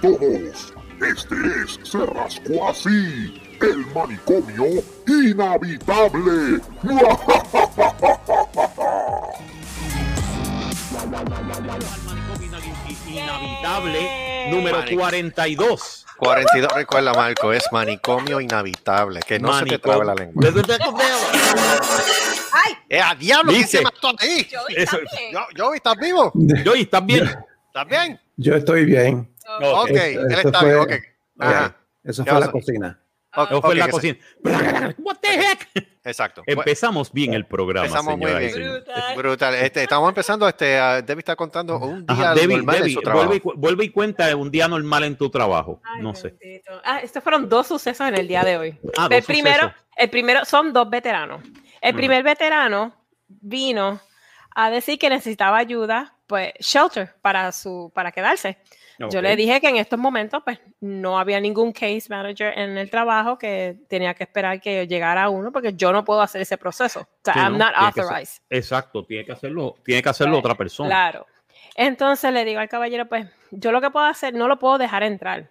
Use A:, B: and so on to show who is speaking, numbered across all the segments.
A: todos. Este es Se Rascó Así, el manicomio inhabitable.
B: Al manicomio inhabi- Inhabitable número 42.
C: 42, recuerda Marco, es manicomio inhabitable, que no se te trabe la lengua.
D: ¡Ay!
C: ¡Eh, a diablo! ¿Quién
B: Dice-
C: se mató ahí?
D: Yo
B: Eso-
D: también.
C: Yo, Joey, ¿estás vivo?
B: Joey, ¿estás bien?
C: ¿Estás bien?
E: Yo estoy bien.
B: No,
C: Ok,
E: Esto-
C: él
E: esto
C: está
E: fue-
C: bien, ok. Ajá,
E: Eso
C: ¿Qué
E: fue la
C: pasó?
E: cocina.
D: Ah,
C: ok,
B: no fue
C: ok,
B: en la
C: que se-
B: cocina. What the heck?
C: Exacto. Bueno,
B: Empezamos bien el programa,
C: Empezamos muy
B: señoras y
C: bien.
B: señores.
D: Brutal.
C: Brutal. Este, estamos empezando, este, a- Debbie está contando un día
B: Ajá, Debbie,
C: normal
B: Debbie,
C: en su trabajo.
B: vuelve, y cu- vuelve y cuenta un día normal en tu trabajo.
D: Ay,
B: no sé.
D: bendito. Ah, estos fueron dos sucesos en el día de hoy.
B: Ah,
D: el
B: dos
D: primero,
B: sucesos. Mm.
D: el primero son dos veteranos. El
B: Ujú.
D: primer veterano vino a decir que necesitaba ayuda, pues shelter para su para quedarse. Yo
B: Ok.
D: le dije que en estos momentos pues no había ningún case manager en el trabajo que tenía que esperar que llegara uno porque yo no puedo hacer ese proceso. O sea,
B: Sí,
D: I'm
B: no,
D: not
B: tiene que ser-
D: authorized.
B: Exacto, tiene que hacerlo, tiene que hacerlo
D: Claro,
B: otra persona.
D: Claro. Entonces le digo al caballero, pues yo lo que puedo hacer, no lo puedo dejar entrar.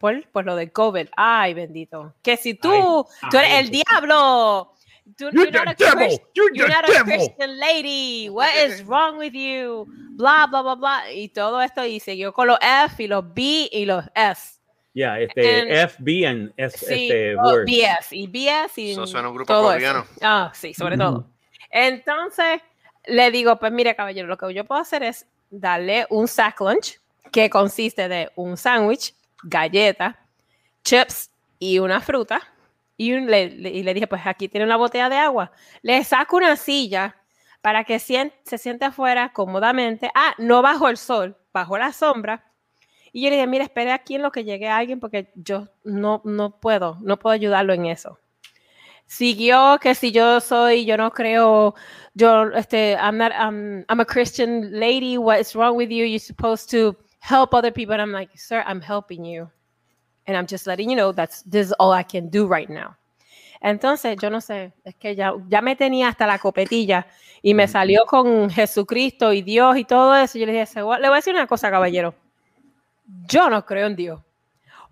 D: Por, por lo del COVID. Ay, bendito. Que si tú,
B: Ay,
D: tú eres
B: ay,
D: el diablo. Tú,
B: You're
D: you're not a
B: the devil.
D: Christ-
B: You're
D: you're
B: the
D: not a
B: devil.
D: Christian lady. What is wrong with you? Bla, bla, bla, bla. Y todo esto. Y siguió con los F y los B y los S.
B: Ya, este
D: And-
B: FB and S,
D: Sí,
B: este,
D: oh,
B: word.
D: BS y BS y
C: Eso suena a un grupo
D: todo eso.
C: coreano.
D: Ah, sí, sobre todo. Entonces le digo, pues mire caballero, lo que yo puedo hacer es darle un sack lunch que consiste de un sándwich, galleta, chips y una fruta. Y, un- le, le- y le dije, pues aquí tiene una botella de agua. Le saco una silla para que sien- se siente afuera cómodamente. Ah, no bajo el sol, bajo la sombra. Y yo le dije, mira, espere aquí en lo que llegue alguien porque yo no, no puedo, no puedo ayudarlo en eso. Siguió que si yo soy, yo no creo, yo, este, I'm not, I'm, I'm a Christian lady, what is wrong with you? You're supposed to help other people. And I'm like, sir, I'm helping you. And I'm just letting you know that's, this is all I can do right now. Entonces, yo no sé, es que ya, ya me tenía hasta la copetilla y me salió con Jesucristo y Dios y todo eso. Yo le dije, "Se- le voy a decir una cosa, caballero yo no creo en Dios.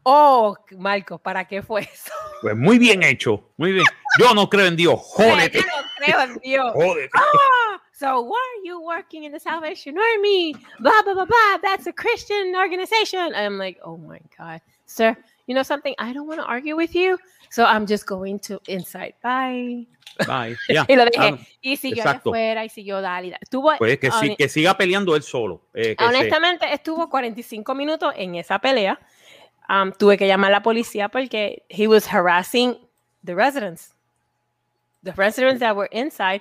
D: Oh, Marco, ¿para qué fue eso?
B: Pues muy bien hecho, muy bien. Yo no creo en Dios,
D: yo
B: jódete,
D: no creo en Dios.
B: jódete.
D: Ah, so why are you working in the Salvation Army? Blah blah blah blah. That's a Christian organization. I'm like, oh my god, sir. You know something? I don't want to argue with you, so I'm just going to inside. Bye.
B: Bye, ya.
D: Y lo dejé.
B: Ah,
D: y siguió
B: exacto.
D: allá afuera y siguió dale. y dale. Estuvo
B: Pues que, sí,
D: hone-
B: que siga peleando él solo. eh, que se-
D: Honestamente, estuvo 45 minutos en esa pelea. Um, tuve que llamar a la policía porque he was harassing the residents. The residents that were inside,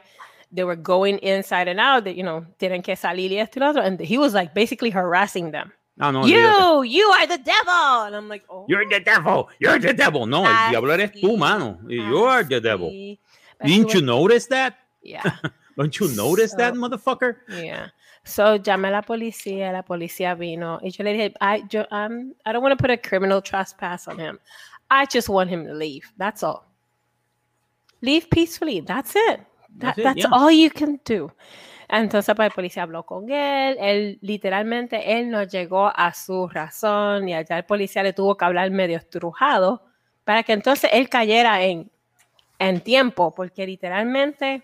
D: they were going inside and out. That, you know, tienen que salir y esto y lo otro. And he was like basically harassing them.
B: Ah, no, olvídate.
D: you, you are the devil. And I'm like, oh.
B: You're the devil, you're the devil. No, el
D: Ah,
B: diablo eres
D: sí. Ah,
B: tú, mano. Y You are the devil.
D: sí. Pero
B: Didn't you
D: estuvo-
B: notice that?
D: Yeah.
B: Don't you notice that,
D: So-
B: motherfucker?
D: Yeah. So llamé a la policía, la policía vino y yo le dije, I, yo, um, I don't want to put a criminal trespass on him. I just want him to leave. That's all. Leave peacefully. That's it. That-
B: That's it,
D: that's
B: yeah.
D: all you can do. Entonces, pues, el policía habló con él. Él, literalmente, él no llegó a su razón y allá el policía le tuvo que hablar medio estrujado para que entonces él cayera en, en tiempo, porque literalmente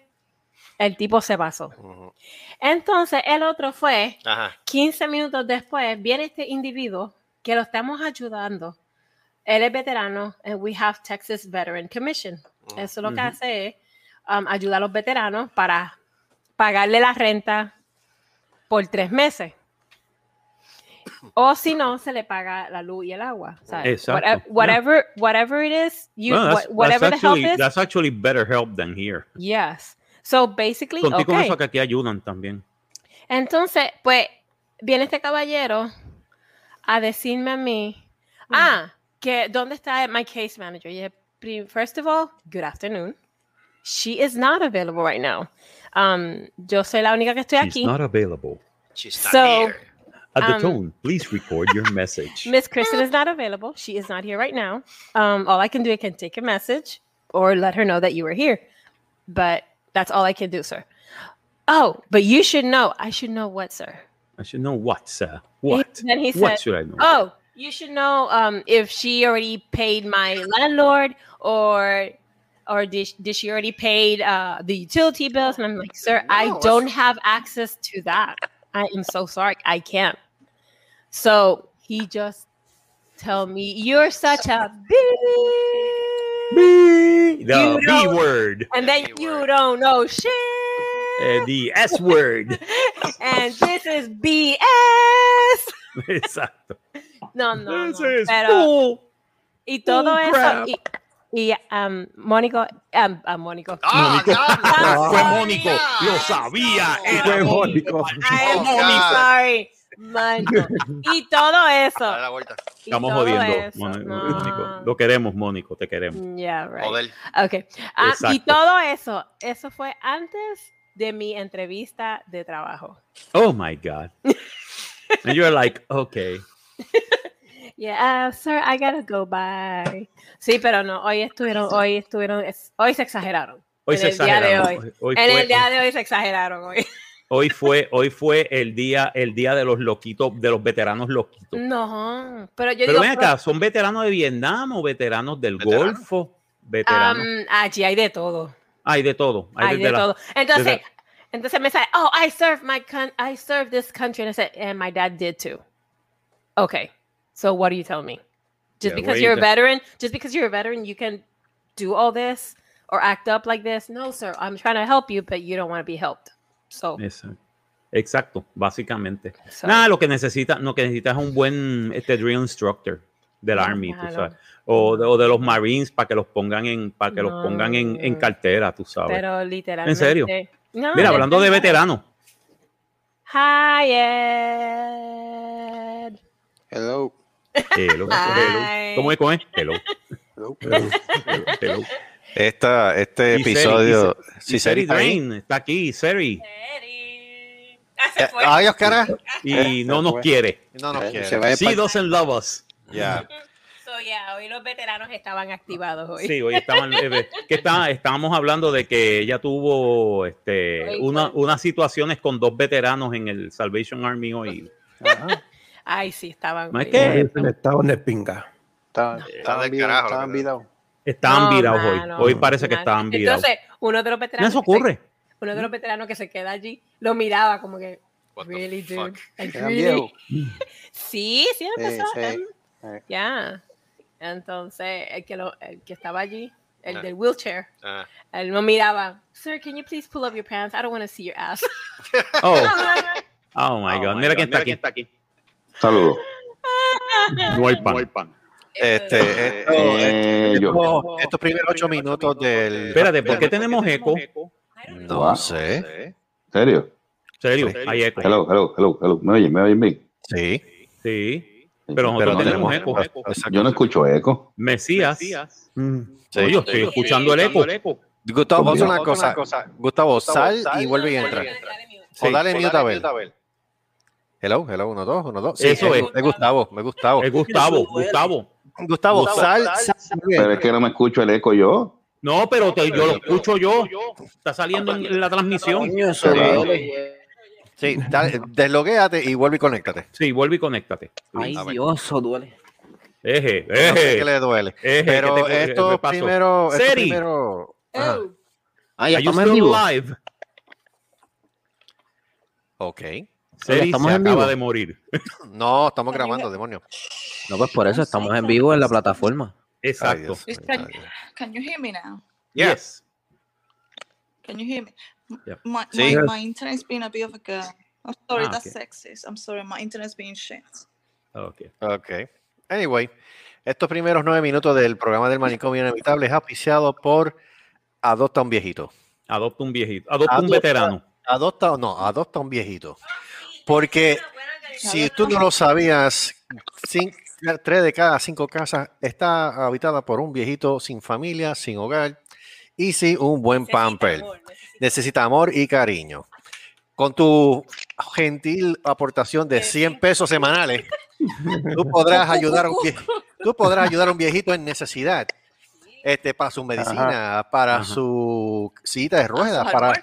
D: el tipo se pasó.
C: Ujú.
D: Entonces, el otro fue
C: Ajá.
D: 15 minutos después, viene este individuo que lo estamos ayudando. Él es veterano, and we have Texas Veteran Commission. Eso lo que
B: Ujú.
D: hace es um, ayudar a los veteranos para pagarle la renta por tres meses. O si no, se le paga la luz y el agua. o sea,
B: Exacto,
D: whate-
B: yeah.
D: Whatever, whatever it is, you,
B: No, that's,
D: wha- whatever
B: that's
D: the
B: actually,
D: help is,
B: that's actually better help than here.
D: yes. So basically,
B: Contigo con
D: okay.
B: eso que aquí ayudan también.
D: Entonces, pues, viene este caballero a decirme a mí, ah, que dónde está my case manager. Y dije, "Pri- first of all, good afternoon. She is not available right now. Um, yo soy la única que estoy
B: She's
D: aquí.
B: not available.
C: She's not
D: So-
C: here.
B: At the
D: Um,
B: tone, please record your message.
D: Miss Kristen is not available. She is not here right now. Um, all I can do, I can take a message or let her know that you were here. But that's all I can do, sir. Oh, but you should know. I should know what, sir?
B: I should know what, sir. What?
D: then he said,
B: what should I know?
D: Oh, You should know um, if she already paid my landlord or or did, sh- did she already paid uh, the utility bills? And I'm like, sir, I
C: No,
D: don't have access to that. I am so sorry, I can't. So he just tell me, you're such a bitch,
B: B- The
D: You
B: B
D: don't-
B: word.
D: and then
C: Hey,
D: you
C: word.
D: don't know shit.
B: eh, the S word.
D: and this is BS.
B: Exacto.
D: No, no, no.
B: This is
D: Pero,
B: bull.
D: y todo
B: bull
D: eso.
B: crap.
D: Y, y um, Mónico, um, ah, Mónico.
C: ¡Ah,
B: Mónico.
C: diablo!
D: Ah,
B: Fue
D: sabía.
B: Mónico. Lo sabía. Era
E: Fue
B: Mónico.
E: Mónico.
D: I am
C: Oh, God.
D: sorry, Mónico. Y todo
C: A
D: eso.
C: la vuelta.
D: y
B: Estamos
D: todo
B: jodiendo,
D: eso,
B: Mónico.
D: no.
B: Mónico. Lo queremos, Mónico. Te queremos.
D: Yeah, right.
C: Joder.
D: Okay. Ah, y
B: Exacto.
D: todo eso, eso fue antes de mi entrevista de trabajo.
B: Oh my God. And you're like, okay.
D: Yeah, uh, sir, I gotta go bye. Sí, pero no, hoy estuvieron, hoy estuvieron, es- hoy se exageraron.
B: Hoy
D: En
B: se
D: el día de
B: exageraron. Hoy, hoy
D: en
B: fue,
D: el día de hoy se exageraron hoy.
B: hoy fue, hoy fue el día, el día de los loquitos, de los veteranos loquitos.
D: No, pero Mm, yo
B: Pero
D: digo,
B: ven
D: pero,
B: acá, ¿son veteranos de Vietnam o veteranos del
C: Veterano.
B: Golfo? Veteranos.
D: um, allí hay de todo,
B: hay de todo. Hay,
D: hay
B: de,
D: de,
B: la-
D: todo. Entonces,
B: desde
D: entonces me sale, oh, I served my con I served this country, and I said, and my dad did too. Okay, so what do you tell me? Just
B: Yeah,
D: because
B: wait,
D: you're a
B: that-
D: veteran, just because you're a veteran, you can do all this or act up like this? No, sir, I'm trying to help you, but you don't want to be helped. So,
B: Exacto. Exacto, básicamente.
D: so-
B: Nada, lo que necesita, lo que necesita es un buen este drill instructor del
D: No,
B: army, tú
D: Ah, claro.
B: sabes, o de, o de los marines para que los pongan en para que los pongan en, en
D: No.
B: cartera, tú sabes.
D: pero literalmente.
B: serio?
D: No,
B: Mira, hablando de
D: literalmente.
B: veteranos,
D: Hi, Ed.
E: Hello.
B: hello,
D: Ay.
B: hello. ¿cómo es? ¿Cómo es? Hello,
E: Hello.
B: hello, hello.
C: Esta, este
B: Y Seri,
C: episodio.
B: Y
C: Sí, Seri
B: Seri
C: está ahí.
B: Drain está aquí, Seri,
D: Eddie. Ah, se
C: Eh,
D: fue.
C: Adiós, cara.
B: y no nos
E: fue.
B: quiere.
C: No nos
E: Eh,
C: quiere.
E: se va de
B: Sí, doesn't love us.
C: Ya.
D: So, yeah, hoy los veteranos estaban activados hoy.
B: Sí, hoy estaban, eh, eh, que está- estábamos hablando de que ella tuvo este,
D: Ay,
B: una-
D: cuál.
B: unas situaciones con dos veteranos en el Salvation Army hoy.
E: Ajá.
D: Ay, sí, estaban.
B: Ma, es
D: hoy.
B: que-
E: Ellos se le estaban de pinga. Estaban,
C: del
E: estaban
C: carajo,
E: virados. Estaban
C: la verdad.
E: virados.
B: Estaban
D: No,
B: virados
D: mano,
B: hoy. Hoy parece que
D: mano.
B: estaban virados.
D: Entonces, uno de los
B: No,
D: veteranos.
B: eso
D: que se-
B: ocurre.
D: uno de los veteranos que se queda allí lo miraba como que.
C: What the
D: Really, dude.
C: fuck?
D: Like,
E: Eran
D: really?
E: viejos.
D: Sí, sí, empezó.
E: sí,
D: em,
E: sí.
D: Ya. Entonces, el que, lo, el que estaba allí, el
C: Ah.
D: del wheelchair,
C: Ah.
D: él no miraba. Sir, can you please pull up your pants? I don't want to see your ass.
B: Oh, oh my God.
F: Oh my
B: Mira
F: God,
B: quién está aquí.
F: Saludos.
B: No hay pan.
C: Este, eh, eh,
F: Eh, yo.
C: no, estos primeros ocho minutos del.
B: Espérate, ¿por qué tenemos eco?
C: No sé.
F: ¿En serio?
B: Serio, hay eco.
F: Hello, hello, hello, hello. ¿Me oyen? ¿Me oyen bien?
C: Sí.
B: Sí. Pero nosotros
C: no
B: tenemos
C: tenemos
B: eco.
C: Exacto.
F: Yo no escucho eco.
B: Mesías.
G: Mm.
C: Sí.
B: Oye, estoy escuchando el eco.
C: Gustavo, vamos a una
F: Vamos
C: cosa. Gustavo, sal y vuelve y entra.
B: Sí.
C: O dale mute a
F: mute a
C: ver. Hello, hello, uno, dos, uno, dos.
B: Eso
C: es.
B: es.
C: Es Gustavo, me Gustavo.
B: Es Gustavo, Gustavo.
C: Eh, Gustavo, sal, sal.
F: Pero es que no me escucho el eco yo.
B: No, pero te- yo lo escucho yo. Está saliendo en la transmisión.
E: Coño, se le dio de-
C: Sí, dale, desloguéate y vuelve y conéctate.
B: Sí, vuelve y conéctate.
E: Ay,
C: A ver.
E: Dios, eso duele.
B: Eje,
C: No sé
B: eje.
C: qué le duele.
B: eje, que
C: Pero
B: te-
C: estos
B: me paso.
C: primeros. estos
B: Seri.
C: primeros- Ajá.
E: Ay, ya
B: Are you
E: estamos en
B: still
E: vivo.
B: live?
C: Ok.
B: Seri se
E: estamos en
B: acaba
E: vivo.
B: de morir.
C: No, estamos grabando, demonio.
E: No, pues por eso estamos en vivo en la plataforma.
C: Ay,
B: Exacto.
C: Dios,
H: It's
C: ay,
H: like-
C: Dios.
H: Can you hear me now?
B: Yes.
H: Can you hear me? M-
B: Yep.
H: My,
C: Sí.
H: my, my internet's been a bit of a girl. I'm sorry,
B: Ah,
H: that's
B: okay.
H: sexist. I'm sorry, my internet's being shit.
B: Okay.
C: Ok. Anyway, estos primeros nueve minutos del programa del manicomio inevitable es auspiciado por Adopta a un viejito.
B: Adopta un viejito, adopta un
C: Adopta.
B: veterano.
C: Adopta o no, adopta a un viejito. Porque si tú no lo sabías, cin- eh, tres de cada cinco casas está habitada por un viejito sin familia, sin hogar y sin un buen pamper. Necesita amor y cariño. Con tu gentil aportación de 100 pesos semanales, tú podrás ayudar a un viejito, tú podrás ayudar a un viejito en necesidad. Este, para su medicina, para
B: Ajá.
C: su silla de ruedas, para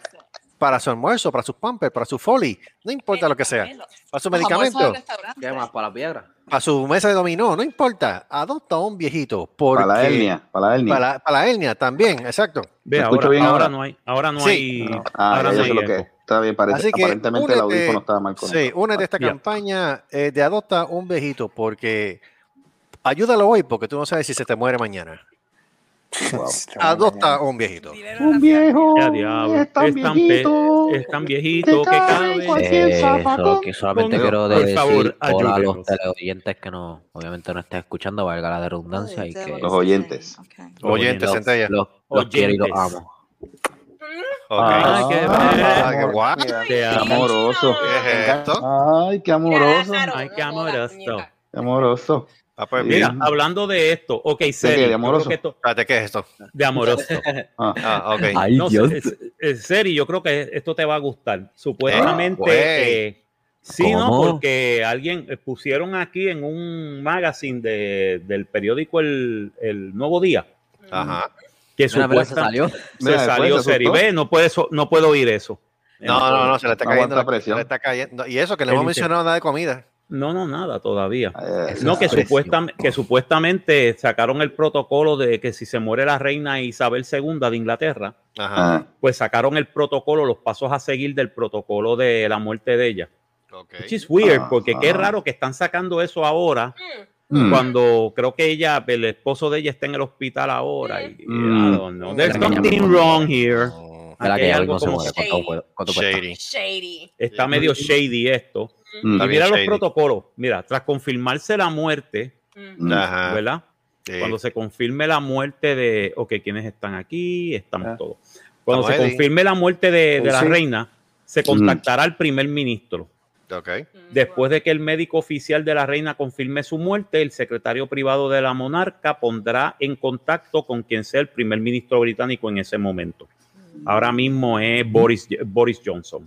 C: para su almuerzo, para sus pampers, para su folly, no importa lo que sea, para su medicamento,
E: ¿Qué más? ¿Para la piedra?
C: para su mesa de dominó, no importa. Adopta a un viejito. Porque,
F: Para la hernia, para la hernia. Ah,
C: Para, la- para la hernia también, exacto.
B: Ve,
F: ¿Me escucho
B: ahora,
F: bien
B: ahora
F: ahora?
B: no hay, ahora no
C: Sí.
B: hay,
F: Ah,
B: ahora
F: ya
B: no
F: sé
B: hay
F: lo que es.
B: eco.
F: Está bien, parece.
C: Así que
F: aparentemente el
C: únete-
F: audífono estaba mal conectado.
C: Sí, únete a esta
B: Ya.
C: campaña eh, de adopta un viejito porque ayúdalo hoy porque tú no sabes si se te muere mañana.
F: Wow.
C: Adopta a un viejito.
I: Un viejo.
B: Ya, diablo.
I: Es tan viejito.
B: pe- es tan viejito que
I: que cabe en
B: cabe.
I: cualquier-
E: Eso, Eh, que solamente
B: Con-
E: quiero
B: Por
E: decir
B: favor,
E: hola a
B: ayúdenos.
E: los teleoyentes que no, obviamente no estén escuchando, valga la redundancia y que
F: Los oyentes.
C: Oyentes,
E: los-
C: centella.
E: los, los quiero y los
B: Oyentes.
E: amo.
B: Ay, qué
C: Ah,
B: bello.
C: qué guay.
B: Te
F: Qué
B: amo.
F: amoroso.
C: ¿Qué es esto?
F: Ay, qué amoroso.
B: Ay, qué amoroso.
F: Qué amoroso.
C: Ah, pues
F: Sí.
C: mira.
B: Mira, hablando de esto, ok,
F: qué?
B: Seri,
F: ¿De
B: yo creo
F: amoroso?
B: que esto-
C: Espérate, ¿qué es esto?
B: de amoroso.
F: Ah,
C: Ah, ok.
E: Ay,
B: No,
E: Dios.
B: es- es- Seri, yo creo que esto te va a gustar. Supuestamente,
C: güey.
B: eh, sí, no,
E: ¿Cómo?
B: porque alguien eh, pusieron aquí en un magazine de- del periódico el, El Nuevo Día
C: Ajá.
B: que
E: Mira, mira, se
B: supuestamente
E: salió.
B: se
F: Mira, después
B: salió
F: se
B: Seri.
F: asustó.
B: Ve, no puede, so- no puedo oír eso.
C: No, no, no, se le está
F: No
C: cayendo.
F: aguanta
C: la-
F: presión.
C: se le está cayendo. Y eso que no
B: Él
C: hemos
B: dice-
C: mencionado nada de comida.
B: No, no, nada todavía.
F: eh,
E: Eso
B: No,
E: es
B: que,
E: precio.
B: supuestam- que supuestamente sacaron el protocolo de que si se muere la reina Isabel II de Inglaterra,
C: Ajá.
F: ah,
B: pues sacaron el protocolo, los pasos a seguir del protocolo de la muerte de ella.
C: Ok.
B: Which is weird,
F: Ah,
B: porque qué
F: ah.
B: raro que están sacando eso ahora,
C: Hmm.
F: mm,
B: cuando creo que ella, el esposo de ella está en el hospital ahora. Y,
F: Mm.
C: Hmm.
B: I don't know. There's
E: Mira que
B: something
E: llamo.
B: wrong here.
C: Oh,
E: Mira
B: Aquí
E: que
B: hay
E: ya
B: algo
E: no se
B: como
E: muere. ¿Cuánto, cu- cuánto cuesta?
C: shady.
D: Shady.
B: Está medio shady esto.
F: mm,
C: Está
B: Y
C: bien
B: mira los
C: shady.
B: protocolos. Mira, tras confirmarse la muerte,
D: Mm.
F: mm.
C: Ajá.
B: ¿verdad?
C: Ah, sí.
B: Cuando se confirme la muerte de. Ok, ¿quiénes están aquí? Estamos
F: Ah.
B: todos. Cuando
C: Estamos
B: se
C: ready. Oh, Mm.
B: confirme la muerte de, de la
F: Sí.
B: reina, se contactará al primer ministro.
C: Ok.
D: Mm,
B: Después de que el médico oficial de la reina confirme su muerte, el secretario privado de la monarca pondrá en contacto con quien sea el primer ministro británico en ese momento. Ahora mismo es Boris, Boris Johnson.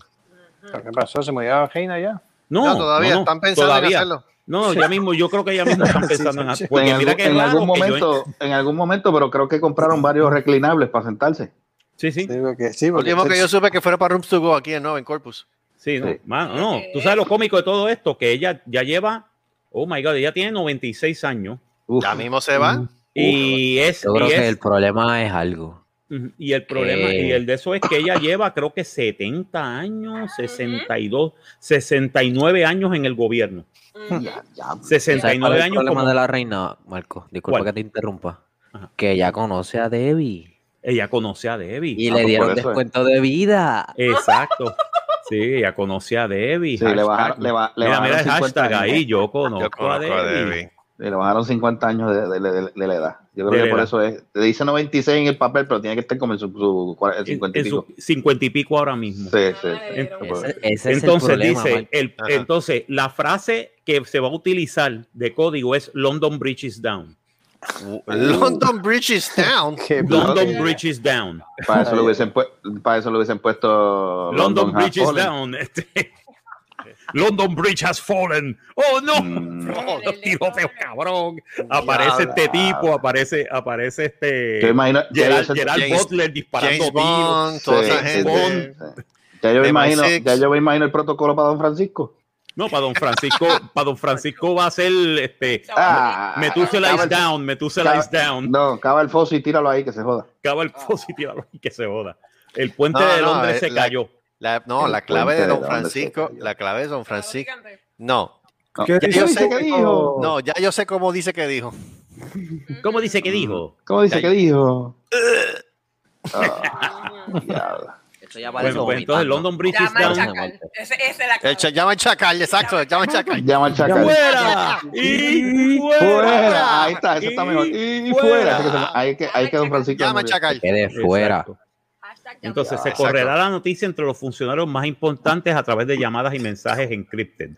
I: ¿Pero ¿Qué pasó? ¿Se murió la reina ya?
B: No,
C: No, todavía
B: no, no,
C: están pensando en
B: todavía.
C: hacerlo.
B: No, ya mismo, yo creo que ya mismo están pensando en
I: sí.
B: hacerlo.
F: en,
B: Porque mira
F: algún,
B: que
F: en
B: raro
F: algún
B: que yo-
F: momento, en algún momento, pero creo que compraron varios reclinables para sentarse.
B: Sí, sí,
I: Sí, porque, sí,
C: Lo
I: porque
C: último que yo supe que fuera para Rooms to Go aquí en, ¿no? en Corpus.
B: sí. No,
F: Sí.
B: mano, no. Tú sabes lo cómico de todo esto, que ella ya lleva, oh my God, ella tiene 96 años.
F: Uf, mm,
C: Ya mismo se va.
B: Y es,
E: Yo creo
B: y
E: que
B: es-
E: el problema es algo.
B: Ujú, Y el problema,
E: Que-
B: y el de eso es que ella lleva creo que 70 años, 62, 69 años en el gobierno.
D: mm,
F: ya,
E: ¿Sabes
F: ya.
E: cuál
B: 69
E: es el
B: años
E: problema
B: como
E: de la reina, Marco? Disculpa
B: ¿Cuál?
E: que te interrumpa.
B: Ajá.
E: Que ella conoce a Debbie.
B: ella conoce a Debbie.
E: Y le
F: Ah, pues por
E: dieron
F: eso es.
E: descuento de vida.
B: Exacto. Sí, ella conoce a Debbie.
F: Sí, le
B: Hashtag-
F: bajaron, le ba- le
B: mira,
F: bajaron
B: mira el
F: 50
B: hashtag
F: años.
B: ahí, yo conozco,
C: Yo
B: a Debbie.
C: conozco a Debbie.
F: Sí, Le bajaron 50 años de, de- de- de la edad. Yo
B: De
F: creo
B: la
F: que por
B: edad.
F: eso es. Te dice 96 en el papel, pero tiene que estar como en su, su cua-
B: En-
F: 50 y
B: en su
F: pico.
B: 50 y pico ahora mismo.
F: Sí, sí, sí.
D: Ese-
E: Ese, ese es el
B: pues. Entonces
E: problema,
B: dice,
E: Marco.
B: el-
C: Ajá.
B: entonces la frase que se va a utilizar de código es London Bridge is down.
C: London Bridge is down.
I: Qué
B: London
I: brutal.
B: Bridge is down.
F: Para eso, lo hubiesen pu- para eso lo hubiesen puesto.
B: London Bridge
F: has
B: is
F: fallen.
B: down. este. London Bridge has fallen. Oh no.
F: Mm,
B: No, los tiroteos, cabrón. Aparece este tipo, aparece, aparece
F: Yo
B: este
F: imagino. ya yo
B: Gerald,
F: sé-
B: Gerald
C: James-
B: Butler disparando
C: James
B: tiros.
C: Bond, toda
F: sí,
C: esa
F: sí,
C: gente.
F: sí, sí. Ya yo, me
C: De My
F: imagino,
C: Six.
F: ya yo me imagino el protocolo para Don Francisco.
B: No, para don Francisco, para don Francisco va a ser este
F: Ah,
B: Methuselah
F: acaba
B: is
F: el-
B: down, Methuselah is down.
F: No, cava el foso y tíralo ahí que se joda.
B: Acaba el positivo y que se joda. El puente
C: No,
B: de
C: no,
B: Londres
C: eh,
B: se
C: la-
B: cayó.
C: La- no,
F: El
C: la clave de
F: puente de
C: Don
F: Londres
C: Francisco,
F: se cayó.
C: la clave de Don Francisco. No,
F: No,
I: ¿Qué
F: ya
I: dice?
F: yo sé qué dijo.
B: Oh.
C: no, ya yo sé cómo dice que dijo.
B: ¿Cómo
D: Mm.
B: dice
E: Mm.
B: que dijo?
F: ¿Cómo dice
C: Ya-
F: que dijo? Ah, diablo.
E: Eso ya parece
B: Bueno, pues
E: vomitando.
B: entonces London Bridge is
D: Llama al
E: Llaman
B: down.
D: chacal. Ese- Esa es la
C: El cha- llama al chacal, exacto, llama al chacal.
F: Llama al chacal.
B: ¡Fuera! ¡Y
F: Fuera. Ahí está, eso está mejor. Y
B: fuera.
F: fuera. Eso que se- Ahí que, ahí que Don Francisco.
C: Llama al
F: murió.
C: chacal.
E: Quede fuera.
B: Exacto.
D: Hashtag llama.
B: Entonces se
C: Exacto.
B: correrá la noticia entre los funcionarios más importantes a través de llamadas y mensajes encrypted.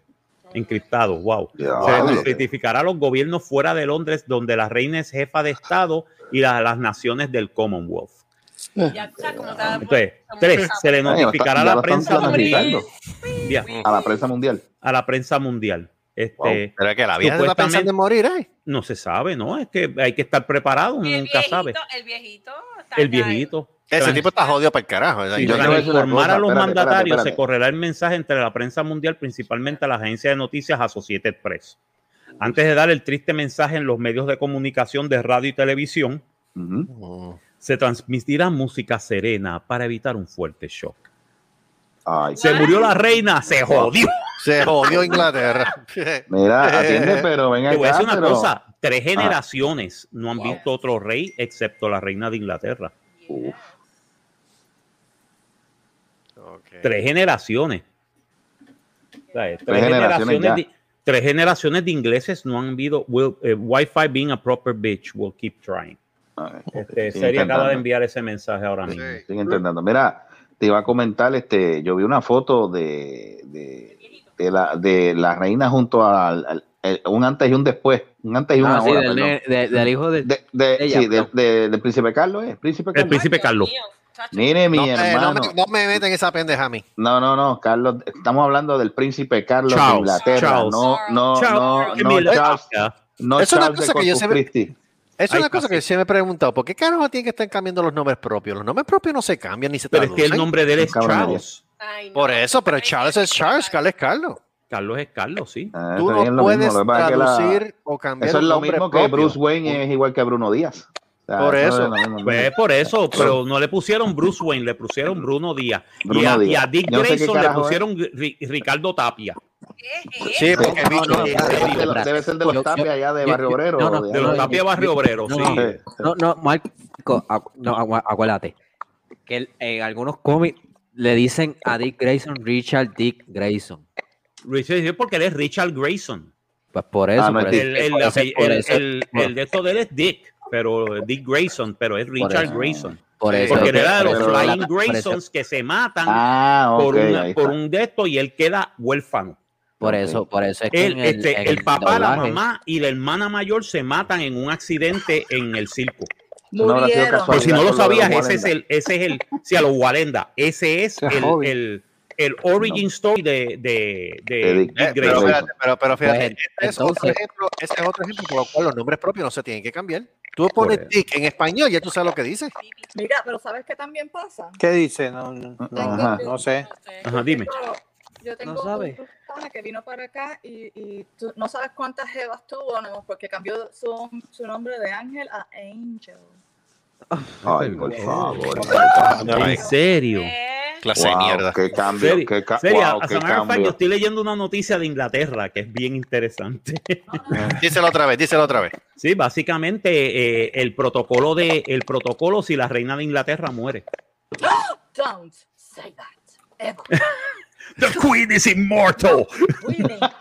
B: Encriptados, wow.
F: Diablo.
B: Se identificará a los gobiernos fuera de Londres, donde la reina es jefa de Estado y la- las naciones del Commonwealth.
D: Ya tú sabes cómo está la-
B: Entonces, ah, tres, se le
F: Ay,
B: notificará a
F: ya
B: la
F: lo están
B: prensa mundial.
F: planificando.
B: Ya,
F: A la prensa mundial.
B: A la prensa mundial. Este,
C: Pero es que la vida se está pensando en morir, ¿eh?
B: No se sabe, ¿no? Es que hay que estar preparado, uno
D: Y el
B: Mm, nunca sabe.
D: viejito- El viejito. está ya-
B: El viejito.
C: Ese
B: Claro.
C: tipo está jodido para el carajo. ¿verdad?
B: Si
C: Yo
B: tras
F: te voy a decir una
B: informar
F: cosa,
B: a los
F: espérate, espérate,
B: mandatarios, se
F: espérate.
B: correrá el mensaje entre la prensa mundial, principalmente la agencia de noticias Associated Press. Antes de dar el triste mensaje en los medios de comunicación de radio y televisión,
F: Ujú.
C: Mm.
B: se transmitirá música serena para evitar un fuerte shock.
F: Ay,
B: Se murió la reina, se jodió.
C: Se jodió Inglaterra.
F: mira, atiende, pero ven acá.
B: Te voy a decir una
F: pero-
B: cosa, tres generaciones no han visto otro rey excepto la reina de Inglaterra.
F: Uf,
C: Ok.
B: Tres generaciones. O sea, Tres,
F: generaciones ya.
B: de, tres generaciones de ingleses no han visto will, eh, Wi-Fi being a proper bitch, will keep trying.
F: ay,
B: Este,
F: Sí,
B: Seri acaba
F: intentando.
B: de enviar ese mensaje ahora mismo.
C: Sí.
F: Estoy intentando. Mira, te iba a comentar, este, yo vi una foto de, de, de la, de la reina junto al, al- el- un antes y un después, un antes y una
E: Ah, sí,
F: hora,
E: del,
F: perdón.
E: ne- de- del hijo de...
F: De- de-
E: ella,
F: sí, de-
E: perdón.
F: de- del príncipe Carlos, ¿eh? Príncipe
B: El
F: Carlos.
B: príncipe Carlos.
F: Mire, mi
C: No, eh, no
F: hermano.
C: me, no me meten esa pendeja a mí.
F: No, no, no, Carlos, estamos hablando del príncipe Carlos
B: Charles,
F: de Inglaterra.
B: Charles.
F: No, no,
B: Chao,
F: no,
B: give me
F: no, eh, ah,
B: a-
F: Charles, no
C: Es una
F: Charles de
C: cosa que yo
F: Corpus
C: siempre-
F: Christi.
C: Es
B: Ahí
C: una
B: está,
C: cosa que
B: sí.
C: siempre me he preguntado. ¿Por qué carajo tienen que estar cambiando los nombres propios? Los nombres propios no se cambian ni se
B: Pero es
C: traducen.
B: que el nombre de él es
F: Cabronería.
B: Charles.
C: Por eso, pero Charles es Charles, Carlos es Carlos.
B: Carlos es Carlos, sí.
F: Ah,
C: Tú
F: está bien,
C: no
F: lo mismo,
C: puedes
F: lo que pasa es que la-
C: traducir o cambiar
F: Eso es
C: un
F: lo
C: nombre
F: mismo que
C: propio.
F: Bruce Wayne es igual que Bruno Díaz. O sea,
C: Por eso.
F: es lo mismo,
B: Pues por eso, pero no le pusieron Bruce Wayne, le pusieron Bruno Díaz. y, a,
F: Bruno
B: y a
F: Díaz.
B: Dick
F: Yo no sé qué
B: Grayson le
F: carajo es.
B: pusieron Ri- Ricardo Tapia.
C: Sí, porque
F: Sí.
C: bicho,
E: No, no,
F: Debe
E: no,
F: ser de
E: no,
F: los-
E: no,
F: debe ser de los
E: yo-
F: tapias allá de
E: yo-
F: Barrio
E: yo-
F: Obrero.
E: no, no,
F: o
B: De los
E: no,
B: Tapia
E: yo-
B: Barrio
E: yo-
B: Obrero,
E: no,
B: sí.
E: no,
F: Sí.
E: No, no, Marco, acu- no, acu- acuérdate. Que el- en algunos cómics le dicen a Dick Grayson Richard Dick Grayson.
B: Richard sí, porque él es Richard Grayson.
E: Pues por eso.
F: Ah, no
E: por
F: es
E: eso-
B: El, el-
E: por eso-
B: el-
E: por eso-
B: el- el de esto de él es Dick, pero Dick Grayson, pero es Richard
E: eso.
B: Grayson.
E: por eso-
B: Porque él era de los
E: por eso-
B: Flying
E: por eso-
B: Graysons que se matan
F: Ah, ok.
B: por, una-
F: ahí
B: por
F: está.
B: un de estos y él queda huérfano.
E: Por eso, por eso es que
B: Él,
E: en
B: este, el,
E: en
B: papá, la
E: doblaje-
B: mamá y la hermana mayor se matan en un accidente en el circo.
F: No habrá sido
H: Murieron.
B: Por si no lo
F: Con lo de los
B: sabías, ese es
F: Walenda.
B: el, ese es el, si a los Walenda, ese es
I: Ese es
B: el,
I: hobby.
B: el, el origin story de, de, de
F: De Dick.
B: Dick
C: Eh, pero,
B: Grayson.
C: espérate, pero, pero fíjate,
E: Pues,
C: este es otro
E: entonces-
C: ejemplo, ese es otro ejemplo por lo cual los nombres propios no se tienen que cambiar. Tú pones Dick en español y ya tú sabes lo que dice.
H: Mira, pero ¿sabes qué también pasa?
I: ¿Qué dice? No, no, no,
F: Ajá.
I: no sé.
H: eh,
B: Ajá, dime.
H: Yo tengo
E: No sabe.
H: un persona que vino para acá y, y tú no sabes cuántas jevas tuvo, no, porque cambió su, su nombre de Ángel a Angel.
F: Ay, por favor.
B: En serio.
D: eh,
C: Clase de
F: Wow,
C: mierda.
F: qué cambio,
B: Serio,
F: qué, ca-
B: serio,
F: Ah, wow,
B: as a
F: qué
B: matter of fact, yo
F: cambio.
B: estoy leyendo una noticia de Inglaterra que es bien interesante.
C: Díselo otra vez, díselo otra vez.
B: Sí, básicamente eh, el protocolo de el protocolo si la reina de Inglaterra muere.
H: Don't say that. Ever.
B: The Queen is immortal.
H: We mean that.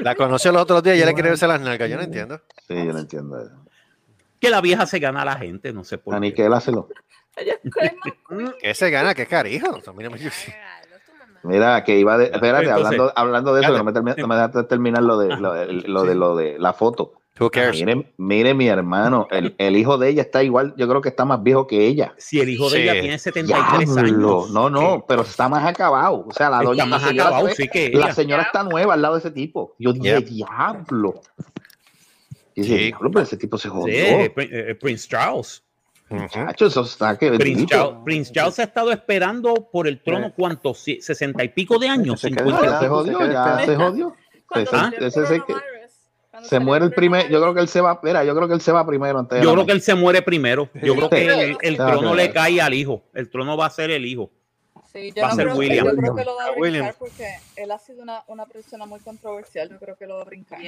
C: La conoció los otros días y ya le quiere verse las nalgas, yo no entiendo.
F: Sí, yo no entiendo eso.
B: Que la vieja se gana a la gente, no sé por qué.
F: Aniquilácelo.
H: Ella es crema.
C: ¿Qué se gana? ¿Qué carijo? O sea, mira, mira,
F: Mira, que iba de. Espérate,
B: Entonces- Ah,
F: hablando, hablando de eso,
B: Dale.
F: no me, termi- no me dejaste terminar lo de lo, de- lo de lo de la foto.
C: Who cares?
F: Mire, mire, mi hermano, el, el hijo de ella está igual, yo creo que está más viejo que ella.
B: Si el hijo de
C: Sí.
B: ella tiene 73
F: Diablo.
B: años.
F: No,
B: eh,
F: no, pero está más acabado. O sea, la doña
B: Está más
F: la señora
B: acabado,
F: fue-
B: sí que
F: La
B: ella.
F: señora está nueva al lado de ese tipo. Yo dije,
C: Yep.
F: diablo. Y dije,
C: Sí.
F: diablo, pero ese tipo
B: Sí,
F: se jodió.
B: eh, Prin- eh, Prince Charles.
C: Ujú.
F: Chacho, eso está que
B: Prince
F: bendito.
B: Charles, Prince Charles ha estado esperando por el trono
I: Sí.
B: cuántos, Si- sesenta y pico de años,
I: Se quedó
F: No, ya
B: 50.
F: se
I: Cuidado,
F: jodió,
I: se queda
F: ya
I: esperando.
F: se jodió.
H: Cuando
F: Ese-
H: salió el
F: ese es el que-
H: coronavirus, cuando
F: Se
H: salió
F: muere el primer, yo creo que
H: coronavirus,
F: él se va, mira, yo creo que él se va primero antes
B: Yo
F: de la Este,
B: creo que
F: noche.
B: él se muere primero. Yo creo que el, el
F: Sí.
B: trono le cae al hijo. El trono va a ser el hijo.
H: Sí, yo
B: va a
H: no
B: ser
H: creo que-
B: Ah, William.
H: yo creo que lo va a brincar
C: William.
H: porque él ha sido una, una persona muy controversial. Yo creo que lo va a brincar.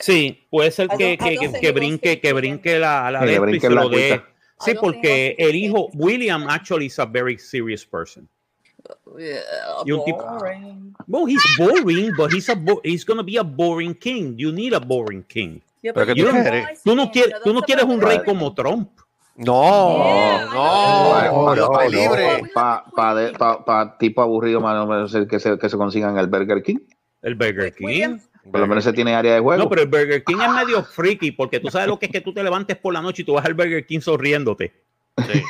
B: Sí, puede ser
H: I
B: que,
H: don't- I
B: que,
H: don't
B: que-
H: think
B: que
H: it was
B: brinque, que
H: fifty.
B: brinque la, la
F: Sí, que
B: de esto y
F: brinque
B: se
F: la
B: lo dé.
F: cuenta.
B: Sí,
H: I don't
B: porque
H: think it was
B: el hijo,
H: 50.
B: William, actually is a very serious person.
H: Yeah,
B: Y un tipo-
H: boring.
B: Well, he's boring, but he's, a bo- he's gonna be a boring king. You need a boring king.
H: Yeah,
C: Pero
H: but
C: que
H: you
B: tú
H: don't
C: quieres-
H: always
B: Tú no
H: win.
B: quieres, tú no
H: That's
B: quieres un
H: about
B: rey
H: it.
B: como Trump.
C: No,
H: Yeah,
B: Oh,
C: no,
F: No, no,
C: Europa
F: no,
C: libre.
F: Pa, pa, de- pa, pa tipo aburrido, más o menos, el que se, que se consigan el Burger King.
B: El Burger King.
H: Pues, William,
F: Por lo menos se tiene área de juego.
B: No, pero el Burger King es medio freaky porque tú sabes lo que es que tú te levantes por la noche y tú vas al Burger King sonriéndote.
C: Sí,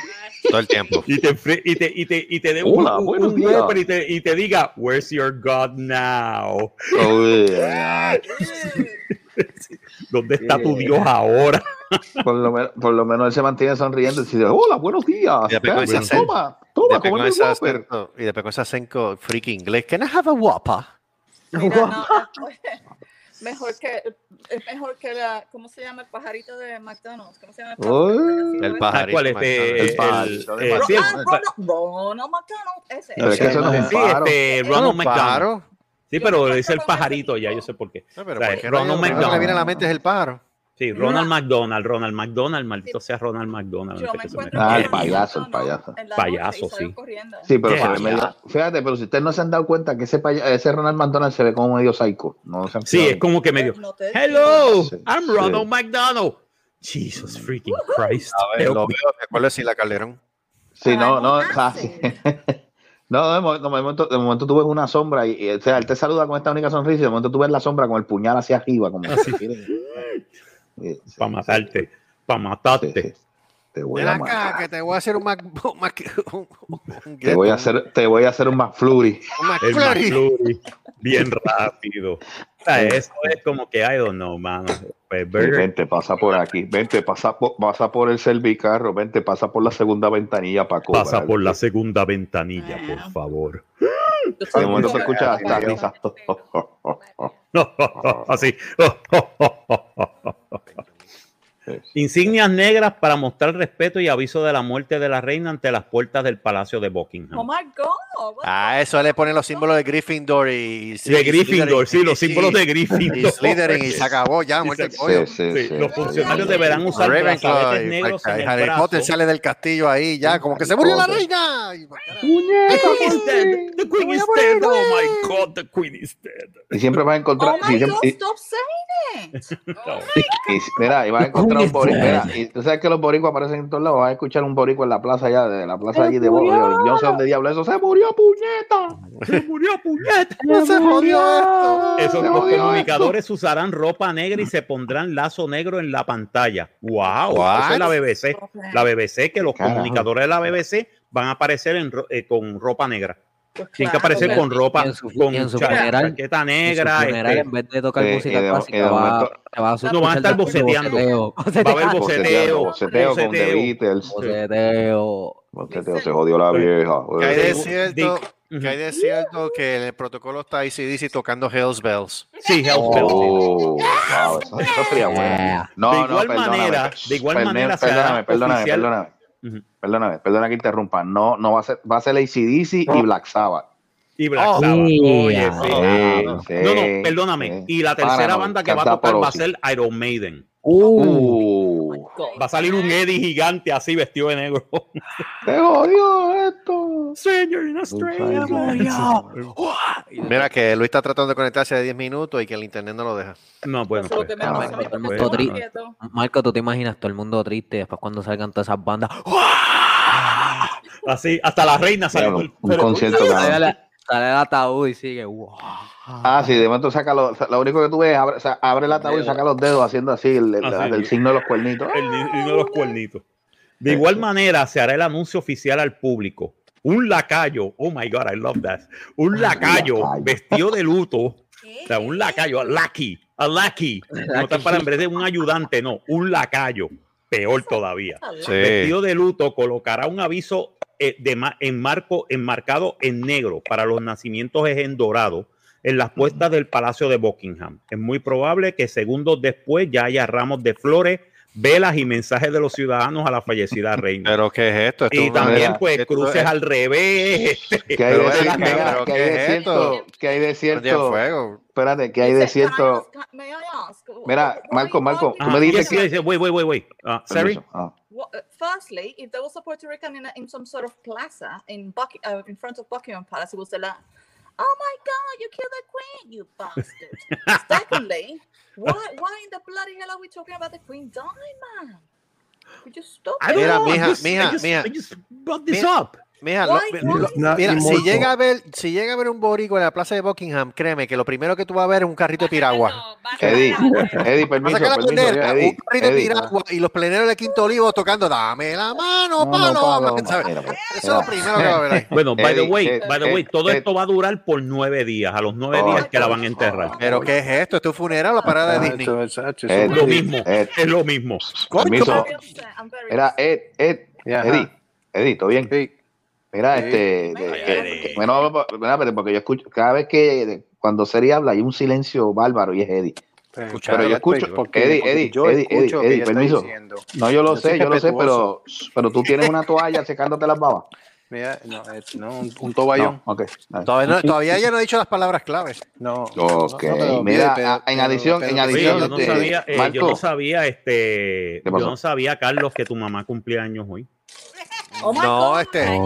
C: todo el tiempo.
B: y te, fre- y te, y te, y te dé
F: Hola,
B: un,
F: buenos
B: un
F: días.
B: Whopper y te, y te diga, Where's your God now?
F: Oh, yeah.
B: ¿Dónde está tu
F: Sí.
B: Dios ahora?
F: por, lo menos, por lo menos él se mantiene sonriendo y dice, hola, buenos días.
C: Ya pegó
F: Gracias,
C: ese acento.
F: toma,
C: Y
F: toma,
C: después con
F: come el
C: ese
F: Whopper.
C: acento- y después con ese acento freaky inglés. Can I have a whopper?
H: Mira, no, eh, mejor que es mejor que la ¿cómo se llama el pajarito de McDonald's? ¿Cómo se llama?
F: Oh,
C: El
H: pajarito.
B: Ah,
C: pajarito.
B: ¿Cuál es?
C: McDonald's.
B: Este,
H: Ronald Ronald McDonald, ese.
B: eh, sí, el pa-
F: El pajarito de McDonald's. Pero es que eso no es un
B: Sí,
F: paro.
B: este, Ronald
C: Claro,
B: McDonald.
C: Ah, pájaro.
B: Sí, pero le dice el pajarito, ya yo sé por qué.
C: No, pero
B: O sea,
C: ¿por qué
B: Ronald
C: rayos? Lo primero que
B: McDonald.
C: me viene a la mente es el pájaro.
B: Sí, Ronald McDonald, Ronald McDonald, maldito sea Ronald McDonald.
H: Yo
B: antes
H: me
B: que se me-
H: encuentro
F: Ah,
H: con
F: el payaso, el
H: McDonald's
F: payaso.
H: en la noche y
B: Payaso,
H: salen
B: sí.
H: corriendo.
F: Sí, pero
B: Qué
F: se ve medio- fíjate, pero si ustedes no se han dado cuenta que ese, paya- ese Ronald McDonald se ve como medio psycho. No se han
B: Sí,
F: fijado.
B: es como que medio.
H: No te-
B: Hello,
F: Sí,
B: I'm
F: sí.
B: Ronald McDonald. Jesus freaking Christ.
C: A ver, lo veo, me acuerdo de Sila Calderón.
F: Sí, no,
H: Ay,
F: no,
H: no
F: ah,
H: hace.
F: sí. No, de mo- no, de momento, de momento tú ves una sombra y, y, o sea, él te saluda con esta única sonrisa y de momento tú ves la sombra con el puñal hacia arriba, como
B: Así.
F: Sí, sí,
B: Para matarte, para
F: sí, sí.
B: matarte.
F: Te voy
C: Ven
F: a
C: acá,
F: matar.
C: que te voy a hacer un Mac. un Mac- un- un-
F: Te voy a hacer, te voy a hacer un McFlurry.
C: un
B: El
C: McFlurry.
B: McFlurry, bien rápido. O sea, eso es como que, I don't know, mano. Pues
F: Sí,
B: Burger
F: vente, pasa por aquí. Vente, pasa por, pasa por el servicarro. Vente, pasa por la segunda ventanilla para cobrar.
B: pasa por la segunda ventanilla, por favor.
F: De momento se escucha hasta risa.
B: Así. Insignias negras para mostrar respeto y aviso de la muerte de la reina ante las puertas del Palacio de
H: Oh
B: Buckingham.
H: my god. what
C: Ah, eso le ponen los símbolos de Gryffindor y.
B: De Gryffindor, sí, los símbolos de
C: Y
B: Gryffindor.
C: Slytherin y se acabó ya, muerto el
B: Sí,
C: pollo.
B: Sí, los funcionarios deberán usar
C: Ravenclaw,
B: brazaletes
C: y
B: negros en
C: Frankenstein.
B: el
C: Harry Potter
B: brazo.
C: sale del castillo ahí ya, como que se murió la reina. Y-
B: The queen is dead. The queen is dead. Oh my god, the queen is dead.
F: Y siempre vas a encontrar.
H: Oh
F: sí,
H: my god,
F: siempre- y-
H: stop saying it. Oh
B: No.
F: y- y- mira, y vas a encontrar un boricua. Mira, y tú sabes que los boricuas aparecen en todos lados. Vas a escuchar un boricua en la plaza allá, de la plaza allí de Yo no sé dónde diablo eso. ¡Se murió, puñeta!
B: Se murió puñeta.
C: ¡No se jodió esto!
B: Esos
F: Se
B: los
F: jodió
B: comunicadores usarán ropa negra y se pondrán lazo negro en la pantalla. ¡Wow! Eso
C: What?
B: es la BBC. La BBC, que los
F: Carajo.
B: comunicadores de la BBC van a aparecer en ro- eh, con ropa negra.
H: Pues
B: Tienen que
H: claro,
B: aparecer
H: pues,
B: con ropa,
E: Y en su-
B: con
E: y en su
B: cha-
E: funeral-
B: chaqueta
E: En su
B: negra.
E: funeral,
B: este,
E: en vez de tocar
F: eh,
E: música
F: eh, de-
E: clásica,
F: eh, de
E: va,
F: momento-
E: te va a
B: No, van a estar boceteando.
E: Boceteo.
B: va a haber
F: Boceteo,
B: boceteo.
F: boceteo con The
B: boceteo.
F: Beatles.
E: Boceteo.
F: Boceteo, se jodió la vieja.
C: Que hay de
B: Dick.
C: cierto, que hay
B: Ujú.
C: de cierto que en el protocolo está ACDC tocando Hells Bells.
B: Sí, Hell's Bells, sí.
F: Oh, wow, esa- esa sería buena. No,
B: De igual
F: no, perdóname,
B: manera-
F: per-
B: de igual
F: perdón-
B: manera se
F: perdóname,
B: hará
F: perdóname,
B: oficial-
F: perdóname,
B: Ujú.
F: perdóname, perdóname que interrumpa. No, no va a ser, va a ser ACDC y Black Sabbath.
B: Y Black
C: Oh,
B: Sabbath. Oye,
E: yeah.
B: sí.
F: Sí, sí,
B: No, no, perdóname.
F: sí.
B: Y la tercera
F: Paramount,
B: banda que va a
F: Santa
B: tocar va a
F: Porosi.
B: ser Iron Maiden.
H: Oh
F: Uh,
B: Va a salir un e- Eddie gigante así vestido de negro.
F: te jodió esto.
B: Stranger in Australia.
C: Mira que Luis está tratando de conectarse de 10 minutos y que el internet no lo deja.
B: No, bueno.
H: Eso es lo que me
F: Ah,
H: pasa a
F: bueno,
H: mí, porque
B: pues,
H: estoy
E: bueno.
H: más quieto.
E: Marco, tú te imaginas todo el mundo triste después cuando salgan todas esas bandas.
B: Así, hasta la reina salió.
F: Diablo, un concierto,
E: Sale
F: cabrón.
E: la- sale el ataúd y sigue. wow.
F: Ah, sí, de momento saca los, lo único que tú ves es abre, o sea, abre el ataúd y saca los dedos haciendo así el, el-
B: Así.
F: el signo de los cuernitos.
B: El niño de los cuernitos. De igual manera, se hará el anuncio oficial al público. Un lacayo, oh my god, I love that. Un lacayo
F: lacayo.
B: vestido de luto, o sea, un lacayo, a lucky, a lucky. No está para en vez de un ayudante, no, un lacayo, peor todavía.
C: Sí.
B: Vestido de luto colocará un aviso eh, de ma- en marco enmarcado en negro para los nacimientos es en dorado en las puestas del Palacio de Buckingham. Es muy probable que segundos después ya haya ramos de flores, velas y mensajes de los ciudadanos a la fallecida reina.
C: Pero ¿qué es esto? Esto es
B: Y
C: una-
B: también
F: mira,
B: pues
C: esto
B: cruces
C: es-
B: al revés. este,
F: ¿Qué hay
C: Pero
F: de
C: ven
F: cierto?
C: acá, pero
F: ¿Qué hay
C: ¿qué
F: de
C: es
F: cierto?
C: esto?
F: ¿Qué hay de
C: Prendí el
F: cierto?
C: fuego.
F: Espérate, ¿qué hay de
H: Dice,
F: cierto?
H: "Can I ask- may I ask,
F: Mira,
H: why-
F: Marco,
H: why
F: Marco,
H: did
F: tú me
B: Ajá,
H: you-
F: dices
B: yes, yes, yes, wait, wait, wait, wait. Ah, sorry.
F: Permiso, ah.
H: Wha- uh, firstly, if there was a Puerto Rican in, a- in some sort of plaza in Bucky, uh, in front of Buckingham Palace, he would say, like, "Oh my God, you killed the Queen, you bastard!" Secondly, why, why in the bloody hell are we talking about the Queen dying, man? Could you stop?
B: I don't
C: Mira,
B: know, I
C: mija,
B: just- I
C: mija,
B: just-
C: mija.
B: I just brought this
C: Mija.
B: up.
C: Mira, lo-
H: Why
C: lo-
H: not?
G: Not
C: mira, si
G: immortal.
C: llega a ver, si llega a ver un boricua en la plaza de Buckingham, créeme que lo primero que tú vas a ver es un carrito de piragua.
F: Ah, Eddie, Eddie, permiso,
C: Vas a sacar la
F: permiso.
C: bandera,
F: Eddie,
C: un carrito de
F: Eddie. ah.
C: piragua y los pleneros de Quinto Olivo tocando, dame la mano,
F: No,
C: palo,
F: no, Pablo,
C: hombre", ¿sabes?
F: mira, pues. mira.
C: Eso es lo primero que va a ver ahí.
B: Bueno, by the
F: Eddie,
B: way,
F: eh,
B: by the
F: eh,
B: way, todo
F: eh.
B: esto va a durar por nueve días. A los nueve
F: Oh,
B: días que la van a
F: por
B: enterrar.
F: favor.
C: ¿Pero qué es esto? ¿Esto es un funeral o parada de
I: Ah,
C: Disney?
I: eso- eso- eso-
F: Eh,
B: Lo
I: eso-
B: mismo,
F: Eh.
B: es lo mismo.
C: Coño,
F: permiso.
H: very upset, I'm very
F: Era
H: upset.
F: Ed, Ed,
I: Ya, ajá.
F: Eddie, Eddie, ¿todo bien?
I: Sí.
F: Mira,
I: Sí.
F: este,
H: Ay,
F: que- que-
B: Eddie.
F: que- bueno, vamos pa- mira, pero porque yo escucho, cada vez que de- cuando Seri habla hay un silencio bárbaro y es Eddie.
I: Escuchar
F: yo
I: a
F: escucho-
I: Eddie, porque-
F: Eddie,
I: porque
F: Eddie,
I: yo
F: Eddie,
I: escucho
F: Eddie,
I: que ella está
F: permiso.
I: diciendo.
F: No, yo lo
I: Yo soy
F: sé, yo lo sé, pero,
I: respetuoso.
F: pero tú tienes una toalla secándote las babas.
I: Mira, no, es- no, un, un
F: No,
I: toallón.
F: ok. dale.
C: Todavía, no, todavía ella no ha dicho las palabras clave.
I: No.
F: Ok,
I: no, no, pero
F: mira,
I: olvídate,
F: a- en
I: pero-
F: adición-
I: pero
F: en
I: que-
B: Oye,
F: adición,
B: yo no
F: este,
B: sabía, eh, yo no
F: Marco.
B: sabía, este, yo
F: pasó?
B: no sabía, Carlos, que tu mamá cumplía años hoy.
H: Oh my
C: No,
H: God.
C: este.
G: Oh,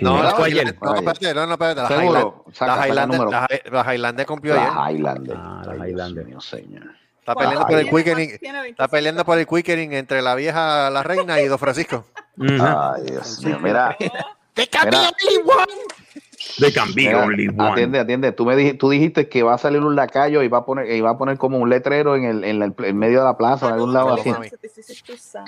C: No,
B: No,
C: la-
B: fue
C: la-
B: ayer.
C: no, espérate, no, no, espérate. La Highlander,
F: Seguro, saca,
C: la
F: saca el
C: Highlander,
F: número.
C: la Hi- la Highlander cumplió ayer.
F: La Highlander.
B: Ah, la
F: Ay, Dios
B: Highlander.
F: mío, señor.
C: Está
H: ¿Cuál?
C: peleando por el
H: Tiene-
C: quickening.
H: tiene
C: Está
H: 25.
C: peleando por el quickening entre la vieja la reina y Don Francisco.
B: Ujú.
F: Ay, Dios mío. Mira,
C: ¡Te
F: Mira.
B: They can be
F: Mira,
B: only one.
F: atiende, atiende. Tú me dijiste, tú dijiste que va a salir un lacayo y va a poner, y va a poner como un letrero en el, en el- en medio de la plaza, en algún lado
C: Ah, no,
F: así.
C: mami.
H: This is too sad.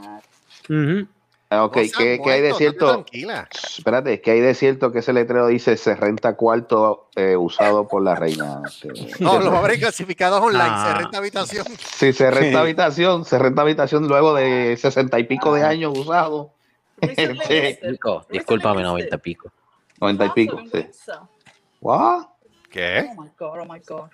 B: Ujú.
F: Ah, Ok,
C: No seas
F: ¿qué, qué hay de
C: muerto,
F: cierto?
C: estate Tranquila.
F: Espérate, ¿qué hay de cierto que ese letrero dice se renta cuarto eh, usado por la reina? Este,
C: No, los va a ver clasificados online.
B: Ah.
C: Se renta habitación.
H: Oh
F: Si se renta
I: Sí.
F: habitación, se renta habitación luego
C: Ah.
F: de sesenta y pico de años usado.
H: Recently
F: Sí.
H: listed.
E: Pico, discúlpame,
H: Recently
E: 90
H: listed.
E: pico.
C: Ah,
F: Noventa y pico.
H: Awesome,
F: Sí.
H: Windsor.
F: What?
C: ¿Qué?
H: Oh my God, oh my God.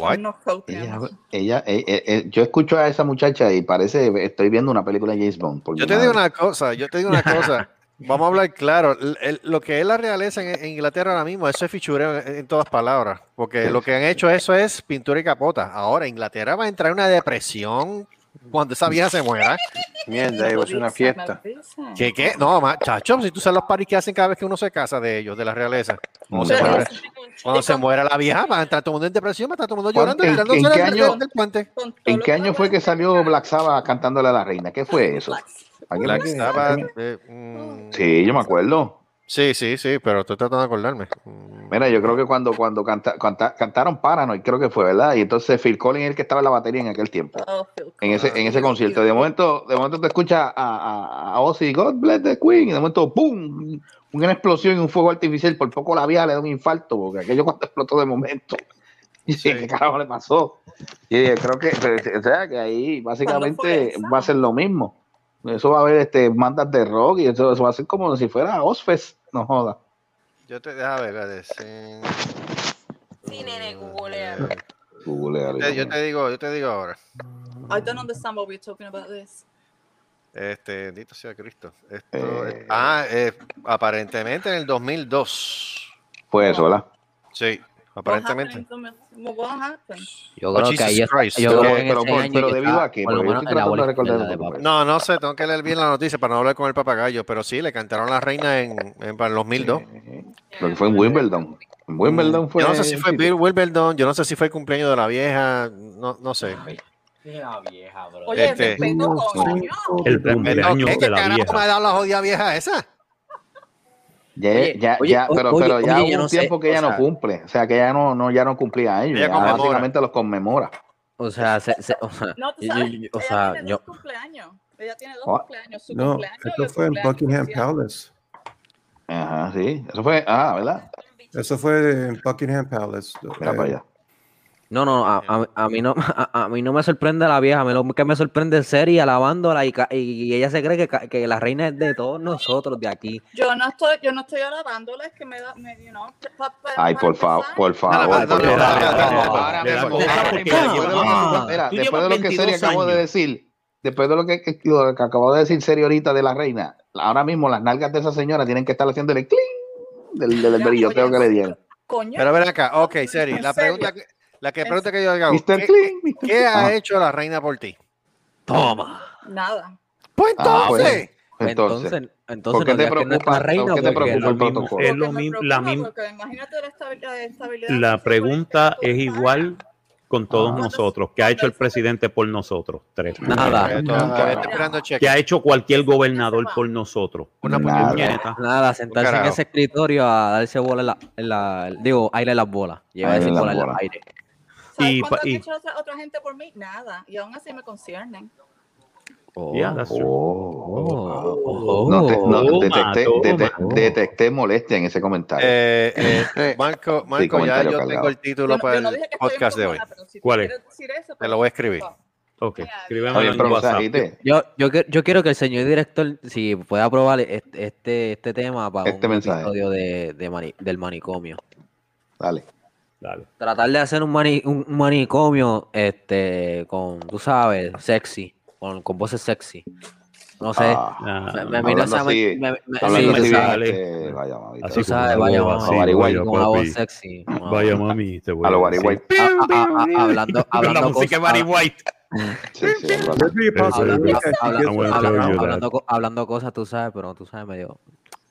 C: What?
H: I'm not coping.
F: Ella, ella- eh, eh, eh, yo escucho a esa muchacha y parece, estoy viendo una película de James Bond. por
C: Yo
F: mi
C: te digo
F: Pues madre.
C: una cosa, yo te digo una cosa. Vamos a hablar claro. El- el- lo que es la realeza en, en Inglaterra ahora mismo, eso es fichureo en, en todas palabras. Porque lo que han hecho eso es pintura y capota. Ahora, Inglaterra va a entrar en una depresión cuando esa vieja se muera.
I: Mierda, iba a ser una fiesta.
C: ¿Qué, qué? No, machacho, si tú sabes los paris que hacen cada vez que uno se casa de ellos, de la realeza. Cuando
F: Mm.
C: se
H: Pero
C: muera,
H: es
C: cuando se muera la vieja, va a entrar todo el mundo en depresión, va a estar todo el mundo llorando,
F: ¿En- en
C: tirándose
F: qué
C: del-
F: año?
C: del- del puente.
H: con todo
F: ¿En
H: lo
F: qué
H: que
F: año fue que salió Black Sabbath cantándole a la reina? ¿Qué fue eso? ¿Alguien
C: Black
F: me-
C: Sabbath,
F: alguien me-
C: eh, mm,
F: Sí, yo me acuerdo.
C: sí, sí, sí, pero estoy tratando de acordarme. Mm.
F: Mira, yo creo que cuando, cuando canta- canta- cantaron Paranoid, creo que fue, ¿verdad? Y entonces Phil Collins es el que estaba en la batería en aquel tiempo.
H: Oh, Phil
F: en ese,
H: Collins.
F: en ese concierto. De momento, de momento te escucha a, a, a Ozzy, God bless the Queen, y de momento, ¡pum! Una explosión y un fuego artificial. Por poco la vieja le da un infarto, porque aquello cuando explotó de momento. Y dije,
C: Sí.
F: ¿qué carajo le pasó? Y eh, creo que, o sea, que ahí
H: fue
F: básicamente
H: esa?
F: va a ser lo mismo. Eso va a haber este, bandas de rock y eso, eso va a ser como si fuera Ozfest, no joda.
C: Yo te deja ver, espérate, sí.
D: Sí, nene, googlea.
C: Eh,
F: Google,
C: yo te- Yo te digo, yo te digo ahora.
H: I don't understand what we're talking about this.
C: Este, bendito sea Cristo. Esto,
F: Eh.
C: ah, eh, aparentemente en el 2002.
F: Fue eso, ¿verdad?
C: Sí,
H: What happened
C: aparentemente.
H: in the- What happened?
E: Yo
C: Oh,
E: creo que
C: Jesus
E: ahí es-
C: Christ.
E: yo
F: Pero-
E: creo que en
F: pero-
E: ese
F: pero-
E: año
F: pero
E: yo
F: debido
E: estaba,
F: a qué,
E: por lo
F: porque yo
E: menos
F: estoy
E: en la
F: tratando de
E: bola
F: recordar
E: de
F: lo que
E: papel.
C: No, no sé, tengo que leer bien la noticia para no hablar con el papagayo, pero sí, le cantaron la reina en, en para el 2002.
F: Eh, Lo que fue en Wimbledon. En Wimbledon fue.
C: Yo no sé
B: Pues,
C: si fue Bill Wilberdon, yo no sé si fue el cumpleaños de la vieja, no, no sé.
H: Oye,
C: Este-
H: me
G: Uh,
H: pegó, coño.
B: El cumpleaños
C: ¿Qué, qué
B: de la
C: carajo me ha
B: vieja.
C: dado la jodida vieja esa?
F: Ya,
E: Oye,
F: ya,
E: oye,
F: ya,
E: o-
F: pero,
E: oye,
F: pero ya
E: oye,
F: hubo
E: yo
F: un
E: no sé,
F: tiempo que
E: o
F: ella no
E: sea-
F: cumple, o sea que ella no, no, ya no cumplía a ellos,
C: Ella
F: ya
C: conmemora.
F: básicamente los conmemora.
E: O sea, se- se- o sea,
H: No, tú sabes,
E: yo- yo- yo- o
H: ella
E: sea,
H: tiene
E: yo,
H: dos cumpleaños. Ella tiene dos
F: Oh.
H: cumpleaños. Su
G: No,
H: cumpleaños y
G: esto
H: el
G: fue en
H: cumpleaños
G: Buckingham
H: social.
G: Palace.
F: Ajá, sí, eso fue, ah, ¿verdad?
G: Eso fue en Buckingham Palace.
F: Mira
G: Eh,
F: para allá.
E: no, no, a, a- a mí no, a, a mí no me sorprende la vieja, a mí lo que me sorprende es Seri alabándola y, ca- y ella se cree que, ca- que la reina es de todos nosotros de aquí.
H: Yo no estoy, yo no estoy alabándola, es que me da, me, you know, pa- pa-
F: Ay,
H: para
F: por favor,
H: empezar,
F: por
C: No, no,
F: favor.
C: no, no,
F: por
C: no,
F: favor.
C: no, no, no, no,
B: no,
F: Ahora
B: le da
F: mismo,
B: coraje
F: ahora
B: porque
F: mismo.
B: la lleva
F: Ah,
B: más-
F: mira,
B: tú
F: Después de
B: llevas
F: lo que Seri
B: 22
F: acabo de
B: años.
F: decir, después de lo que, que- lo que acabo de decir Seri ahorita de la reina, ahora mismo las nalgas de esa señora tienen que estar haciéndole cling del, del
H: Ya,
F: brilloteo
H: oye,
F: que le dieron.
H: Coño,
C: Pero ven acá, ok, Seri,
H: ¿En
C: la
H: serio?
C: pregunta que, la que
H: ¿En
C: pregunta que yo hago,
F: Mr.
C: ¿qué,
F: Clean, Mr.
C: qué- qué ha
F: Ajá.
C: hecho la reina por ti?
E: Toma.
H: nada.
C: Pues
F: Ah, pues,
C: entonces,
F: Entonces,
E: Entonces, entonces
F: ¿por qué
E: no
F: te
E: digas que no es
F: preocupa?
E: la reina
F: ¿Por qué te
E: porque
B: Es
F: preocupa
B: lo
F: el
B: mismo,
F: protocolo?
B: es
H: Porque
B: lo
H: me
B: mismo, la
H: preocupa,
B: misma-
H: porque Imagínate la estabil- la estabilidad.
B: La
H: social política
B: pregunta
H: que tú
B: es
H: estás.
B: igual con todos
C: Ah.
B: nosotros, que ha hecho el presidente por nosotros, tres.
E: Nada.
C: eh, Estoy esperando cheque.
B: Que ha hecho cualquier gobernador por nosotros.
C: Una
F: Nada.
B: puñeta.
E: Nada, sentarse en
C: Carajo.
E: ese escritorio a darse bola en la, en la- digo, aire en las bolas. Lleva a
F: Aire
E: decir
F: en las
E: bola en el
F: bolas.
E: aire.
H: ¿Sabes
B: Y
H: cuánto
B: pa-
H: han
B: y-
H: hecho otra, otra gente por mí? Nada. Y aún así me conciernen.
E: Oh,
B: Yeah, that's true.
F: Oh,
E: oh,
B: oh.
F: no, te- no,
B: Toma,
F: detecté,
B: toma.
F: dete- detecté molestia en ese comentario.
C: Eh, eh, Marco, Marco ya
F: comentario
C: yo
F: cargado.
C: tengo el título
H: Yo no-
C: para
H: yo no
C: el
H: dije que estoy
C: podcast de hoy.
H: informada, pero si tú
B: ¿Cuál es?
H: quieres decir eso,
C: Te
H: pues,
C: lo voy a escribir.
B: Ok, escríbemelo
F: Oye,
B: en
F: pero
B: WhatsApp.
F: ¿sabiste?
E: Yo, yo, que- yo quiero que el señor director, si puede aprobar este, este, este tema para
F: Este
E: un
F: mensaje.
E: episodio de, de mani- del manicomio.
F: Dale.
B: Dale.
E: Tratar de hacer un, mani- un un manicomio este, con, tú sabes, sexy, con, con voces sexy. No sé.
F: Ah,
B: Ah,
E: me, me- a mí no se
F: hablando así,
E: me- me- me- sí,
F: hablando así
E: tú
F: bien,
E: sabes,
F: este, vaya, mamita.
B: Así
E: tú sabes,
B: como pues.
E: vaya,
B: una voz
E: vamos,
B: así,
E: vaya,
F: guariguay,
E: con una
B: papi.
E: voz sexy. una voz-
B: Vaya mami, te voy
F: A lo
B: decir.
F: guariguay.
E: a- a- a- hablando,
B: Con
E: ah, hablando
B: la música de
E: cosas-
B: Barry White.
F: Sí, sí, algo así.
G: Maybe possibly
E: hablando,
G: we
E: habla-
G: can
E: habla-
G: get
B: Bueno,
G: some-
E: habla-
B: creo yo,
E: hablando co- hablando cosas, tú sabes, pero tú sabes medio.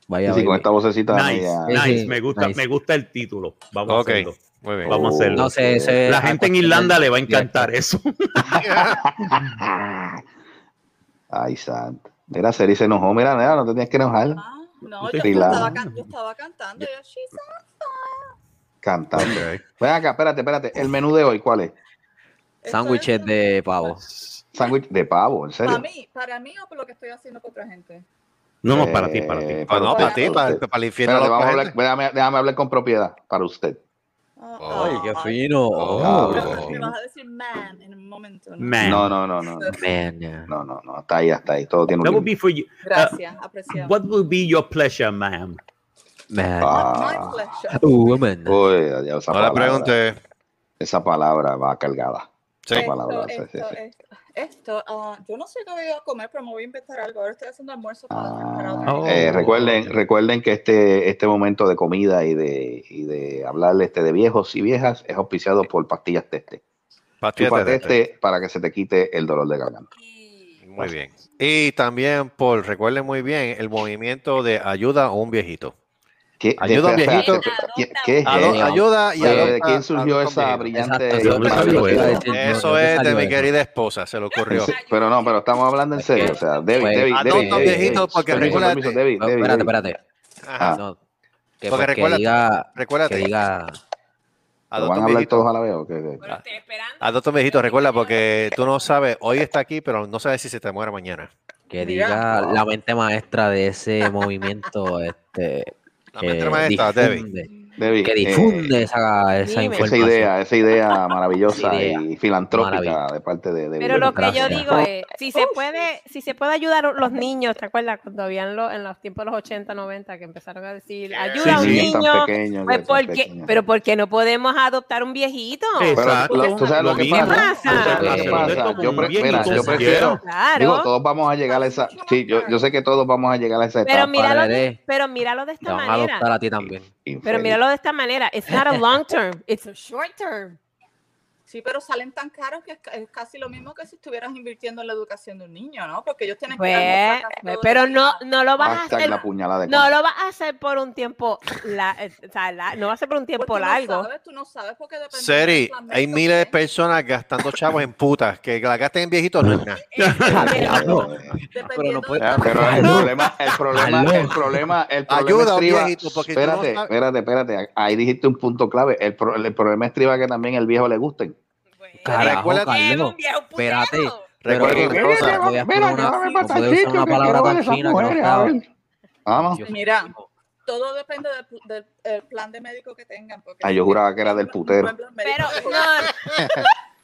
E: Vaya,
F: Sí, sí, con
E: baby.
F: esta vocecita
B: Nice,
F: media-
E: Sí,
B: nice,
E: sí,
B: me gusta,
E: nice.
B: me gusta el título. Vamos
C: Ok,
B: a hacerlo.
C: muy bien.
B: Vamos a hacerlo.
E: no sé, ese-
B: La gente en
E: cuestión
B: Irlanda
E: del-
B: le va a encantar ¿eh? eso.
F: Ay, santo. Mira, Seri se enojó. Mira, mira, no te tienes que enojar.
H: Ah, no,
B: Estoy
H: yo, yo
F: relajado.
H: estaba, can- yo estaba cantando. Yo, she's a-
F: Cantando.
C: Ok.
F: Ven acá, espérate, espérate. El menú de hoy, ¿cuál es?
E: Sándwiches de pavo.
F: Sándwich de pavo, en
H: ¿Para
F: serio.
H: mí? ¿Para mí o por lo que estoy haciendo con otra gente?
B: No, no,
F: Eh,
B: para ti, para ti.
C: Ah, no, para ti,
F: usted.
C: para, para el infierno.
F: Espérate,
C: de
F: vamos a
C: otra
F: hablar,
C: gente.
F: déjame, déjame hablar con propiedad para usted.
H: Ah,
C: Ay,
H: ah,
E: qué
H: ay.
E: fino.
C: Oh.
H: Me
F: Cabrón.
H: vas- Me vas a decir man en un momento. ¿no?
B: Man.
F: No, no, no, no. no.
E: Man, yeah.
F: No, no, no, hasta ahí, hasta ahí. Todo tiene un
B: That would
F: límite.
B: be for you.
H: Gracias, apreciado.
B: What would be your pleasure, ma'am?
E: Man.
F: Ah,
H: My pleasure.
E: uh, Woman.
B: Oh,
F: uy, ya esa
C: No le
F: palabra,
C: pregunte.
F: esa palabra va cargada.
C: Sí.
F: Esa palabra, sí,
H: esto,
F: sí, sí.
H: esto, esto, ah, yo no sé qué voy a comer, pero me voy a inventar algo. Ahora estoy haciendo almuerzo para para otra
F: Ah,
B: Oh.
F: eh, recuerden, recuerden que este, este momento de comida y de, y de hablar este, de viejos y viejas es auspiciado por pastillas teste.
C: Pastillas de
F: Chúpate
C: dientes.
F: este para que se te quite el dolor de garganta.
H: gente.
C: este. Muy bien. Y también, por recuerden muy bien, el movimiento de ayuda a un viejito.
F: ¿Qué,
C: Ayuda,
F: de-
C: viejito.
F: ¿Qué, qué es
C: Ado-
E: Genio.
C: ayuda y
F: Oye,
C: adopta
F: ¿de quién surgió
C: adopta un
F: esa
C: viejito.
F: brillante
E: Exacto, eso- eso es
B: Pero
E: lo que
B: maravilloso.
E: iba a decir yo,
C: Eso
E: ¿de dónde
C: es de
E: salió
C: mi
E: eso?
C: querida esposa, se le ocurrió.
H: Ayuda.
F: Pero no, pero estamos hablando en serio. O sea, Debbie,
E: Pues,
F: Debbie, Debbie.
C: adopta un
F: Debbie,
C: viejito
F: Debbie,
C: porque
F: permiso,
C: recuérdate-
F: permiso, Debbie,
E: No,
F: Debbie,
E: espérate,
F: Debbie.
E: espérate.
F: Ajá.
E: No, que,
C: Porque
E: porque
C: recuérdate-
E: diga, que
C: Recuérdate,
E: diga,
F: ¿Lo
C: adopta
F: van a
C: un
F: hablar todos
C: viejito.
F: a la vez o qué? qué?
H: Bueno, estoy esperando.
C: Adopta un viejito, recuerda, porque tú no sabes, hoy está aquí, pero no sabes si se te muere mañana.
E: que
H: Mira.
E: diga la mente maestra de ese movimiento, este,
C: La
E: que
C: mente maestra, Debbie.
E: difunde,
F: Debbie,
E: que
F: eh,
E: difunde esa, esa
D: Dime.
F: esa
E: información.
F: idea, esa idea maravillosa
E: Esa idea.
F: y filantrópica
E: Maravilla.
F: de parte de Debbie.
D: Pero lo que yo
E: Gracias.
D: digo es, si
H: Oh,
D: se puede, si se puede ayudar a los niños, ¿te acuerdas cuando habían lo- en los tiempos de los 80, 90 que empezaron a decir, ayuda a un
B: Sí, sí,
F: tan
D: niño?
F: pequeño,
D: Pues
F: tan
D: porque,
F: pequeño.
D: pero porque no podemos adoptar un viejito.
B: Sí.
F: Pero
B: Exacto.
F: lo- tú sabes lo
B: Lo
F: que
B: mínimo.
F: pasa. Tú sabes lo que
E: Sí.
F: pasa. Yo, pre- mira, yo
E: Entonces,
F: prefiero.
D: Claro.
F: Digo, todos vamos a llegar a esa. Sí, yo, yo sé que todos vamos a llegar a esa etapa.
D: pero míralo de,
E: padre.
D: pero míralo de
E: Te
D: esta
E: van a
D: manera.
E: adoptar a ti también.
D: Pero
F: infeliz.
D: míralo de esta manera. It's not a long term, it's a short term.
H: Sí, pero salen tan caros que es ca- es casi lo mismo que si estuvieras invirtiendo en la educación de un niño, ¿no? Porque ellos tienen que...
D: Pues,
H: dar cosas
D: pues,
H: todo
D: pero
H: el día.
D: no, no lo
E: Ah,
D: vas a
F: Hashtag
D: hacer.
F: la puñalada de
D: No
F: Kanye.
D: lo vas a hacer por un tiempo, la- eh, o sea, la- no va a ser por un
H: Pues
D: tiempo
H: tú
D: largo.
H: No sabes, tú no sabes porque depende del
C: Seri,
H: reglamento
C: hay miles de
H: que-
C: personas gastando chavos en putas, que la gasten en viejitos no es nada.
D: Eh,
E: Diablo.
H: dependiendo
E: puede-
H: del-
F: Pero el problema, el problema,
E: Aló.
F: el problema, el problema
C: Ayuda a un
F: estriba-
C: viejito, porque tú no
F: espérate,
C: sabes-
F: espérate, espérate, ahí dijiste un punto clave, el, pro- el problema estriba que también el viejo le gusten.
D: eh,
E: Carajo,
C: recuerda-
E: Carlos. Espérate. Pero
C: Recuerda
E: otra
C: una cosa,
E: cosa, no voy a
F: mira,
E: poner una-
F: llévame
E: no puedo
F: para
E: usar
F: San
E: una
F: Chicho, que
E: palabra
F: quiero ver
E: tan
F: esas
E: fina que no
F: mujeres, a
E: estaba.
F: ver. Vamos.
E: Dios
H: Mira.
E: mío.
H: Todo depende del, del- del plan de médico que tengan. Porque
F: Ah, yo juraba que era del putero.
D: Pero no.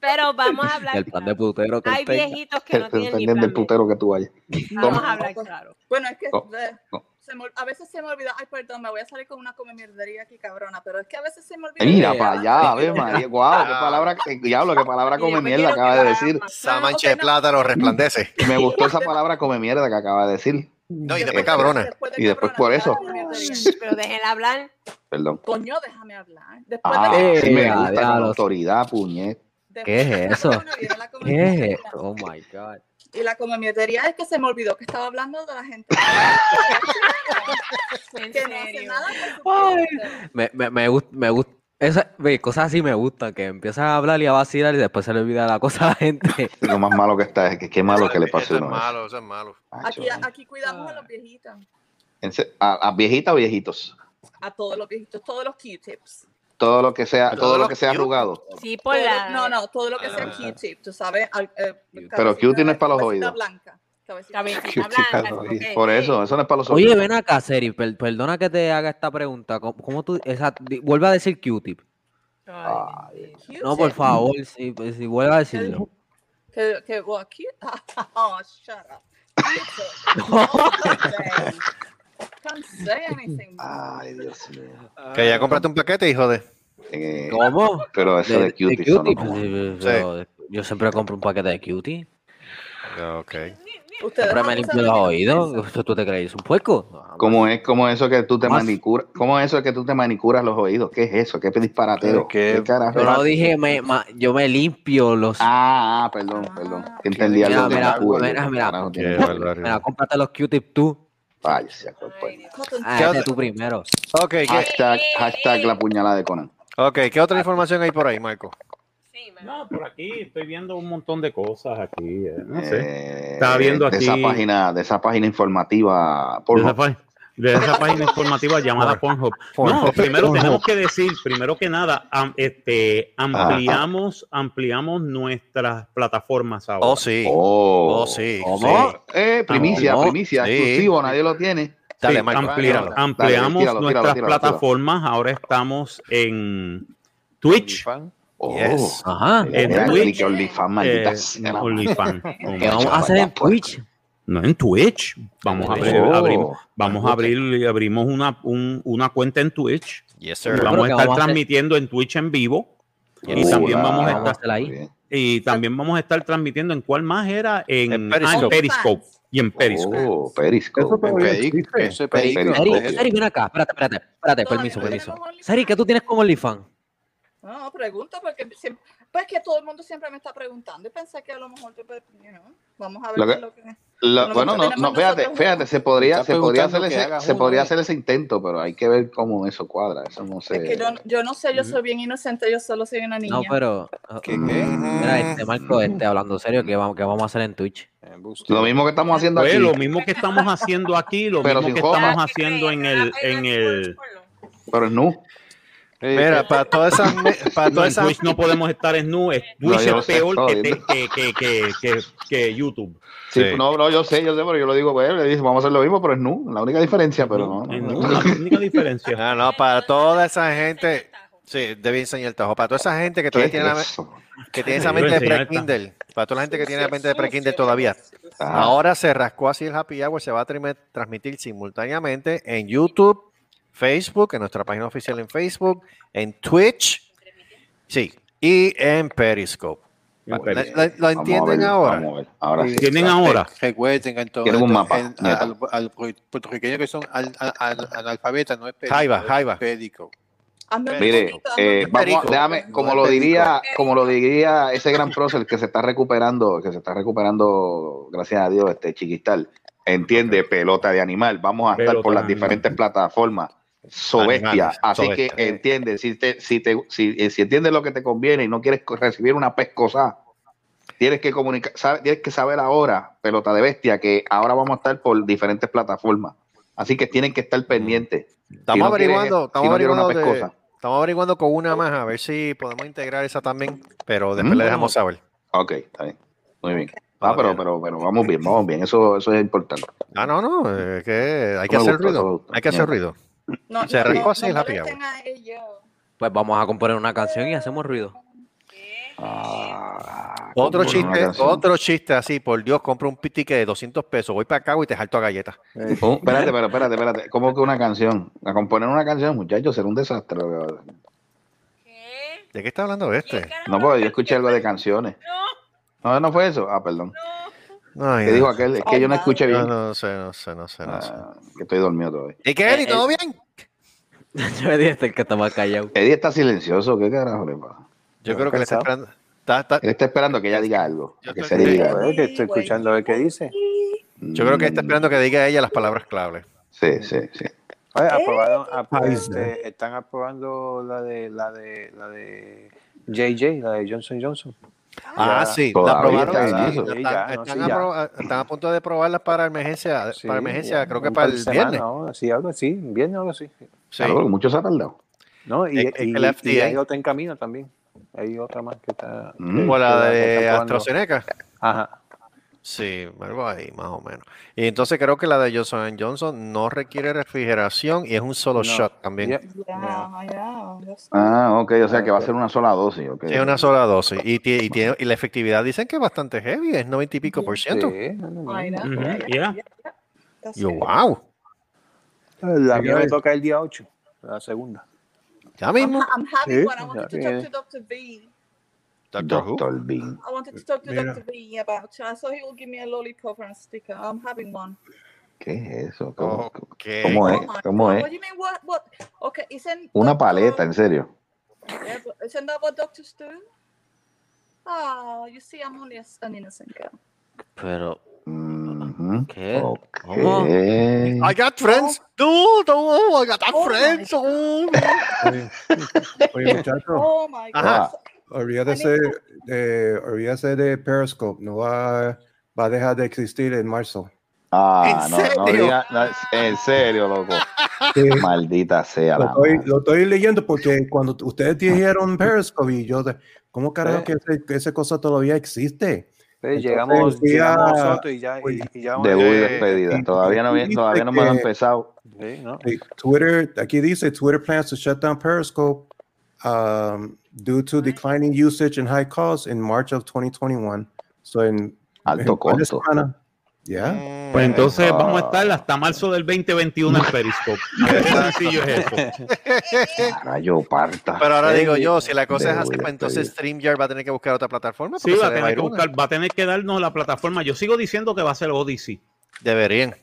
D: Pero vamos a hablar.
E: El plan de
D: claro.
E: putero que
D: Hay
E: él tenga.
D: viejitos que no tienen ni
F: Depende
D: plan
F: del
D: médico.
F: putero que tú vayas.
D: Vamos
H: ¿Cómo?
D: a hablar claro.
H: Bueno, es que
F: No,
H: eh,
F: no.
H: se me ol- a veces se me olvida. Ay, perdón, me voy a salir con una come mierdería aquí, cabrona. Pero es que a veces se me olvida.
F: Mira
E: Eh,
F: para allá, ve María. Guau, qué palabra, eh, diablo, qué palabra
H: Y yo
F: come
H: me
F: mierda
H: quiero
F: acaba de
H: quedar
F: decir.
H: amarrada.
C: Esa mancha
H: Ok,
C: de
H: no,
C: plátano resplandece.
F: Me gustó esa palabra come mierda que acaba de decir.
C: No, y
H: después
C: después
H: de-
C: cabrona.
H: de
F: Y después
H: cabrona,
F: por
H: me
F: eso.
H: quedaba come mierdería.
D: Pero déjenla hablar.
F: Perdón.
H: Coño, déjame hablar. Después
F: Ah,
H: de,
E: Eh,
F: sí me
E: ya,
F: gusta
E: ya
F: con
E: lo-
F: autoridad, puñet.
H: después
E: ¿qué es
H: de la
E: eso?
H: cabrona viene la come
E: ¿Qué es
H: mierdería.
E: esto? Oh my God.
H: Y la come mierdería es que se me olvidó que estaba hablando de la gente
D: En
H: que no hace
D: serio.
H: nada. con su
E: Ay.
H: cuerpo.
E: Me, me, me, gust- me, gust- Esa, ve, cosas así me gustan, que empiezas a hablar y a vacilar y después se le olvida la cosa a la gente.
F: Lo más malo que está es que qué malo que le
C: Eso
F: pasó a
C: es
F: uno.
C: malo, eso es malo.
F: Macho,
H: Aquí, aquí cuidamos a los viejitos,
F: en se- A, a viejitas o viejitos.
H: a todos los viejitos, todos los Q-tips.
F: Todo lo que sea,
C: Pero
F: todo
C: lo
F: lo que sea
C: cute.
F: arrugado.
D: Sí, por
H: Todo lo-
D: la.
H: No, no, todo lo que sea
C: Ah.
H: Q-tip, tú sabes. al- eh,
F: Pero
H: cabecita-
F: Q-tip no es para los
H: cabecita
F: oídos.
H: Blanca, cabecita
D: Cabecita
H: blanca.
D: blanca,
I: Chica, no,
D: ok.
F: Por eso, eso no es para los
E: Oye,
F: oídos.
E: ven acá, Seri, per- perdona que te haga esta pregunta. ¿Cómo, cómo tú, esa- di- vuelve a decir Q-tip?
D: Ay,
F: Ay,
D: bendito.
E: No, por
H: Q-tip.
E: favor, si, si vuelve a decirlo.
H: Que, que, well, Q- oh, shut up. Q-tip. Nothing. Can't say anything.
F: Ay, Dios mío.
C: Que ya compraste un paquete, hijo de.
F: Eh,
E: ¿Cómo?
F: pero eso de,
E: de
F: cutie son
E: Q-tip,
F: como-
E: sí, pero Yo siempre compro un paquete de Q-tip.
C: Ok.
H: Ustedes
E: Siempre
H: no
E: me
H: usan
E: limpio los
H: ni-
E: oídos. ¿Tú te crees un puerco? No, jamás.
F: ¿Cómo es, cómo es eso que tú te
E: Más-
F: manicuras? ¿Cómo es eso que tú te manicuras los oídos? ¿Qué es eso? ¿Qué disparatero?
I: ¿Qué-
F: ¿Qué, carajo?
E: Yo no dije, me, ma- yo me limpio los.
F: Ah, ah, perdón, perdón.
H: Ah.
F: Entendí
E: Mira,
F: algo de
E: mira,
F: Cuba.
E: mira, mira.
F: Carajo,
C: Qué
F: tiene-
C: barbaridad.
E: Mira, cómprate los Q-tip tú.
F: Vaya, se acuerpa.
H: Cotton
E: Ah,
C: ¿Qué
E: este
C: otra-
E: tú primero.
C: Ok, ¿qué,
F: Hashtag, hashtag la puñalada de Conan.
H: Ah.
C: ok, ¿qué otra información hay por ahí, Marco?
B: No, por aquí estoy viendo un montón de cosas aquí. eh, No sé.
F: Eh,
B: Estaba viendo
F: de esa
B: aquí-
F: página, de esa página informativa.
B: De
F: Pornhub.
B: esa, pá- de esa página informativa llamada Pornhub. No, primero tenemos que decir, primero que nada, am- este, ampliamos, ampliamos nuestras plataformas ahora.
C: Oh, sí.
F: Oh,
C: Oh, sí.
E: ¿Cómo?
C: sí.
B: Ah,
F: Eh, primicia,
C: ¿Cómo?
F: primicia,
C: Sí.
F: exclusivo, nadie lo tiene.
C: Dale,
B: Sí,
C: Marco.
B: amplia-
C: tíralo.
B: ampliamos
F: Dale, tíralo,
B: nuestras
F: tíralo, tíralo,
B: plataformas. Ahora estamos en Twitch,
F: Oh,
C: Yes.
E: Ajá.
B: en
F: mira,
B: Twitch,
F: clique OnlyFans, maldita
B: eh,
F: sea
B: en
F: la-
B: OnlyFans. Oh,
E: ¿Qué vamos a
F: chaval,
E: hacer en
F: la puerca.
E: Twitch?
B: No, en Twitch. Vamos a abrir,
F: Oh.
B: abrimos- vamos a abrir, abrimos una, un- una cuenta en Twitch.
C: Yes,
B: Y
C: sir.
E: que
B: vamos a estar
E: vamos a hacer-
B: transmitiendo en Twitch en vivo. Y
F: Oh,
B: también
F: la-
B: vamos a
E: Vamos a
B: estar,
E: hacer ahí.
B: y también vamos a estar transmitiendo en cuál más era en,
C: En
B: ah,
C: Periscope.
B: Periscope. Y en Periscope.
F: Oh, Periscope.
G: Eso todavía existe.
I: Eso es
F: Perico.
I: perico.
E: Seri,
F: Periscopio.
E: Seri, ven acá. Espérate, espérate.
H: Todavía
E: Espérate, permiso,
H: no tenemos
E: permiso.
H: OnlyFans.
E: Seri, ¿qué tú tienes como OnlyFans?
H: No, pregunto porque siempre, pues que todo el mundo siempre me está preguntando y pensé que a lo mejor yo, pues, you know, vamos a ver
F: Lo
H: qué
F: que-
H: es lo que
F: La-
H: A lo
F: bueno,
H: mejor
F: no,
H: tenemos
F: no, fíjate,
H: nosotros
F: fíjate,
H: uno.
F: se podría,
I: Está
F: se podría hacer
I: preguntando que
F: ese,
I: hagas
F: se
I: uno,
F: podría
I: eh.
F: hacer ese intento, pero hay que ver cómo eso cuadra, eso no sé.
H: es que yo, yo no sé, yo soy bien inocente, yo solo soy una niña.
E: No, pero. ah,
I: ¿Qué,
E: Mira,
I: qué?
E: este Marco, este, hablando serio, ¿qué vamos, qué vamos a hacer en Twitch?
I: Embuste.
F: Lo mismo que
H: Ah.
F: estamos haciendo
B: Pues
F: aquí.
B: lo mismo que estamos haciendo aquí, lo
F: Pero
B: mismo
F: sin
B: que
F: juego.
B: estamos haciendo en el, en el,
F: Pero no.
I: Ey,
C: Mira, para todas esas. me-
B: No,
C: Para
B: en
C: todas esas.
B: Twitch no podemos estar en nu. es-
F: No,
B: Twitch
F: yo lo
B: es
F: sé,
B: peor que,
F: todo
B: te-
F: bien.
B: que, que, que, que, que YouTube.
F: Sí,
C: Sí.
F: No, no, yo sé, yo sé, pero yo lo digo, pues, le dice, vamos a hacer lo mismo, pero es nu, la única diferencia, pero no.
B: En
F: no,
B: nu,
F: no.
B: la única diferencia.
C: Ah, No, no, para toda esa gente. Sí, debe enseñar el tajo. Para toda esa gente que
F: ¿Qué
C: todavía
F: es
C: tiene, la,
F: eso?
C: que tiene
B: Ay,
C: esa
B: debe
C: mente de
B: enseñar el tajo.
C: pre-Kindle. Para toda la gente que tiene la mente de
H: prequinde
C: pre-Kindle todavía.
F: Ah,
C: Ahora se rascó así el happy hour, se va a trime- transmitir simultáneamente en YouTube, Facebook, en nuestra página oficial en Facebook, en Twitch, sí, y en Periscope.
B: En
C: ¿La-
B: Periscope.
C: la- ¿Lo
F: vamos a
C: entienden
F: ver,
C: ahora?
F: vamos a ver, ahora sí.
B: Tienen ahora.
I: Recuerden que entonces.
F: Quieren un mapa,
I: en- a-
F: neta.
I: al, al pu- puertorriqueño que son al, al, al- analfabetas, no es perico.
C: Jaiba,
I: es
C: jaiba.
I: Perico.
F: Mire, eh, vamos, a- déjame, como lo diría, como lo diría ese gran prócer que se está recuperando, que se está recuperando, gracias a Dios, este chiquistal, entiende, pelota de animal, vamos a estar
B: Pelota
F: por
B: de
F: las
B: animal.
F: diferentes plataformas, sobestia,
C: Animales,
F: así
C: sobestia.
F: que entiende, si te, si te, si, eh, si entiendes lo que te conviene y no quieres co- recibir una pescosa, tienes que comunicar, sabe- tienes que saber ahora, pelota de bestia, que ahora vamos a estar por diferentes plataformas, así que tienen que estar pendientes.
C: Estamos
F: Si no quieres-
C: averiguando,
F: si
C: estamos
F: no quieres una
C: averiguando de-
F: pescosa.
C: estamos averiguando con una más, a ver si podemos integrar esa también, pero después
F: Mm.
C: le dejamos saber.
F: Ok, está bien. Muy bien.
C: Ah,
F: Ah, pero,
C: bien.
F: pero, pero vamos bien, vamos bien. Eso, eso es importante.
C: Ah, no, no, es que hay que
F: Me
C: hacer
F: gustó, me
C: ruido,
F: gustó.
C: hay que hacer
F: Bien.
C: ruido.
H: No,
C: se
H: no,
C: arrancó
H: no,
C: así
H: no
C: el happy
H: molesten a ellos.
E: Pues vamos a componer una canción y hacemos ruido.
F: Ah,
C: Otro
F: compro una
C: chiste,
F: canción.
C: otro chiste así, por Dios, compro un ticket de 200 pesos, voy para acá y te jalto a galletas.
F: Oh, espérate, pero espérate, espérate. ¿Cómo que una canción? A componer una canción, muchachos, será un desastre.
C: ¿De qué está hablando este?
F: No, porque yo escuché algo de canciones. No, no fue eso. Ah, perdón.
C: Ay,
F: ¿Qué
C: no.
F: dijo aquel? Es que yo no escuché
C: No,
F: bien.
C: no sé, no sé, no sé, no sé.
F: Ah, eh, que estoy dormido todavía.
C: ¿Y qué, Eli? ¿Todo bien?
E: Yo me dije, este es el que está más callado.
F: Eddie está silencioso. ¿Qué carajo le pasa?
C: Yo creo que le está
I: cansado.
C: esperando. Está- está-
F: Él está esperando que ella diga algo.
C: Yo
F: Que
C: estoy-
F: se diga algo.
I: Pues, que estoy escuchando a ver qué dice.
C: yo creo que está
F: Mm,
C: esperando que diga ella las palabras clave.
F: Sí, Ah, sí, sí.
I: Oye, aprobaron- apro-
G: Ay,
I: este, están aprobando la de la de la de JJ, la de Johnson Johnson.
C: Ah,
I: Ya,
C: sí, la
F: todavía
C: aprobaron.
F: está en
C: Están-
F: eso.
I: Sí, ya, no,
C: están
I: sí, ya.
C: apro- Están a punto de aprobarla para emergencia,
I: Sí,
C: para emergencia,
I: ya,
C: creo que
I: un
C: para
I: par
C: el
I: de semanas,
C: viernes.
I: ¿no? Sí, algo así, viernes o algo así.
C: Sí.
F: Claro, porque mucho se ha tardado.
I: No, y,
C: Es- es que
I: y-
C: la
I: y
C: FDA.
I: hay otra en camino también. Hay otra más que está.
F: Mm.
I: que-
C: Como la
I: que
C: de
I: están probando.
C: AstraZeneca.
I: Ajá.
C: Sí, algo ahí, más o menos. Y entonces creo que la de Johnson Johnson no requiere refrigeración y es un solo
I: No.
C: shot también.
I: Yep.
H: Yeah, yeah, that's-
F: Ah, ok, o sea que va a
I: Ok.
F: ser una sola dosis. ok.
C: Es una sola dosis. Y, tie- y, tiene- y la efectividad dicen que es bastante heavy, es 90 y pico por ciento.
I: Sí, no, no, no.
H: I know.
B: Ujú,
H: Yeah, yeah,
B: yeah.
H: yeah, yeah. That's
C: Yo,
H: it.
C: wow,
I: La mía
G: Señores.
I: me toca el día 8, la segunda. eh,
C: ya
H: I'm,
C: mismo.
H: ha- I'm having
I: Sí,
H: one. I wanted to
I: yeah.
H: talk to Dr. B.
C: Doctor Who.
F: Doctor Bean.
H: I wanted to talk to
G: Mira.
H: Dr. B about I So he will give me a lollipop and a sticker. I'm having one.
F: ¿Qué es eso? ¿Cómo,
C: Ok.
F: cómo
H: Oh
F: es?
H: my
F: ¿Cómo
H: God,
F: es?
H: What do you mean? What? What? Okay, isn't
F: Una
H: Dr.
F: paleta, en serio.
H: Yeah, but isn't that what doctors do? Oh, you see, I'm only a, an innocent girl.
E: Pero,
F: Mhm.
E: ¿qué?
F: Ok. Ah,
E: ¿Cómo?
C: I got friends. Dude, oh, I got
H: Oh my
C: friends. Oh.
G: Oye, oye, muchacho,
H: Oh my
C: Ajá.
H: God.
G: olvídese, de, eh, olvídese de Periscope. No va, va a dejar de existir en marzo.
F: Ah,
C: ¿En
F: no, no
C: serio?
F: diga- no, es- en serio, loco.
G: Sí,
F: Maldita sea
G: lo,
F: la
G: estoy,
F: madre.
G: lo estoy leyendo porque cuando t- ustedes dijeron Periscope y yo, de- ¿cómo carajo
I: Sí.
G: que, ese- que esa cosa todavía existe?
I: Entonces,
G: Entonces,
I: llegamos,
G: sí,
I: llegamos
G: ah,
I: nosotros y ya. Y, y ya
F: Debut y
I: eh,
F: despedida.
G: y-
F: Todavía no,
G: y
F: vi-
G: dice
F: todavía no me lo han
G: que-
F: empezado.
I: sí, ¿no?
G: Eh, Twitter, aquí dice Twitter plans to shut down Periscope um, due to declining usage and high costs in March of 2021. So en
F: Alto
G: en par de
F: costo.
G: semanas. Yeah.
B: Pues
I: Eh,
B: entonces
F: Ah.
B: vamos a estar hasta marzo del 2021 en Periscope. Así de sencillo es eso.
F: Ah, Rayo parta.
C: Pero ahora digo yo, si la cosa es
F: Debo
C: así,
F: ir
C: pues
F: a
C: entonces
F: pedir.
C: StreamYard va a tener que buscar otra plataforma.
B: Sí,
C: porque
B: va a
C: se le va
B: tener
C: ir
B: que
C: una.
B: buscar, va a tener que darnos la plataforma. Yo sigo diciendo que va a ser Odyssey.
C: Deberían.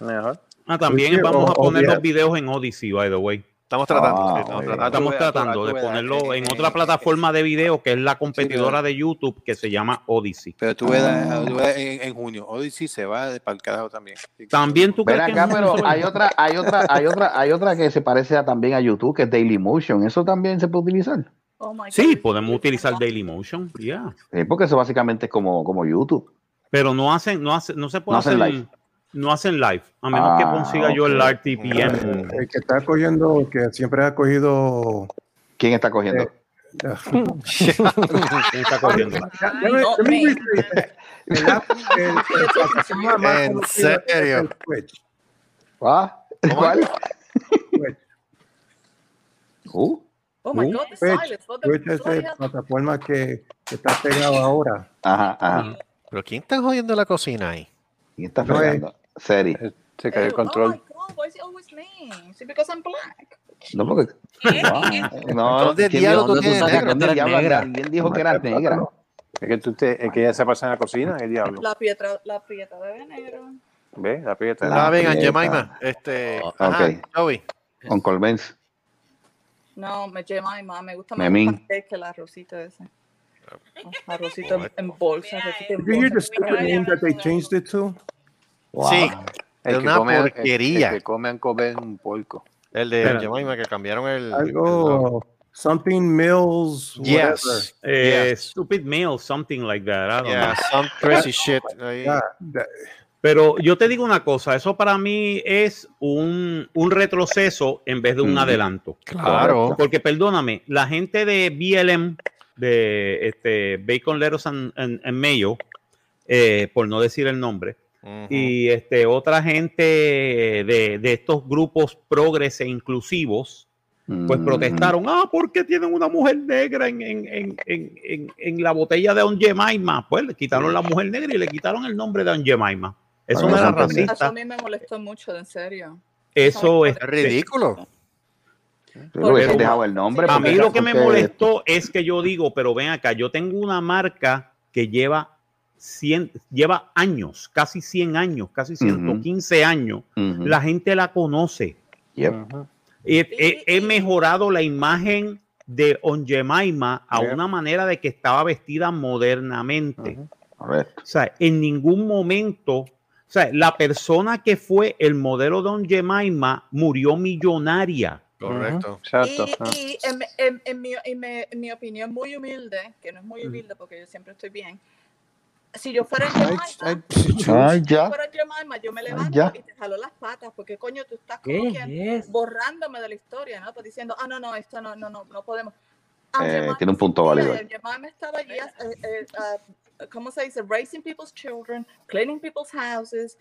I: Mejor.
B: Ah, también
G: Oye,
B: vamos
G: o-
B: a poner
G: o-
B: los videos en Odyssey, by the way.
C: Estamos tratando.
F: Ah,
C: sí, estamos
F: muy bien.
C: tratando.
B: Estamos
I: tú veas,
B: tratando
I: tú
B: de
I: veas,
B: ponerlo
F: ah,
B: en
I: eh,
B: otra
I: eh,
B: plataforma de video que es la competidora de YouTube que se llama Odyssey.
I: Pero tú ves la- tú ves en, en junio. Hoy sí se va de pa'l carajo también. Así que-
B: También tú
F: Ven
B: crees que
F: acá,
B: no
F: pero
B: funciona?
F: hay otra, hay otra, hay otra, hay otra que se parece a- también a YouTube, que es Dailymotion. Eso también se puede utilizar.
H: Oh my God.
B: Sí, podemos utilizar Dailymotion, ya.
F: Sí, porque eso básicamente es como, como YouTube.
B: Pero no hacen, no hacen, no se puede
F: No hacen
B: hacer-
F: live.
B: No hacen live, a menos que
F: Ah,
B: consiga yo el
F: ok.
B: RTPM.
G: El que está cogiendo, que siempre ha cogido.
F: ¿Quién está cogiendo?
G: Eh,
B: ¿Quién está corriendo?
H: not me.
G: El app- el- el plataforma más
C: En
G: conocida es
C: serio.
G: el Twitch.
F: ¿Ah? ¿Cuál?
G: Twitch.
F: Uh,
H: Oh my
G: Uh,
H: God, the
G: Twitch.
H: silence. What the
G: Twitch es
H: bloody
G: la
H: hell?
G: plataforma que que está pegado ahora.
F: ajá, ajá.
C: Pero ¿quién está jodiendo la cocina ahí?
F: ¿Quién está
G: No es.
F: fregando? Seri.
I: Se cayó el
H: Ew, Oh
I: control.
H: my God, why is it always me? Is it because I'm black?
F: No, porque. No,
C: Entonces,
F: ¿quién
C: diablo,
F: dijo-
C: tú tienes
F: ¿dónde
C: negro,
F: diablo
E: tú eres
F: habla-
E: negra.
F: ¿Quién dijo que era negra?
I: Es que, tú te, es que ya se pasa en la cocina, el diablo.
H: La piedra, la piedra de negro.
I: ¿Ves? La prieta.
F: La
C: La vegan
F: prieta.
C: Jemima. Este.
E: Ok.
C: ajá, Joey.
F: Con Colbens.
H: No, me Jemima, me gusta más
F: Memín.
H: el pastel que el arrocito ese. Arrocito en, en bolsa, arrocito en
G: Did you hear the
H: bolsa.
G: stupid name that they changed it to?
F: Wow.
C: Sí,
I: El
C: Es
I: que
C: una
I: come- el-
C: porquería.
I: El que comen, comen un puerco.
C: el de
B: Espera.
C: Jemima que cambiaron el.
G: Algo. Something Mills. whatever.
C: Yes.
B: Eh,
C: Yes.
B: Stupid mail, something like that. I don't know.
C: Yeah, some crazy shit. ahí.
G: Yeah, that-
B: Pero yo te digo una cosa, eso para mí es un, un retroceso en vez de un
F: Mm.
B: adelanto.
C: Claro.
B: Porque perdóname, la gente de BLM, de este, Bacon Letters and, and- and Mayo, eh, por no decir el nombre,
C: Ujú.
B: y este, otra gente de, de estos grupos progres e inclusivos, pues
F: Mm.
B: protestaron, ah, ¿por qué tienen una mujer negra en, en- en- en- en- en la botella de Don Jemima? Pues le quitaron la mujer negra y le quitaron el nombre de Don Jemima. Eso
F: Para
B: no
F: que
B: era
F: no
H: Eso
F: se
H: a
B: racista,
H: mí me molestó mucho, en serio.
B: eso es
C: Es ridículo.
F: Yo le hubiese
B: Pero-
F: dejado el nombre.
B: A
F: porque
B: mí lo que me
F: porque-
B: molestó es que yo digo, pero ven acá, yo tengo una marca que lleva 100, lleva años, casi 100 años, casi 115 años.
F: Ujú.
B: La gente la conoce.
F: Yep.
I: Ujú.
B: He, he- he mejorado la imagen de On Jemima a
I: Yep.
B: una manera de que estaba vestida modernamente.
I: Ujú.
F: Correcto.
B: O sea, en ningún momento sea, la persona que fue el modelo Don Jemima murió millonaria.
C: Correcto.
I: Exacto.
H: Y-
I: ah.
H: Y, em, en, en- en mi, en me- en mi opinión muy humilde, que no es
B: Mm.
H: muy humilde porque yo siempre estoy bien, si yo fuera
I: Ay,
H: Jemima,
I: ay,
F: Ay,
H: si
F: ya.
H: fuera Jemima, yo me levanto
F: ya.
H: y te jalo las patas, porque coño, tú estás como que
E: ¿Qué es?
H: borrándome de la historia, ¿no? Pues diciendo, ah, no, no, esto no, no, no, no podemos. Ah,
F: Eh,
H: Jemima
F: tiene un punto válido. ahí.
H: Jemima estaba allí, eh, eh, ah, ¿cómo se dice? Raising people's children, cleaning people's houses,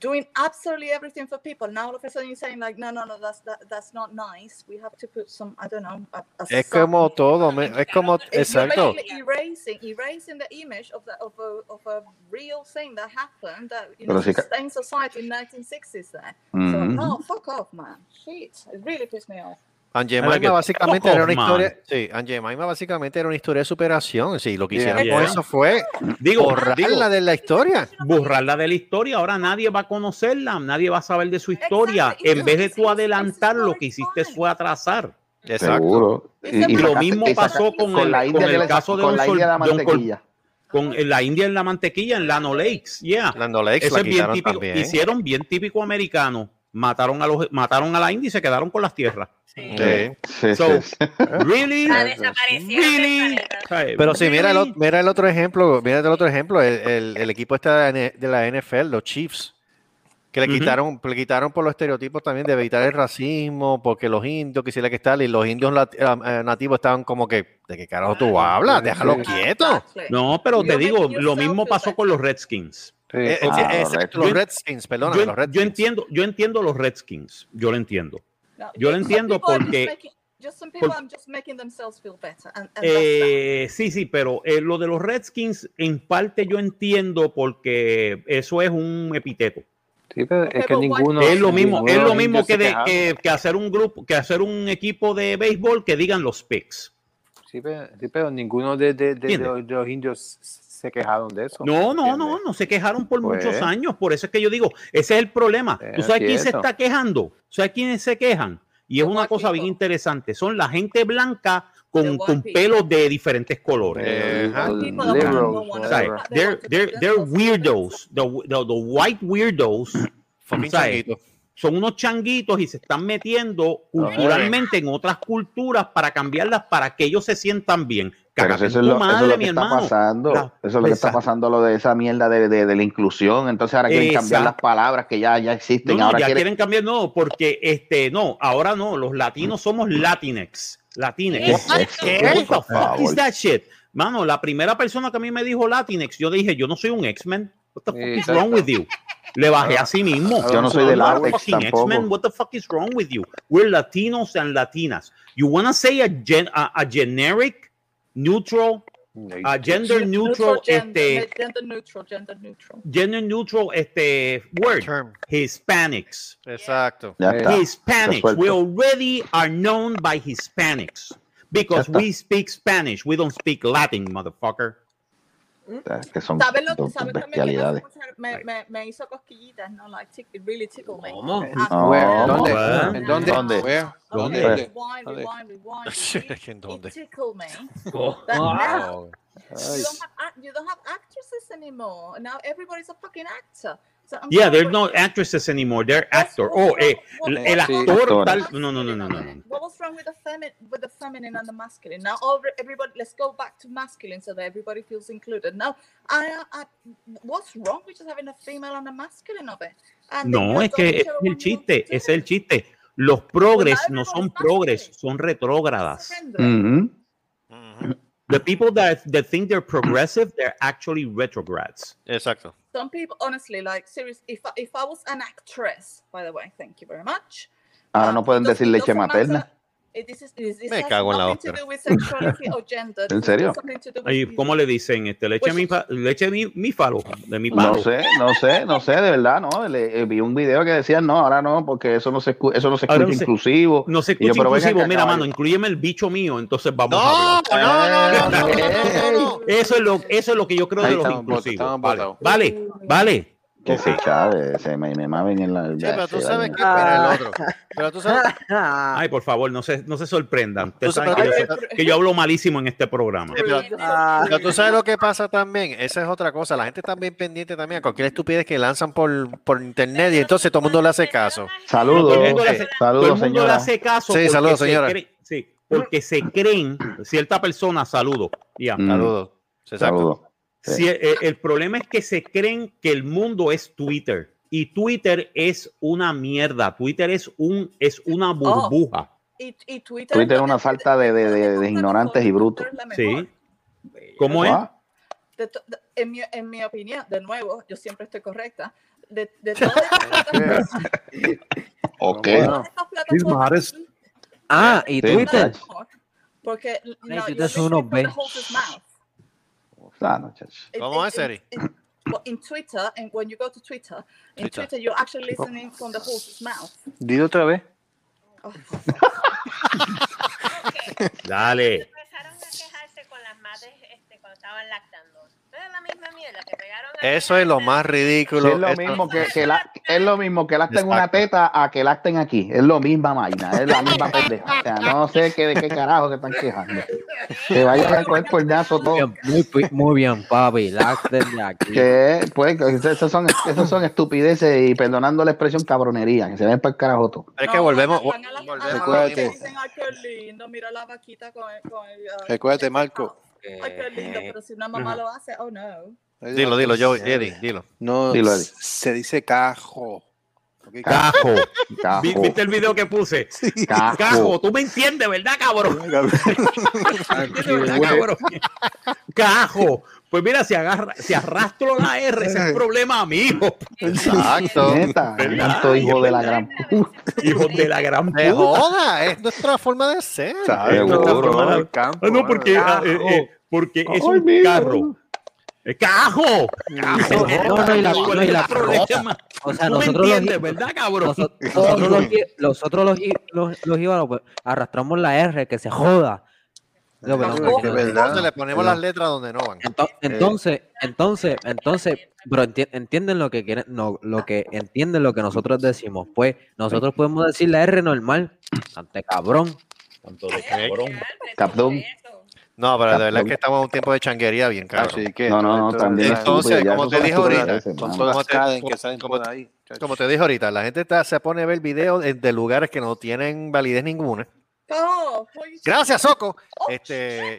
H: doing absolutely everything for people. Now all of a sudden you're saying like, no, no, no, that's that, that's not nice. We have to put some, I don't know. A, a
C: Es
H: sign."
C: como todo, me- es como,
H: It's- you're
C: exacto.
H: basically Erasing, erasing the image of the of a, of a real thing that happened that you
F: Pero
H: know
F: sí que-
H: sustained society in 1960s there. So
F: Ujú.
H: no, fuck off, man. Shit, it really pissed me off.
C: Aunt
B: Era que-
C: Jemima básicamente era una
B: Ojo,
C: historia, sí, Aunt Jemima básicamente era una historia de superación, sí, lo que
I: Yeah.
C: hicieron con
B: Yeah.
C: eso fue
B: Digo, digo,
C: borrarla de la historia.
B: borrarla de la historia. Ahora nadie va a conocerla, nadie va a saber de su historia.
H: Exacto, y
B: En vez de
H: entonces
B: tú
H: es-
B: adelantar,
H: eso es
B: lo que hiciste
H: fine.
B: fue atrasar.
C: Exacto.
F: Seguro.
H: Y
B: Y lo
F: sacaste-
B: mismo
F: y saca-
B: pasó con,
F: con
B: el,
F: la
B: con
F: India
B: el
F: que le-
B: caso de
F: con
B: un
F: la
B: sol-
F: India de la
B: de un col-
F: mantequilla.
B: con la India en la mantequilla, en Lano Lakes. Yeah.
C: Lando Lakes
B: Eso
C: la
B: es bien
C: quitaron
B: típico.
C: también.
B: Hicieron bien típico americano. Mataron a, los, mataron a la India y se quedaron con las tierras.
C: Sí.
F: Sí, sí,
B: So- eh,
F: sí.
B: Really?
I: Ah,
B: really? eh,
C: Pero sí, mira el, ot- mira el otro ejemplo, mira el otro ejemplo, el, el- el equipo este de la N- de la NFL, los Chiefs, que le
B: Ujú.
C: quitaron, le quitaron por los estereotipos también de evitar el racismo, porque los indios quisieran que estar, y los indios lat- eh, nativos estaban como que, ¿de qué carajo tú hablas? Déjalo
I: sí.
B: Ah,
C: quieto.
B: No, pero te
H: You're
B: digo,
H: making
B: lo
H: yourself
B: mismo
H: feel
B: pasó con
H: better.
B: los Redskins.
I: Sí.
C: Eh, eh,
F: Ah,
C: eh,
F: los
C: exacto,
B: Redskins.
C: los Redskins, perdóname,
B: Yo,
C: los
B: en- yo
C: Redskins.
B: entiendo, yo entiendo los Redskins. Yo lo entiendo. Yo lo entiendo porque-
H: Just some people
B: por-
H: are just making themselves feel better. And, and that's
B: Eh, sí, sí, pero eh, lo de los Redskins en parte yo entiendo porque eso es un epíteto.
I: Sí, pero es que
H: Pero what-
I: ninguno.
B: es lo mismo,
I: ninguno
B: es
I: de
B: lo
I: los
B: mismo
I: indios
B: que,
I: se
B: de-
I: quejaba.
B: que- que hacer un grupo, que hacer un equipo de béisbol que digan los picks.
I: Sí, pero, sí, pero ninguno de, de- de- de
B: ¿Entiendes?
I: los, de los indios se quejaron de eso.
B: No, no,
I: ¿entiendes?
B: no, no se quejaron por
I: Pues.
B: muchos años. Por eso es que yo digo, ese es el problema.
I: Eh,
B: ¿Tú sabes quién se
I: cierto.
B: está quejando? ¿Sabes quiénes se quejan? Y es
H: The
B: una
H: white
B: cosa bien
H: people.
B: interesante. Son la gente blanca
H: The
B: con,
H: white
B: con
H: people.
B: pelos de diferentes colores.
I: Eh,
C: Ajá.
H: the
I: liberals,
H: people that want to know one
B: O
I: whatever.
B: sea,
H: another, but they
B: They're,
H: want to
B: they're,
H: put
B: they're
H: themselves feel better.
B: weirdos. The, the- the white weirdos
C: Fucking
B: o sea,
C: changuito.
B: son unos changuitos y se están metiendo culturalmente en otras culturas para cambiarlas para que ellos se sientan bien.
F: Pero
B: Cágate
F: si
B: en
F: eso es
B: tu
F: lo, eso es
B: madre,
F: lo que
B: mi
F: está
B: hermano.
F: pasando.
B: La-
F: eso es lo que está
B: Exacto.
F: pasando, lo de esa mierda de, de- de la inclusión. Entonces ahora quieren cambiar las
B: Exacto.
F: palabras que ya, ya
B: No,
F: existen.
B: no,
F: ahora
B: ya
F: quieren,
B: quieren cambiar, no, porque este, no, ahora no, los
F: Mm.
B: latinos somos latinex, latinex.
F: ¿Qué es
B: ¿Qué?
F: eso?
B: What the
F: Por
B: fuck is
F: favor.
B: that shit? Mano, la primera persona que a mí me dijo latinex, yo dije, yo no soy un X-Men. What the fuck is
I: Exacto.
B: wrong with you? Le bajé a sí mismo.
F: Yo no soy de
B: I'm not a
F: látex
B: fucking
F: tampoco.
B: X-Men. What the fuck is wrong with you? We're Latinos and Latinas. You wanna say a, gen, a, a generic, neutral, a gender neutral,
H: gender,
B: Ah, este,
H: gender neutral, gender neutral.
B: gender neutral, este word,
C: Term.
B: Hispanics.
C: Exacto.
F: Ya
I: Eh,
F: está.
B: Hispanics. We
F: resuelto.
B: already are known by Hispanics because
F: Ya está.
B: we speak Spanish. We don't speak Latin, motherfucker.
F: Ya, Que son
H: ¿Sabes lo
F: dos
H: sabes también que me, hace
F: bestialidades.
H: mucha- me, me, me hizo cosquillitas, no? Like, tick- it really tickled me.
E: ¿Cómo?
H: Ah,
F: Where?
H: yeah.
I: ¿Dónde?
B: ¿Dónde?
I: ¿En dónde?
F: ¿Dónde?
I: Where?
B: ¿Dónde?
H: Okay,
I: ¿Dónde?
H: rewind,
I: ¿Dónde?
H: rewind, rewind. It,
C: ¿En dónde?
H: it tickled me.
E: Oh.
H: That now
C: Wow.
H: you
I: Ay,
H: don't have act- you don't have actresses anymore. Now everybody's a fucking actor. So I'm
B: Yeah,
H: sorry,
B: they're
H: what-
B: not actresses anymore. They're
H: what's-
B: actor.
H: what's
B: Oh,
H: wrong-
B: eh,
H: what-
B: el
H: what's
I: Sí,
H: wrong with
B: actor
H: the
B: tal. No, no, no, no, no. no.
H: What was wrong with the feminine, with the feminine and the masculine? Now, all, everybody, let's go back to masculine so that everybody feels included. Now, I, I, what's wrong with just having a female and a masculine of it? And then
B: No,
H: you're going
B: es que es
H: whichever
B: el
H: one you want
B: chiste,
H: to
B: es
H: do.
B: el chiste. Los progres
H: Well,
B: no son
H: everybody's
B: progres,
H: masculine.
B: son retrógradas.
H: Surrendering.
F: Ujú.
B: The people that, that think they're progressive, they're actually retrogrades.
C: Exacto.
H: Some people, honestly, like, seriously, if I, if I was an actress, by the way, thank you very much.
F: Ahora
H: Um,
F: no pueden
H: it does-
F: decir
H: it
F: leche
H: doesn't matter-
F: materna.
H: it- this is- this- this
C: Me
H: has
C: cago en la
H: nothing to
C: ópera.
H: do with sexuality or gender. This
F: ¿En
H: has
F: serio?
H: got something to do with
B: Ay,
H: you.
B: ¿Cómo le dicen? Este, leche,
H: Pues-
B: mi, fa- leche mi, mi falo, de mi
F: No
B: palo.
F: sé, no sé, no sé, de verdad, no. Le- eh, vi un video que decían, no, ahora no, porque eso no se, escu- eso no se
B: Ahora
F: escucha
B: no se-
F: inclusivo.
B: No se
F: Y yo,
B: escucha
F: pero venga
B: inclusivo.
F: acá,
B: Mira,
F: caballo.
B: mano, incluyeme el bicho mío, entonces vamos a
C: No,
B: hablar.
C: no, no, no, no, no, no, no, no.
B: Eso es lo, eso es lo que yo creo
I: Ahí
B: de los
I: estamos votados,
B: inclusivos.
I: estamos
B: Vale,
I: votados.
B: vale, vale.
F: Que se chave, se me, me mamen en la.
C: Sí, pero tú
F: se
C: sabes
F: vayan.
C: que espera el otro. Pero tú sabes,
B: Ay, por favor, no se, no se sorprendan. Ustedes
C: Entonces,
B: saben que, yo,
C: pero-
B: soy- que yo hablo malísimo en este programa.
C: Sí, pero- pero tú sabes lo que pasa también. Esa es otra cosa. La gente está bien pendiente también a cualquier estupidez que lanzan por, por internet y entonces todo el mundo le hace caso.
B: Todo
F: Saludos,
B: el mundo le hace- Este, Todo el
F: saludos,
B: mundo le
F: señora.
B: hace caso.
C: Sí,
B: porque
C: saludos,
B: se
C: señora.
B: cree- sí, porque se creen, cierta persona, saludo. Ya.
F: Mm,
C: Saludos. Exacto.
F: saludos. Sí.
B: Si, eh, el problema es que se creen que el mundo es Twitter y Twitter es una mierda. Twitter es un es
C: Oh.
B: una burbuja.
H: Y, y Twitter,
F: Twitter es una falta de, de, de- de ignorantes y brutos.
B: Sí. ¿Cómo es?
F: Ah,
H: de to- de- en, mi, en mi opinión, de nuevo, yo siempre estoy correcta, de, de todas estas plataformas-
F: Ok.
H: todas estas
G: He's
H: plataformas,
G: modest.
E: Ah, y
F: Sí.
E: Twitter.
H: porque no,
E: Twitter
H: you're
E: es uno
H: listening to the
E: B.
H: horse's mouth.
F: Ah, no, chacho.
H: It-
C: ¿Cómo
H: it-
C: es,
H: it-
C: Eri?
H: it- well, In Twitter, and when you go to Twitter, in
C: Twitter.
H: Twitter you're actually listening from the horse's mouth.
I: Dilo otra vez.
B: Dale.
J: Empezaron a quejarse con las madres este, cuando estaban lactando. No es la misma mierda que pegaron a
C: Eso es lo más
F: Sí,
C: ridículo.
F: es lo
C: Esto-
F: mismo que, que la- es lo mismo que lacten
C: Exacto.
F: una teta a que lacten aquí. Es lo misma vaina, es la misma pendeja. O sea, no sé qué, de qué carajo se están quejando. Que vayan a coger pornazo todo.
E: Bien, Muy, pi- muy bien, papi. Láctenme aquí.
F: Que pues, que esos son, esos son estupideces y perdonando la expresión cabronería, que se ven para el carajo todo.
C: Pero es que volvemos.
H: van a la- van a la-
C: volvemos a lo
H: van a la-
I: Recuérdate.
C: mismo.
H: dicen, "Ay, qué lindo, mira la vaquita con el- con el, ah,
I: Recuérdate, Marco.
H: Ay, qué lindo,
B: Eh,
H: pero si una mamá lo hace, oh no.
C: Dilo, dilo, yo, Eddie, dilo.
I: pues, No,
F: Dilo, Eddie.
I: se dice cajo. ¿Ok?
C: Ah,
B: Cajo.
F: Cajo,
B: Vi- ¿Viste el video que puse?
F: cajo.
B: Cajo, tú me entiendes, ¿verdad, cabrón? ¿Entiendes, verdad, cabrón? Cajo. Pues mira, si agarra, si arrastro la R, ese es el problema mío.
C: Exacto.
F: Neta,
B: ¿Verdad?
F: tanto hijo de la gran puta.
B: Hijo de la gran
C: ¡Se
B: puta.
C: joda! Es nuestra forma de ser.
B: Seguro.
I: Seguro, el campo,
B: Ah, no, porque, ah,
I: mano.
B: eh, eh, porque es
F: Ay,
B: un
F: mira. Mm.
B: carro. Eh, ¡Cajo! ¡Cajo!
E: No, no, y la-
B: ¿Cuál
E: no, y
B: es el
E: la-
B: problema?
E: O sea,
B: Tú me
E: nosotros los,
B: entiendes, ¿verdad, cabrón?
E: noso- nosotros los, i- nosotros los, i- los, los íbaros, pues, arrastramos la R, que se joda. Yo, pero-
I: Seguro que es verdad.
C: Entonces le ponemos
I: ¿Verdad?
C: las letras donde no van.
E: Ento- Entonces, entonces, entonces, pero enti- entienden lo que quieren, no, lo que entienden lo que nosotros decimos. Pues nosotros podemos decir la R normal, ante cabrón.
F: Capdón.
C: No, pero de verdad es que estamos en un tiempo de changuería bien
I: Ah,
C: caro.
I: sí, que
F: No, no, no,
I: entonces-
F: también es
C: Entonces,
F: estúpido, ya
C: como
F: eso
C: te
F: son
C: dije
F: estupideces,
C: ahorita,
I: Son
F: mano.
I: todas
C: Como
I: las
C: te-
I: caden
C: como-
I: que salen
C: como
I: por
C: te-
I: ahí. chacho.
C: Como te dije ahorita, la gente está- se pone a ver videos de, de lugares que no tienen validez ninguna.
H: Oh, oye,
C: Gracias, Soco. Este,
F: Sí,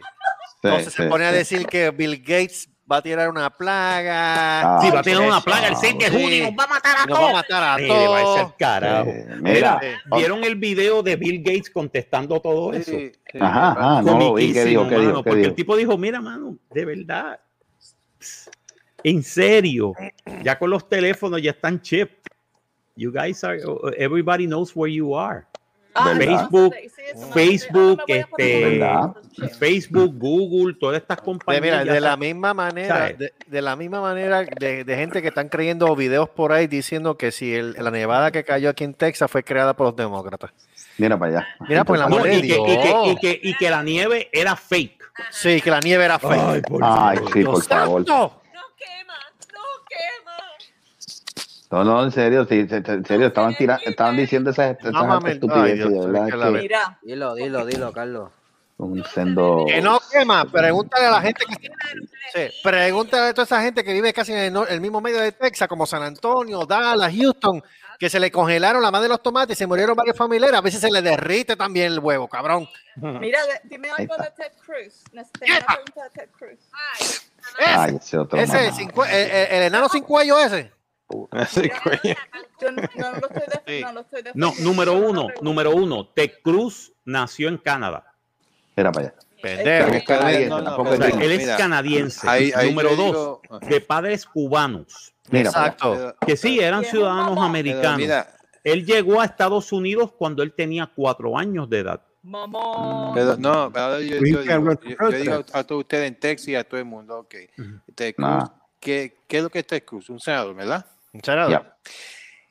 C: entonces se
F: sí,
C: pone a
F: sí.
C: decir que Bill Gates va a tirar una plaga.
F: Ah,
B: Si va a tener una
C: eso.
B: plaga el 6 de
C: Sí.
B: junio y nos va a matar a
C: y nos va a
B: todos.
C: matar a
B: Sí, le va a decir
C: todos.
B: al carajo.
F: Eh,
B: Mira,
C: Eh,
B: ¿vieron el video de Bill Gates contestando todo eso?
I: Sí, sí.
F: Ajá, ajá, Ah, no lo vi, ¿qué dijo?
B: Comiquísimo,
F: ¿Qué
B: mano,
F: dijo? ¿Qué
B: porque
F: dijo?
B: el tipo dijo, mira, mano, de verdad, pss, en serio, ya con los teléfonos ya están chip. You guys are, everybody knows where you are.
H: ah,
F: ¿Verdad?
B: Facebook,
H: sí, sí, eso me-
B: Facebook,
H: ah, me voy a poner
B: este,
H: con-
B: Facebook, Google, todas estas
C: De,
B: compañías.
C: mira,
B: ya
C: de la
B: están-
C: misma manera,
B: ¿Sabes?
C: de, de la misma manera de, de gente que están creyendo videos por ahí diciendo que si el- la nevada que cayó aquí en Texas fue creada por los demócratas.
F: Mira para allá.
C: Mira, por el
B: No,
C: amor
B: y, que,
C: de
B: y, que, y,
C: Dios.
B: que, y que la nieve era fake.
C: Sí, que la nieve era fake.
B: por
F: Ay, sí, por
C: Dios
F: favor.
C: santo.
J: No quema, no quema.
F: No, no, en serio, sí, se- se- en serio, estaban tira- estaban diciendo esas, esas
C: No mames, ay,
F: estupideces,
C: Dios,
F: de verdad,
C: que la
F: que
C: ve-
H: Mira,
E: Dilo, dilo, dilo, Carlos.
F: un sendo...
C: Que no quema. Pregúntale a la gente que sí, pregúntale a toda esa gente que vive casi en el, nor- el mismo medio de Texas, como San Antonio, Dallas, Houston, que se le congelaron la madre de los tomates y se murieron varios familiares. A veces se le derrite también el huevo, cabrón.
H: mira, de- dime algo de Ted Cruz. Tengo una pregunta de Ted Cruz.
F: Ay,
C: Ese,
F: ese otro
C: ese
F: mamá.
C: sin cue- el, el- el enano sin cuello ese.
H: Yo no, no lo estoy def-
C: Sí.
H: no lo estoy
B: No,
H: defendiendo,
B: número
H: solo una
B: uno,
H: pregunta.
B: número uno, Ted Cruz nació en Canadá.
F: Mira para allá.
C: Pendejo.
F: Es canadiense,
I: No, no,
F: tampoco
B: O
F: es
B: sea,
I: pero-
F: gringo.
B: él es
I: Mira,
B: canadiense.
I: ahí- ahí
B: número
I: yo
B: dos,
I: digo-
B: de padres cubanos.
F: Mira para allá.
C: Exacto.
I: Pero-
B: que sí, eran
H: Y es un
B: ciudadanos
H: mamón.
I: pero
B: americanos.
I: mira,
B: él llegó a Estados Unidos cuando él tenía cuatro años de edad.
H: Mamón.
I: Pero no, pero ahora yo,
G: We
I: yo
G: can
I: digo,
G: run
I: yo- yo
G: protest.
I: digo a todos ustedes en Texas y a todo el mundo, ok. Ted Cruz,
F: Nah.
I: ¿qué, ¿Qué es lo que es Ted Cruz? Un senador, ¿verdad?
C: Un senador.
F: Ya.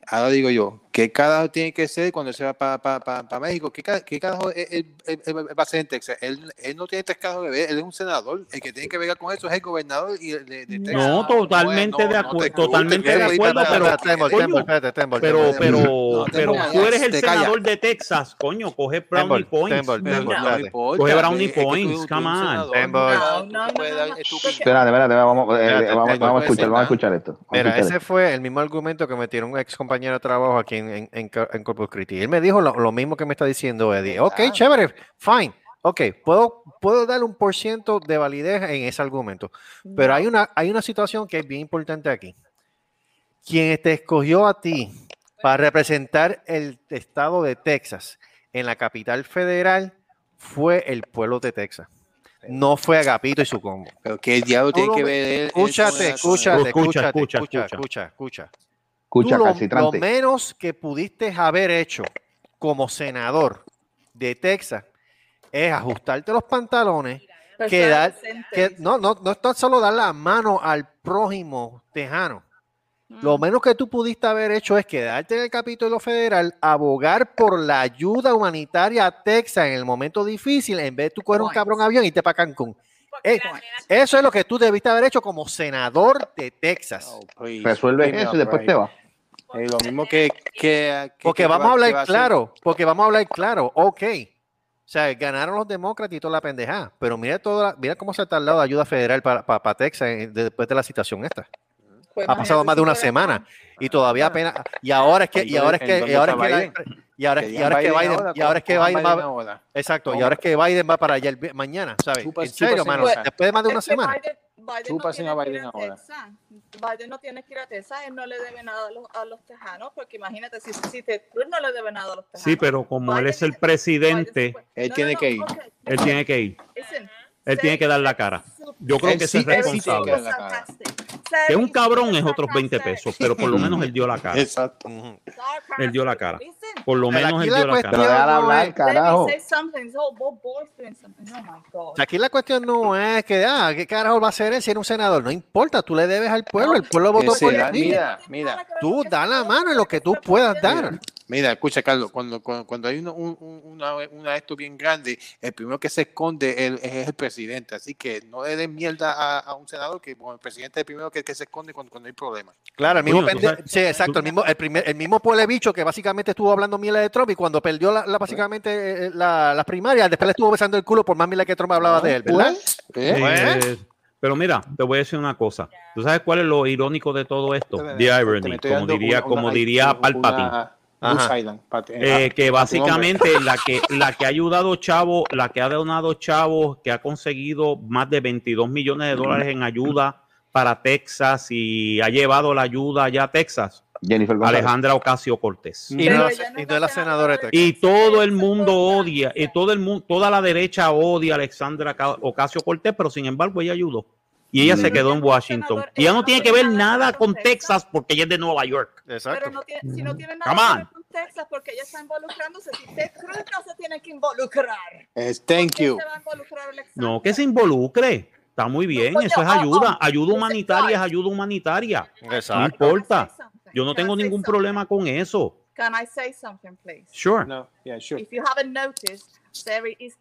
I: Ahora digo yo, ¿Qué carajo tiene que ser cuando se va para México? ¿Qué, ca- qué carajo es el, el- el- el presidente? O sea, él, él no tiene tres carajos que ver, él es un senador. El que tiene que ver con eso es el gobernador y el de, de Texas.
B: No, totalmente de acuerdo,
I: te- no te
B: totalmente de
I: quedes,
B: acuerdo,
I: espérate,
B: pero-
I: espérate,
C: Temple,
I: espérate,
B: coño,
C: Temple, espérate, Temple,
B: Pero,
C: Temple.
B: pero,
I: No, te
B: pero
I: callas,
B: tú eres el
I: te callas.
B: senador de Texas, coño, coge Brownie
C: Temple,
B: Points.
C: Temple,
I: No,
C: Temple,
I: no,
C: espérate.
I: importa,
B: Coge
I: ve,
B: brownie
I: es que tú-
B: points,
I: tú- tú
B: come
I: un
B: on.
I: senador,
C: Tembo.
H: No,
I: tú puedes
H: no,
I: dar- tú puedes
H: no,
I: dar
H: no.
I: tu
H: Porque-
I: opinión.
F: Espérate, espérate, vamos, eh,
C: Espérate,
F: vamos,
I: espérate,
F: vamos a
I: puede ser,
F: escuchar, vamos a
I: ¿no?
F: escuchar esto. Vamos a
C: Mira,
F: escuchar
C: ese
F: esto.
C: fue el mismo argumento que me tiró un ex compañero de trabajo aquí en, en, en Cor- en Corpus Christi. Él me dijo lo, lo mismo que me está diciendo Eddie. Ok,
I: ¿Verdad?
C: chévere, fine. Ok, puedo, puedo dar un por ciento de validez en ese argumento. Pero hay una, hay una situación que es bien importante aquí. Quien te escogió a ti para representar el estado de Texas en la capital federal fue el pueblo de Texas. No fue Agapito y su combo.
I: Pero qué diablo tiene
C: Tú
I: que
C: lo-
I: ver él- él con
C: Escúchate,
I: la- con-
C: escúchate,
B: Escucha,
C: escúchate,
B: escucha,
C: escucha,
B: escucha.
C: escucha, escucha
F: Escucha,
C: tú lo- lo,
F: calcitrante.
C: menos que pudiste haber hecho como senador de Texas es ajustarte los pantalones,
H: Persona
C: quedar,
H: decente.
C: que no, no, no es tan solo dar la mano al prójimo tejano. Lo
H: Mm.
C: menos que tú pudiste haber hecho es quedarte en el capítulo federal, abogar por la ayuda humanitaria a Texas en el momento difícil, en vez de tú coger un
H: Point.
C: cabrón avión y irte para Cancún.
J: Porque
C: Eh,
J: la
H: Point.
J: nena-
C: Eso es lo que tú debiste haber hecho como senador de Texas.
I: Oh, please,
F: Resuelves
I: give me
F: eso
I: a
F: y después
I: break.
F: te vas.
J: porque
I: Eh,
J: la
I: pues, lo mismo
J: nena-
I: que, que, que-
C: Porque
I: que va-
C: vamos a
I: que va
C: hablar
I: hacer.
C: claro, porque vamos a hablar claro, ok. O sea, ganaron los demócratas y toda la pendejada, pero mira toda, la- mira cómo se ha tardado la ayuda federal para Texas eh, después de la situación esta.
H: Pues
C: Ha pasado
H: imagínate
C: más de
H: si
C: una
H: fuera
C: semana
H: Trump.
C: y todavía apenas y ahora es que y
I: ¿En
C: ahora es
I: dónde- en
C: que y
I: dónde
C: ahora es
I: está
C: que la-
I: Biden?
C: y ahora y ahora es que
I: Biden
C: Biden
I: ahora,
C: y ahora es que
I: cojan
C: Biden va
I: ahora.
C: exacto, y
I: Cojan-
C: ahora es que Biden va para allá el vi- mañana, ¿sabes?
I: Chupa-
C: En
I: chupa
C: serio,
I: sin
C: mano,
I: gozar.
C: después de más de
H: Es
C: una
H: que
C: semana.
H: Biden, Biden no
I: Chúpasen
H: tiene
I: a
H: que ir
I: Biden
H: a
I: ahora.
H: Texas. Biden no tiene que ir a Texas. Él no le debe nada a los, a los tejanos, porque imagínate, si, si te, Trump no le debe nada a los tejanos.
B: Sí, pero como él
H: Biden
B: es
H: se-
B: el
H: Biden se fue.
B: presidente,
I: Él tiene que ir.
H: ok,
B: él tiene que ir.
H: listen,
B: Él tiene que dar la cara. Yo creo
I: Él
B: que
I: sí-
B: ese es
I: él sí
B: responsable.
I: tiene que-
J: Ah.
B: Que es un cabrón es otros 20 pesos, pero por lo menos él dio la cara.
I: Exacto.
C: Ujú.
B: Él dio la cara. Por lo
C: Pero
B: menos
C: aquí
B: él
C: la
B: dio la
C: cuestión-
F: Pero
B: cara.
F: déjala
C: no,
F: hablar,
C: eh.
F: carajo.
H: Say something. He's all both boys doing something. Oh my God.
C: Aquí la cuestión no es que, ah, ¿qué carajo va a hacer él si era un senador? No importa, tú le debes al pueblo, el pueblo votó
I: Ese
C: por
I: da-
C: ti.
I: mira, mira.
C: Tú da la mano en lo que tú puedas dar.
I: Mira, escucha, Carlos, cuando, cuando, cuando hay uno- un- un- una, una de estos bien grande, el primero que se esconde el- es el presidente. Así que no le den mierda a, a un senador, que bueno, el presidente es el primero que, que se esconde cuando, cuando hay problemas.
C: Claro, el mismo
B: Coño, tú
C: pende-
B: sabes-
C: sí, exacto, el mismo, el primer, el mismo pueblo bicho que básicamente estuvo hablando miles de Trump y cuando perdió la, la- básicamente eh, la, las primarias, después le estuvo besando el culo por más miles que Trump hablaba de él, ¿verdad?
I: ¿Eh?
B: Eh, pero mira, te voy a decir una cosa. ¿Tú sabes cuál es lo irónico de todo esto? The irony, como diría, como diría Palpatine.
C: Ajá.
I: Goose Island, Pat-
B: Eh, que
I: ah, a tu nombre.
B: básicamente la que, la que ha ayudado Chavo, la que ha donado Chavo, que ha conseguido más de 22 millones de dólares en ayuda para Texas y ha llevado la ayuda allá a Texas,
F: Jennifer González.
B: Alejandra Ocasio Cortés.
C: Y no, y no la senadora de Texas.
B: Y todo el mundo odia, y todo el mundo, toda la derecha odia a Alexandra Ocasio Cortés, pero sin embargo ella ayudó. Y ella se
H: Pero
B: quedó
H: ella
B: en
H: no es
B: Washington.
H: senadora,
B: Y ella
H: ella
B: no
H: no
B: tiene que
H: tiene
B: ver
H: nada que
B: nada
H: ver
B: con
H: con
B: Texas
H: Texas.
B: porque ella es de Nueva York.
H: Pero
C: Exacto.
H: no tiene, si no tiene
B: Come
H: nada que
B: on.
H: ver con Texas, porque ella está involucrándose, si Ted Cruz no se tiene que involucrar,
I: Eh,
H: ¿por
I: thank
H: qué
I: you.
H: se va a involucrar Alexandra?
B: No, que se involucre. Está muy bien,
H: coño,
B: eso es
H: oh,
B: ayuda.
H: oh,
B: Ayuda
H: dice,
B: humanitaria es
H: "Ay".
B: ayuda humanitaria. No
C: Exacto.
B: importa.
H: Can I say something?
B: Yo no
H: Can I
B: tengo
H: say
B: ningún
H: something?
B: problema con eso.
H: Can I say something, please?
B: Sure.
I: No, yeah, sure.
H: If you haven't noticed, Sherry is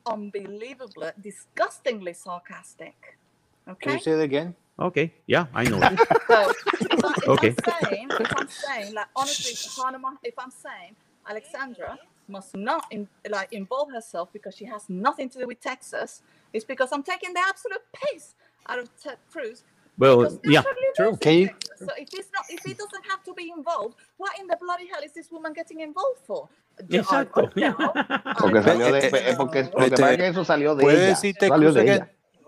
H: unbelievably, disgustingly sarcastic.
I: Can you
H: Okay?
I: say it again?
B: Ok, yeah, I know.
H: So, if, I, if
B: Okay.
H: I'm saying, if I'm saying, like honestly, if I'm, if I'm saying Alexandra must not in, like involve herself because she has nothing to do with Texas, it's because I'm taking the absolute piss out of Ted Cruz.
B: Well,
H: because Ted
B: yeah,
H: Cruz lives
B: true.
H: in
I: Can you-
H: Texas. So if he's not, if he doesn't have to be involved, what in the bloody hell is this woman getting involved for?
B: Exacto.
F: Porque
H: I
F: salió de.
H: don't
F: eh, Porque
H: know.
F: lo que
I: Este-
F: pasa es que eso salió de
I: ¿Puedes
F: ella.
I: decir Ted
F: Salió
I: Cruz
F: de
I: again?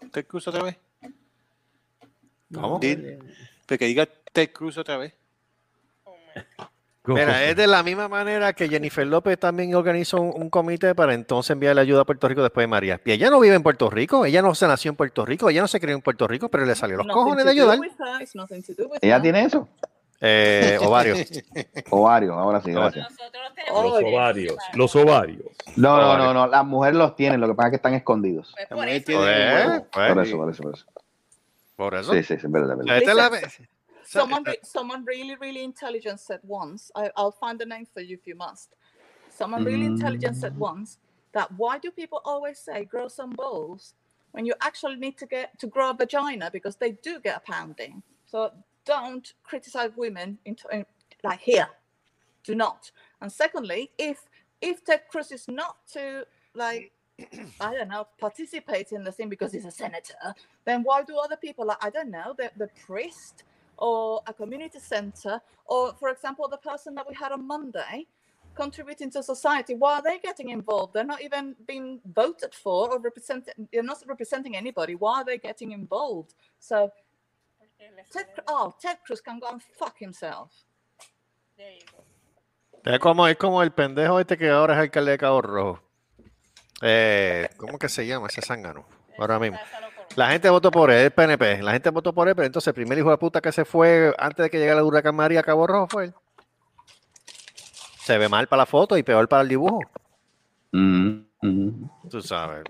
F: ella.
I: ¿Ted Cruz otra vez?
C: ¿Cómo?
I: Di- pero que diga Ted Cruz otra vez.
B: Go, go,
C: Mira,
B: go.
C: es de la misma manera que Jennifer López también organizó un, un comité para entonces enviarle ayuda a Puerto Rico después de María. Y ella no vive en Puerto Rico, ella no se nació en Puerto Rico, ella no se crió en Puerto Rico, pero le salió los
H: Nothing
C: cojones
H: to
C: de
H: do
C: ayudar.
H: with her, it's nothing to do with
F: Ella
H: her.
F: tiene eso.
C: Eh, ovario.
F: Ovarios, ahora sí, gracias.
J: Nosotros tenemos
H: Los
J: que-
B: ovarios, los ovarios.
F: No, no, no, no. Las mujeres los tienen, lo que pasa es que están escondidos.
J: Pues por
I: La mujer
J: eso,
I: tiene
C: Eh,
I: huevo.
C: pues,
F: Por eso, por eso, por eso.
C: por eso.
F: Sí, sí, sí, es verdad, es
C: O sea,
F: verdad.
C: esta es la-
H: Someone, re- someone really, really intelligent said once, I, I'll find the name for you if you must. Someone really intelligent said once that why do people always say grow some balls when you actually need to get to grow a vagina because they do get a pounding. So don't criticize women in, in like here, do not. And secondly, if if Ted Cruz is not to like I don't know participate in the thing because he's a senator, then why do other people like I don't know the the priest or a community center or for example the person that we had on Monday contributing to society why are they getting involved they're not even being voted for or represented they're not representing anybody why are they getting involved so Ted, oh, Ted Cruz can go and fuck himself.
J: There you go.
C: Es como, es como el pendejo este que ahora es alcalde de Cabo Rojo. Eh, ¿Cómo que se llama ese zángano? Ahora mismo. La gente votó por él, el PNP. La gente votó por él, pero entonces el primer hijo de puta que se fue antes de que llegara el huracán María a Cabo Rojo fue él. Se ve mal para la foto y peor para el dibujo.
F: Mm, mm.
C: Tú sabes.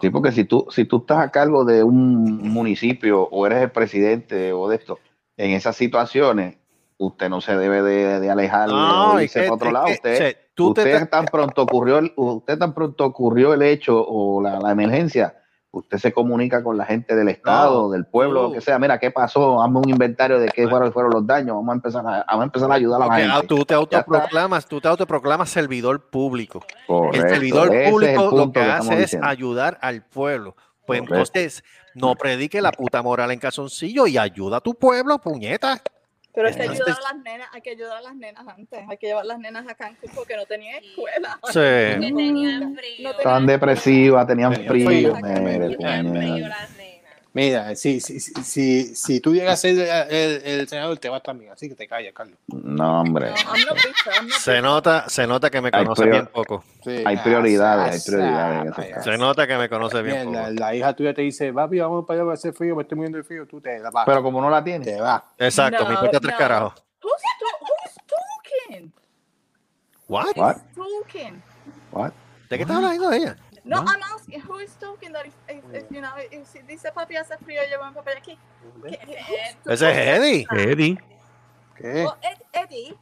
F: Sí, porque si tú, si tú estás a cargo de un municipio o eres el presidente o de esto, en esas situaciones, usted no se debe de, de alejar
C: No,
F: o
C: es
F: irse
C: que-
F: para otro
C: es
F: lado.
C: que,
F: Usted,
C: o sea, tú te
F: usted
C: estás-
F: tan pronto ocurrió el, usted tan pronto ocurrió el hecho o la, la emergencia, usted se comunica con la gente del estado,
C: No,
F: del pueblo,
C: tú-
F: lo que sea. Mira, ¿qué pasó? Hazme un inventario de qué
C: Ah.
F: fueron, fueron los daños. Vamos a empezar a, vamos a empezar a ayudar a la
C: porque, ah,
F: gente.
C: tú te
F: está.
C: autoproclamas, tú te autoproclamas servidor público.
F: Correcto,
C: el servidor
F: ese es el
C: público lo
F: punto
C: que,
F: estamos
C: hace es
F: diciendo.
C: ayudar al pueblo. Pues
F: Correcto.
C: entonces, no predique la puta moral en calzoncillo y ayuda a tu pueblo, puñeta.
H: Pero hay que
C: Entonces-
H: ayudar a las nenas, hay que ayudar a las nenas antes, hay que llevar las nenas a Cancún porque no tenían escuela.
C: Sí.
J: Que tenían frío.
H: No
F: Estaban
H: tenía-
F: depresivas, tenían
I: Tenían
F: frío.
I: frío.
F: Mere,
J: Tenían frío
F: puñeta.
J: las nenas.
I: Mira, si, si, si, si, si tú llegas a ser el, el- el senador, te vas también. Así que te callas, Carlos.
F: No, hombre.
H: No, I'm not bitter, I'm not
C: Se nota, se nota que me
F: Ay,
C: conoce
F: pero-
C: bien poco.
I: Sí.
F: Hay
I: Ah,
F: prioridades,
I: ah,
F: hay prioridades en
I: ah,
F: ese caso.
C: Se nota que me conoce bien
I: Bien, la,
C: poco.
I: la hija tuya te dice, papi, vamos para allá, va a hacer frío, me estoy muriendo de frío, tú te vas.
F: Pero como no la tiene.
I: te vas.
C: Exacto,
H: No,
C: me importa tres
H: no.
C: carajos.
H: Who's, to- who's talking?
C: What?
H: Who is talking?
F: What?
C: ¿De qué está hablando ella?
H: No,
C: Huh?
H: I'm asking who is talking that if, if, if you know, if she eh, dice papi hace frío, yo voy a papá aquí. eh,
C: Ese es Eddie.
B: Eddie.
I: ¿Qué?
H: Oh, Eddie.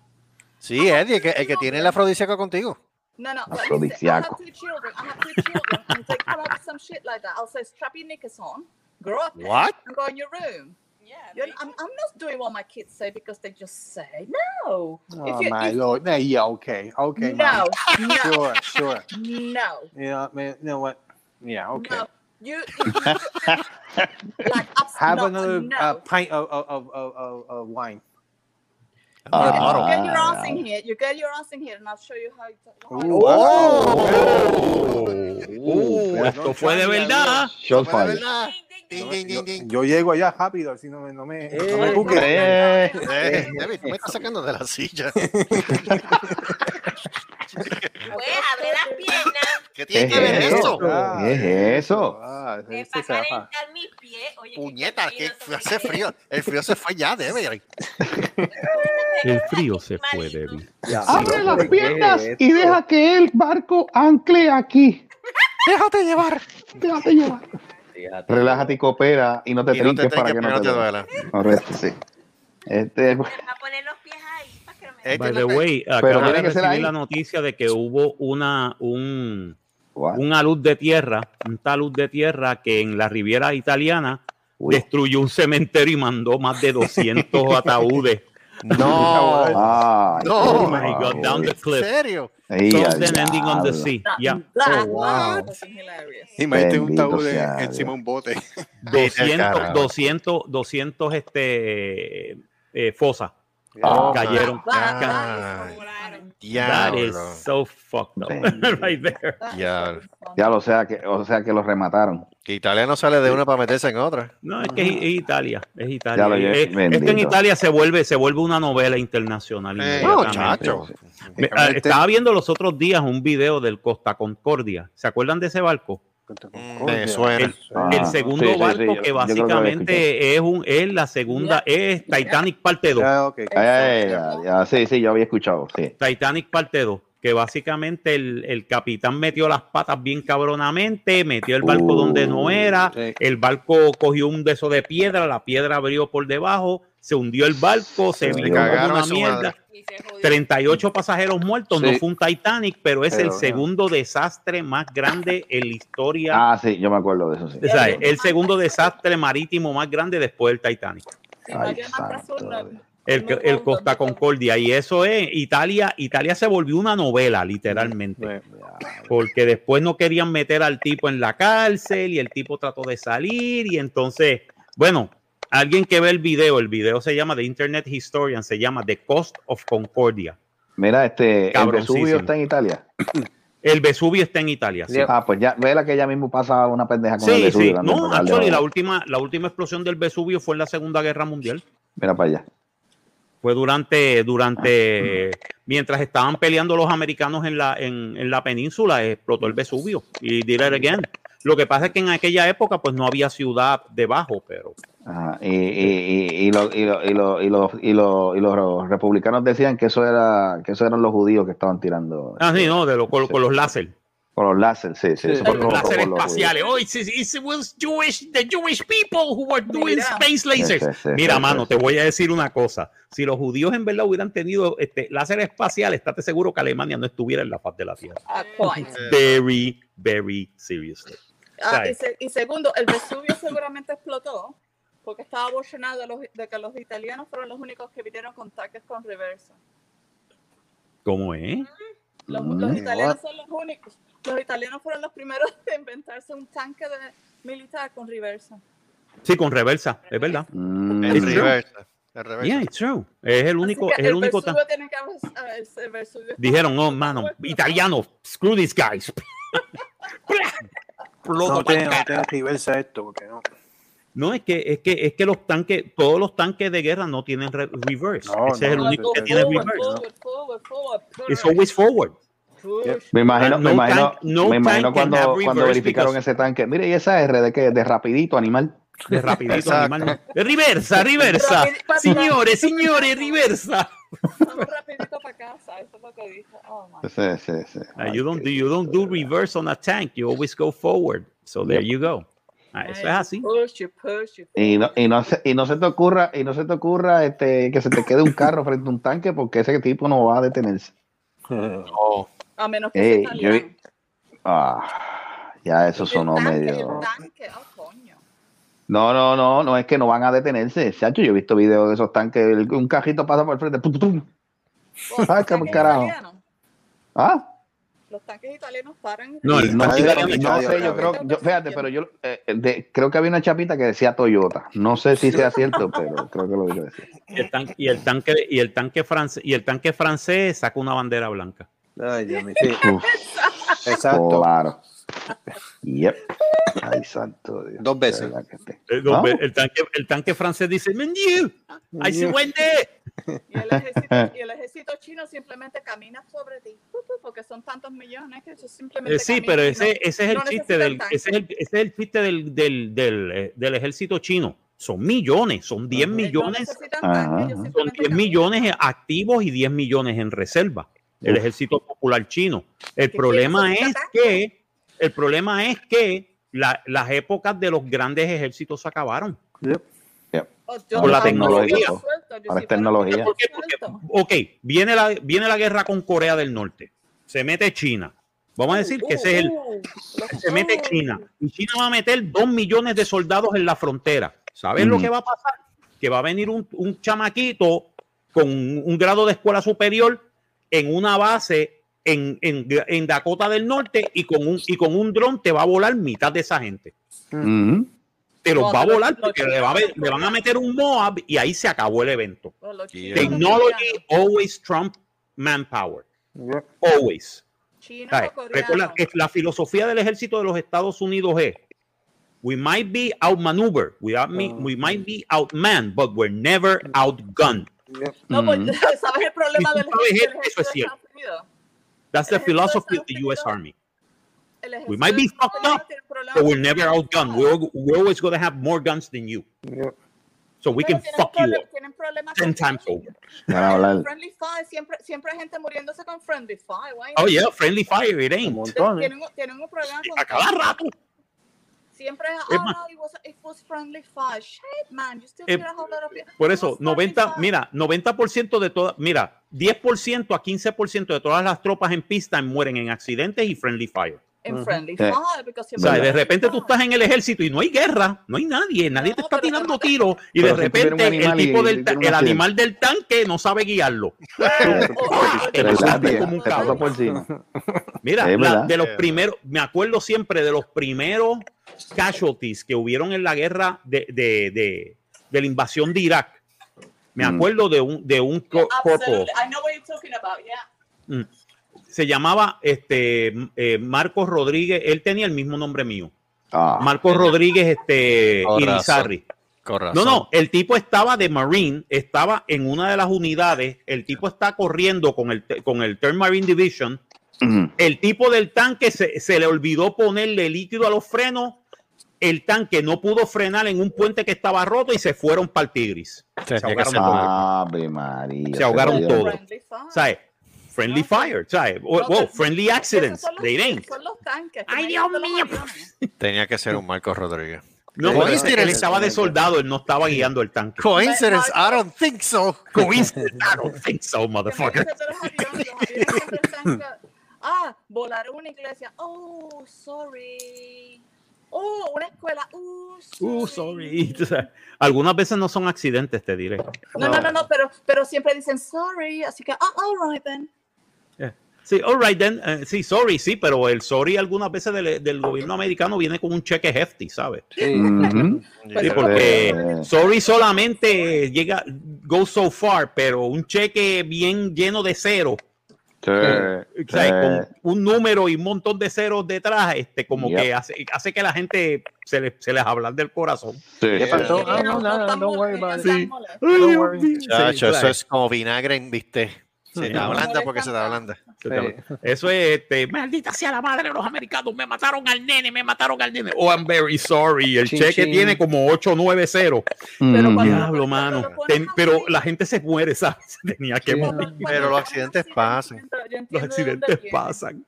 C: Sí, Eddie, el que, el que tiene el afrodisíaco contigo.
H: No, no, but listen, I have
F: Afrodisiaco.
H: two children. I have two children. and if they come up with some shit like that, I'll say, strap your knickers on, grow up,
C: What?
H: and go in your room.
J: Yeah,
H: You're,
J: bitch.
H: I'm, I'm not doing what my kids say because they just say no.
I: Oh,
H: you-
I: my lord. Yeah, yeah, okay, okay,
H: no,
I: mom.
H: no,
I: Sure, sure.
H: no,
I: You know, man, you know what? Yeah, okay.
H: no. You, like, abs-
I: Have
H: no,
I: another
H: no.
I: uh, pint of, of, of, of- of, of
H: You
I: wine.
C: Ah,
H: get-
C: claro.
H: you get your ass
F: Ah.
H: in here. You get your ass in here, and I'll show you how. It's, how it's-
I: Ooh,
C: Oh,
B: Uh, esto fue de verdad.
F: Shot fire.
J: Ding, ding, ding.
I: Yo,
G: ah.
I: yo- yo llego allá rápido, así no me, no me, no me
E: Eh.
I: juzguen.
F: Eh,
C: Eh, David, tú me estás sacando de la silla.
J: Pues abre las piernas.
C: ¿Qué tiene
F: ¿Qué
C: que ver
F: es eso?
C: eso?
I: Ah,
F: ¿Qué es eso?
I: Ah, ese-
J: De
I: ese
J: para
I: se va.
J: calentar mis pies. Oye,
C: Puñeta, que
J: que
C: f- hace frío. El frío se fue ya, debe.
B: El frío se fue, Debbie.
F: Abre
E: Sí,
F: las
E: ¿qué
F: piernas
E: es
F: y
E: esto?
F: deja que el barco ancle aquí.
C: Déjate llevar.
F: Déjate llevar.
E: Fíjate.
F: Relájate y coopera y no te
C: Y no te
F: trinques
C: tengas
F: para que
C: que no te
F: duela.
C: duela.
F: Correcto, sí. Este,
J: Va a poner los pies ahí para que no me
H: Este
C: Eh,
B: By the way, acabo
F: tiene
B: de
F: que ser
B: recibir
F: ahí.
B: la noticia de que hubo una, un,
F: what?
B: una luz de tierra, un talud de tierra que en la Riviera Italiana
F: Uy.
B: destruyó un cementerio y mandó más de 200 ataúdes.
C: No.
F: Ah. Ay,
C: No.
F: por
B: Oh my God,
F: favor.
B: down the
C: ¿En
B: cliff.
C: serio?
F: Ay,
B: Some
F: al
B: then ending on the
F: diablo.
B: sea.
H: That-
B: Yeah.
H: that
F: Oh,
H: was
F: wow.
H: fucking hilarious.
I: Imagínate un
F: Bendito
I: taúd en-
F: sea
I: encima de un bote.
C: Vete al
B: 200,
C: carajo.
B: 200, 200 este, eh, fosas
C: Oh,
B: cayeron.
C: my
H: That- that is
C: God.
H: fucking funny.
B: That is
C: Diablo.
B: so fucked up
F: Bendito.
B: right there.
H: That is
C: Diablo.
H: fucking funny.
F: Ya lo sea que, o sea que lo remataron.
C: Que Italia no sale de una para meterse en otra.
B: No, es que es, es Italia, es Italia.
F: Ya lo llevé,
B: Eh, esto en
F: bendito.
B: Italia se vuelve, se vuelve una novela internacional.
I: Eh,
C: No,
B: inmediatamente.
C: chacho.
B: Me- ah, estaba viendo los otros días un video del Costa Concordia. ¿Se acuerdan de ese barco?
C: Me suena.
B: el segundo
F: Ah, sí,
B: barco que
F: sí, yo- yo creo que lo había
B: básicamente es un es la segunda es Titanic parte 2.
I: Ah, ok.
F: Ay, ay, ay, ya, sí, sí, yo había escuchado, sí.
B: Titanic parte 2, que básicamente el, el capitán metió las patas bien cabronamente, metió el barco
F: Uh,
B: donde no era,
I: sí.
B: el barco cogió un de esos de piedra, la piedra abrió por debajo, se hundió el barco, se
C: Se
B: vio como
C: cagaron a
B: una
C: su
B: mierda.
C: madre.
H: Y se jodió.
B: 38 pasajeros muertos,
F: Sí.
B: no fue un Titanic, pero es
F: Pero,
B: el
F: no.
B: segundo desastre más grande en la historia
F: Ah, sí, yo me acuerdo de eso, sí.
B: O sea, el segundo desastre marítimo más grande después del Titanic,
H: Si no hay
F: Ay,
H: una
F: santo
H: persona-
F: Dios.
B: el,
H: No,
B: el
H: no,
B: Costa
H: no, no.
B: Concordia. Y eso es, Italia, Italia se volvió una novela, literalmente, porque después no querían meter al tipo en la cárcel y el tipo trató de salir. Y entonces, bueno, alguien que ve el video, el video se llama The Internet Historian, se llama The Cost of Concordia.
F: Mira, este, el
B: Cabroncísimo.
F: Vesubio está en Italia.
B: El Vesubio está en Italia. sí.
F: Ah, pues ya, vela que ella mismo pasa una pendeja con el
B: Sí,
F: Vesubio
B: sí,
F: también,
B: no,
F: por darle
B: actually,
F: joder.
B: la última, la última explosión del Vesubio fue en la Segunda Guerra Mundial.
F: Mira para allá.
B: fue durante, durante
F: Ah.
B: mientras estaban peleando los americanos en la, en, en la península, explotó el Vesubio y did it again. Lo que pasa es que en aquella época pues no había ciudad debajo, pero
F: Ajá, Y, y, y, y, lo- y, lo- y, lo- y, lo- y, lo- y los republicanos decían que eso era que eso eran los judíos que estaban tirando
B: ah, sí, no, de lo- con, con los láser,
F: con los láser, sí, sí, eso
B: con los
F: provocó
B: láser
F: por los
B: espaciales. Oh, it's, it's- it was Jewish, the Jewish people who were doing
H: Mira.
B: space lasers.
F: Sí, sí, sí,
B: Mira,
F: sí,
B: mano,
F: sí.
B: te voy a decir una cosa. Si los judíos en verdad hubieran tenido este láser espacial, estate seguro que Alemania no estuviera en la faz de la Tierra.
H: Ah, point.
B: Very, very seriously.
H: Ah,
B: Sabe.
H: y, se- y segundo, el Vesubio seguramente explotó porque estaba aborcionado de, los- de que los italianos fueron los únicos que vinieron con tanques con reversa.
B: ¿Cómo es?
H: Los,
F: Mm,
H: los italianos son los únicos. Los italianos fueron los primeros de inventarse un tanque de militar con reversa.
B: Sí, con reversa, es verdad.
F: Mm,
B: Es
C: En
B: real.
C: reversa. En reversa.
B: Yeah, it's true. Es el único,
H: Así
B: es
H: que
B: el, único. tan-
H: Vesubio tiene que haber- ah, el- el Vesubio está-
B: Dijeron, oh, mano,
H: Bueno,
B: italiano, screw these guys.
I: No tiene, no tiene reversa esto, porque no.
B: No, es que, es que, es que los tanques, todos los tanques de guerra no tienen re- reverse.
I: No,
B: Ese es el
I: no,
B: único
I: no,
B: que
I: no,
B: tiene
I: no.
H: forward,
B: reverse.
H: forward, forward, forward,
B: It's always forward.
H: push.
F: Me imagino,
B: Ah,
F: me
B: no
F: imagino,
B: tank- no
F: me imagino
B: tank can have
F: cuando, cuando
B: reverse
F: verificaron
B: because-
F: ese tanque. Mire, ¿y esa R de qué? De rapidito, animal.
B: De rapidito,
C: Exacto.
B: animal. no. Reversa, reversa.
H: Rapidito,
B: señores,
H: rapidito.
B: señores, reversa.
H: Vamos rapidito para casa. Eso es lo que dijo. Oh, my.
F: Sí, sí, sí.
B: Ah, you don't do, you don't do reverse on a tank. You always go forward. So there
F: Yep.
B: you go. Ah, eso es así.
H: Push, you push, you
F: Y no, y no se, y no se te ocurra, y no se te ocurra este, que se te quede un carro frente a un tanque porque ese tipo no va a detenerse.
H: A menos que
F: Ey,
H: sea
F: yo vi-
H: italiano.
F: Ah, ya eso
H: El
F: sonó
H: tanque,
F: medio.
H: El tanque, oh, coño.
F: No, no, no, no es que no van a detenerse. Chacho, yo he visto videos de esos tanques, el- un cajito pasa por el frente. ¡pum, pum, pum!
H: Los
F: Ah, qué
H: tanques
F: carajo.
H: italianos,
F: ¿Ah?
H: Los tanques italianos paran.
B: No, el
F: No
B: tanque
F: sé,
B: italiano
F: no
B: está-
F: sé, yo creo, yo, fíjate, pero yo eh, de- creo que había una chapita que decía Toyota. No sé si sea cierto, pero creo que lo dije decir.
B: Y el tan- y el tanque y el tanque francés y el tanque francés saca una bandera blanca.
I: Ay, Dios mío, sí.
F: Uf,
I: Exacto.
F: Claro. Yep. Ay, santo Dios.
E: Dos veces.
F: De verdad que sí.
B: Eh, no,
F: Ah.
B: ve, El, tanque, el tanque francés dice, "Mon Dieu, I see one day".
H: Y el, ejército, y el ejército chino simplemente camina sobre ti. pu, pu, Porque son tantos millones que ellos simplemente.
B: Eh, sí,
H: caminan
B: pero
H: y
B: ese, ese es el
H: no
B: chiste
H: necesitan
B: del,
H: tanque.
B: ese es el, ese es el chiste del, del, del, eh, del ejército chino. Son millones, son 10
H: no- ellos no
B: millones,
H: necesitan
F: Ajá,
H: tanque, ellos
F: ajá. Son
B: son
H: simplemente
B: 10
H: caminan.
B: millones activos y 10 millones en reserva. El
F: Uf.
B: ejército popular chino. El
H: sí,
B: problema
H: eso
B: es
H: está
B: que el problema es que la- las épocas de los grandes ejércitos se acabaron.
H: Oh, yo
B: Por la
H: ahora
B: tecnología.
H: estoy suelto, yo si
F: Ahora es
H: fuera
F: tecnología.
H: un
B: ¿Por qué?
H: suelto.
B: Porque, ok, viene la, viene la guerra con Corea del Norte, se mete China. Vamos a decir que ese es el.
H: Uh, uh,
B: Se mete
H: uh.
B: China. Y China va a meter dos millones de soldados en la frontera. ¿Saben lo
F: Ujú.
B: que va a pasar? Que va a venir un, un chamaquito con un un grado de escuela superior en una base en, en- en Dakota del Norte y con un, y con un dron te va a volar mitad de esa gente.
F: Ujú.
B: Te los
H: No,
B: va a
H: los-
B: volar
H: los
B: porque le, va a ver-
H: chinos-
B: le van a meter un Moab y ahí se acabó el evento.
H: Oh, los chinos, los
B: Technology
H: coreanos.
B: always trump manpower.
I: Yeah.
B: Always.
H: Chinos
B: ¿Sabes?
H: o coreanos.
B: Recuerda que la filosofía del ejército de los Estados Unidos es We might be outmaneuvered, we, are mi- we might be outmanned, but we're never outgunned.
H: No, pues,
F: Ujú.
H: ¿sabes el problema
B: Y
H: del
B: tú sabes
H: ejército
B: esto,
H: del
B: eso
H: ejército
B: es
H: de
B: cierto.
H: Estados Unidos?
B: That's the
H: El ejército de
B: philosophy of the
H: Estados Unidos-
B: U.S.
H: El
B: Army. We
H: ejército
B: might
H: de
B: be
H: Estados
B: fucked
H: Unidos
B: up,
H: tiene un problema
B: But we're
H: con
B: never
H: el
B: outgunned. We're, al- we're always going to have more guns than you. So we
H: Pero tienen
B: can fuck you
H: problem-
B: up
H: tienen problemas
B: 10
H: con
B: times
H: friendly-
B: over.
F: Van a hablar-
H: Friendly fire, siempre, siempre hay gente muriéndose con friendly fire. why
B: Oh,
H: not?
B: yeah, friendly fire, it ain't.
I: Un montón.
H: Tienen, tienen un problema con
B: A cada rato.
H: Si siempre,
B: Es
H: oh
B: más-
H: no, it was, it was friendly fire. Shit, man, you still
B: Eh,
H: get a whole lot of people.
B: Por
H: It
B: eso,
H: was friendly
B: 90,
H: fire.
B: mira, 90% de todas, mira, 10% a 15% de todas las tropas en pista mueren en accidentes y friendly fire.
H: En friendly
F: Sí.
H: fire, because
B: O sea,
H: siempre-
B: de repente tú estás en el ejército y no hay guerra, no hay nadie, nadie te
H: No,
B: está
H: pero-
B: tirando tiros y de
F: Pero si tuviera un
B: repente el
F: animal y-
B: tipo
F: y
B: del ta-
F: tiene un
B: el
F: accidente.
B: animal del tanque no sabe guiarlo.
H: Oh,
B: Te
F: Verdad,
B: pasó
F: tía,
B: como un
F: te pasó
B: cabrón.
F: por encima.
B: Mira,
F: Es
B: la-
F: verdad.
B: de los
C: Es
B: primeros, me acuerdo siempre de los primeros casualties que hubieron en la guerra de, de, de- de la invasión de Irak. Me
F: Mm.
B: acuerdo de un, de un co- corporal.
H: Absolutely. I know what you're talking about, yeah.
B: Se llamaba este, eh, Marcos Rodríguez. Él tenía el mismo nombre mío.
F: Ah,
B: Marcos Rodríguez este,
C: Con razón.
B: Irizarry.
C: Correcto.
B: No, no, el tipo estaba de Marine, estaba en una de las unidades, el tipo está corriendo con el, con el Third Marine Division,
F: ujú.
B: el tipo del tanque se, se le olvidó ponerle líquido a los frenos, el tanque no pudo frenar en un puente que estaba roto y se fueron para el Tigris.
C: Tenía
B: se
C: que
B: ahogaron
C: ser-
B: todos.
F: Ave María.
B: Se ahogaron
F: jodió.
B: todos.
H: Friendly fire.
B: ¿Sabes? Friendly
H: No,
B: fire, ¿sabes? Wow,
H: No,
B: wow,
H: pero-
B: oh, friendly accidents,
H: Esos son los-
B: they ain't.
H: Son los tanques. que
B: Ay,
H: no
B: Dios
H: son los
B: mío.
H: aviones.
C: Tenía que ser un Marcos Rodríguez.
B: No,
F: Pero
B: pero
C: es
B: él
C: que-
B: estaba de soldado, él no estaba guiando el tanque.
C: Coincidence, I don't think so.
B: Coincidence, I don't think so,
H: Que me
B: motherfucker.
H: dicen de los aviones, los aviones siempre están que- Ah, volaron una iglesia. Oh, sorry. Oh, una escuela. Uh, sorry.
B: Uh, sorry. Tú sabes, Algunas veces no son accidentes, te diré.
H: No, no, no, no, pero, pero siempre dicen sorry, así que, ah, all right then.
B: Sí, all right then. eh, sí, sorry, sí, pero el sorry algunas veces del, del gobierno americano viene con un cheque hefty, ¿sabes?
F: Ujú.
B: Sí,
H: Pero-
B: porque
F: Eh.
B: sorry solamente llega, go so far, pero un cheque bien lleno de cero,
F: Sí,
B: ¿sabes?
F: sí.
B: con un número y un montón de ceros detrás, este, como
F: Yep.
B: que hace, hace que la gente se, le- se les habla del corazón.
F: Sí,
I: ¿Qué pasó?
F: sí.
I: Ah, no, nada,
H: están
I: don't worry
H: molestos,
I: about
H: eh,
I: it.
H: no están
B: Sí.
H: molestos.
B: Ay, Dios
I: worry.
B: mío.
C: Chacho,
B: Sí,
C: eso
B: ¿sabes?
C: es como vinagre, en- viste. Se te
B: No.
C: ablanda porque se te ablanda.
B: Se te habla. Eso es, este, maldita sea la madre de los americanos, me mataron al nene, me mataron al nene. Oh, I'm very sorry. El
E: Chin,
B: cheque
E: chin.
B: tiene como 890.
H: Pero cuando-
B: Diablo,
H: cuando
B: mano.
H: lo pones
B: Ten-
H: así-
B: pero la gente se muere, ¿sabes? Tenía que
E: Sí.
B: morir.
H: cuando- cuando
C: Pero los
H: lo
C: accidentes
H: pones así,
C: pasan.
H: yo entiendo- yo
B: Los
H: entiendo de dónde
B: accidentes
H: viene.
B: pasan.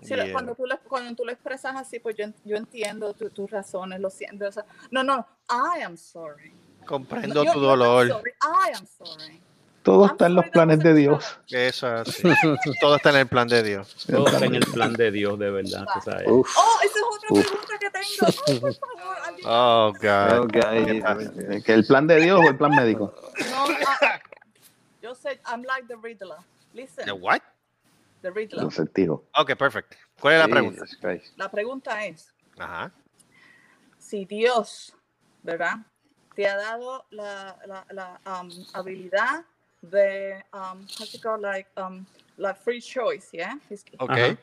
H: Sí, lo-
C: Yeah.
H: cuando, tú lo, cuando tú lo expresas así, pues yo, en- yo entiendo tu- tus razones, lo siento. o sea, no, no, I am sorry.
C: Comprendo
H: Yo-
C: tu
H: yo- I'm
C: dolor.
H: sorry, I am sorry.
F: Todo
H: I'm
F: está en los
H: sorry that
F: planes
H: was
F: de
H: a
F: Dios.
C: Eso es así. Todo está en el plan de Dios.
B: Todo está en el plan de Dios, de verdad. tú sabes.
F: Uf.
H: Oh, esa es otra
F: Uf.
H: pregunta que tengo. Ay, por favor, alguien-
C: Oh, God.
F: Ok, Que el plan de Dios o el plan médico.
H: No, I- yo sé, I'm like the Riddler. Listen,
C: The what?
H: the Riddler.
F: Los certijos.
C: Ok, perfect. ¿Cuál es la pregunta?
F: Jesus Christ.
H: La pregunta es,
C: Ajá.
H: si Dios, ¿verdad? Te ha dado la, la, la um, habilidad de, um, how's it called, like, um, like free choice, yeah? He's,
C: Ok.
B: Ajá.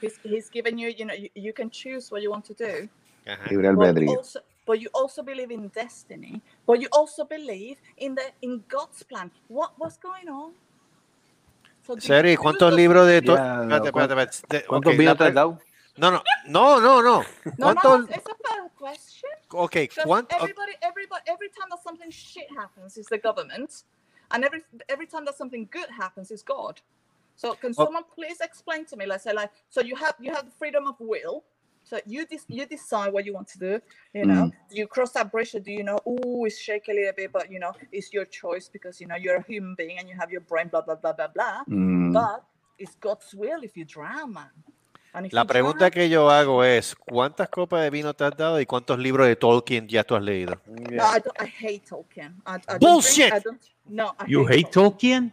H: he's, he's given you, you know, you, you can choose what you want to do.
C: Ajá.
F: Libre
H: But
F: albedrío.
H: also, but you also believe in destiny. But you also believe in the in God's plan. What was going on? So do you
C: Seri,
H: choose
C: ¿cuántos
H: the-
C: libros de to-
F: Ya,
C: Espérate, espérate, espérate. De-
E: ¿Cuántos
C: ok,
E: vinos
C: la pre-
E: te has dado?
C: No, no, no, no, no.
H: No,
C: ¿Cuántos?
H: no, it's not a question.
C: Ok,
H: Because
C: ¿cuánto- ok,
H: everybody, everybody, every time that something shit happens, is the government, and every every time that something good happens, is God. So can
E: Oh.
H: someone please explain to me? Let's say like, so you have you have the freedom of will. So you dis- you decide what you want to do.
F: Mm.
H: You know, do you cross that bridge? Or do you know? Ooh, it's shaky a little bit, but you know, it's your choice because you know you're a human being and you have your brain. Blah blah blah blah blah.
F: Mm,
H: But it's God's will if you drown, man. And if
C: La
H: you drown-
C: pregunta que yo hago es, ¿cuántas copas de vino te has dado y cuántos libros de Tolkien ya tú has leído?
H: No, I, don't, I hate Tolkien. I, I don't drink-
C: Bullshit!
H: I don't. No, I
B: You hate Tolkien?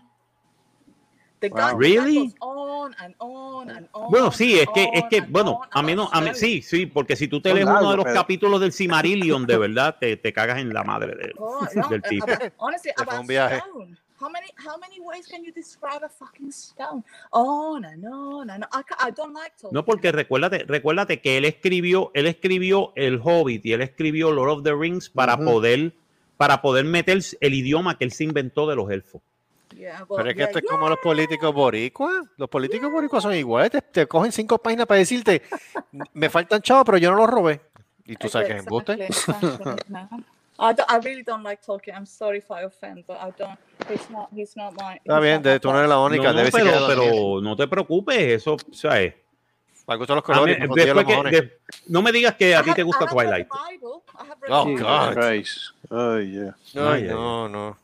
H: The guy- the guy
B: Really?
H: goes on and on and on
B: Bueno, sí, es
H: and
B: que, es
H: on
B: que,
H: and
B: bueno,
H: on
B: a mí Oh, no,
H: about
B: a mí,
H: Sherry.
B: sí, sí, porque si tú te
I: Son
B: lees uno de
I: largos,
B: los
I: pero-
B: capítulos del Simarillion, de verdad, te, te cagas en la madre de-
H: Oh, no,
B: del
H: uh,
B: tipo.
H: about- honestly,
C: Se fue
H: about
C: un viaje.
H: stone. How many how many ways can you describe a fucking stone? Oh, On and on and on. I, ca- I don't like Tolkien.
B: No, porque recuérdate, recuérdate que él escribió, él escribió El Hobbit y él escribió Lord of the Rings para poder para poder meter el idioma que él se inventó de los elfos.
H: Yeah, well,
C: Pero es que
H: yeah,
C: esto es
H: yeah.
C: como los políticos boricuas. Los políticos boricuas son iguales. Te, te cogen cinco páginas para decirte, me faltan chavos, pero yo no los robé. Y tú sabes que es
H: Exactly,
C: embuste.
H: exactly, no. I, don't, I really don't like Tolkien. I'm sorry if I offend, but I don't. He's not. He's not my.
C: Está
H: he's
C: bien,
H: not my
C: de- tú no eres la
B: No,
C: única.
B: no,
C: debe ser que
B: pero,
C: eres la
B: pero
C: única.
B: no te preocupes, eso, ¿sabes?
C: Me gustan los
B: A mí-
C: colores. y me jodían los
B: después que-
C: mojones.
B: de- no me digas que a ti te gusta
H: I have read the
B: Twilight.
H: Bible. I have read
C: Oh,
H: the Bible.
C: God.
I: Christ. Ay, yeah.
C: Ay,
B: Ay, ay,
C: no, no.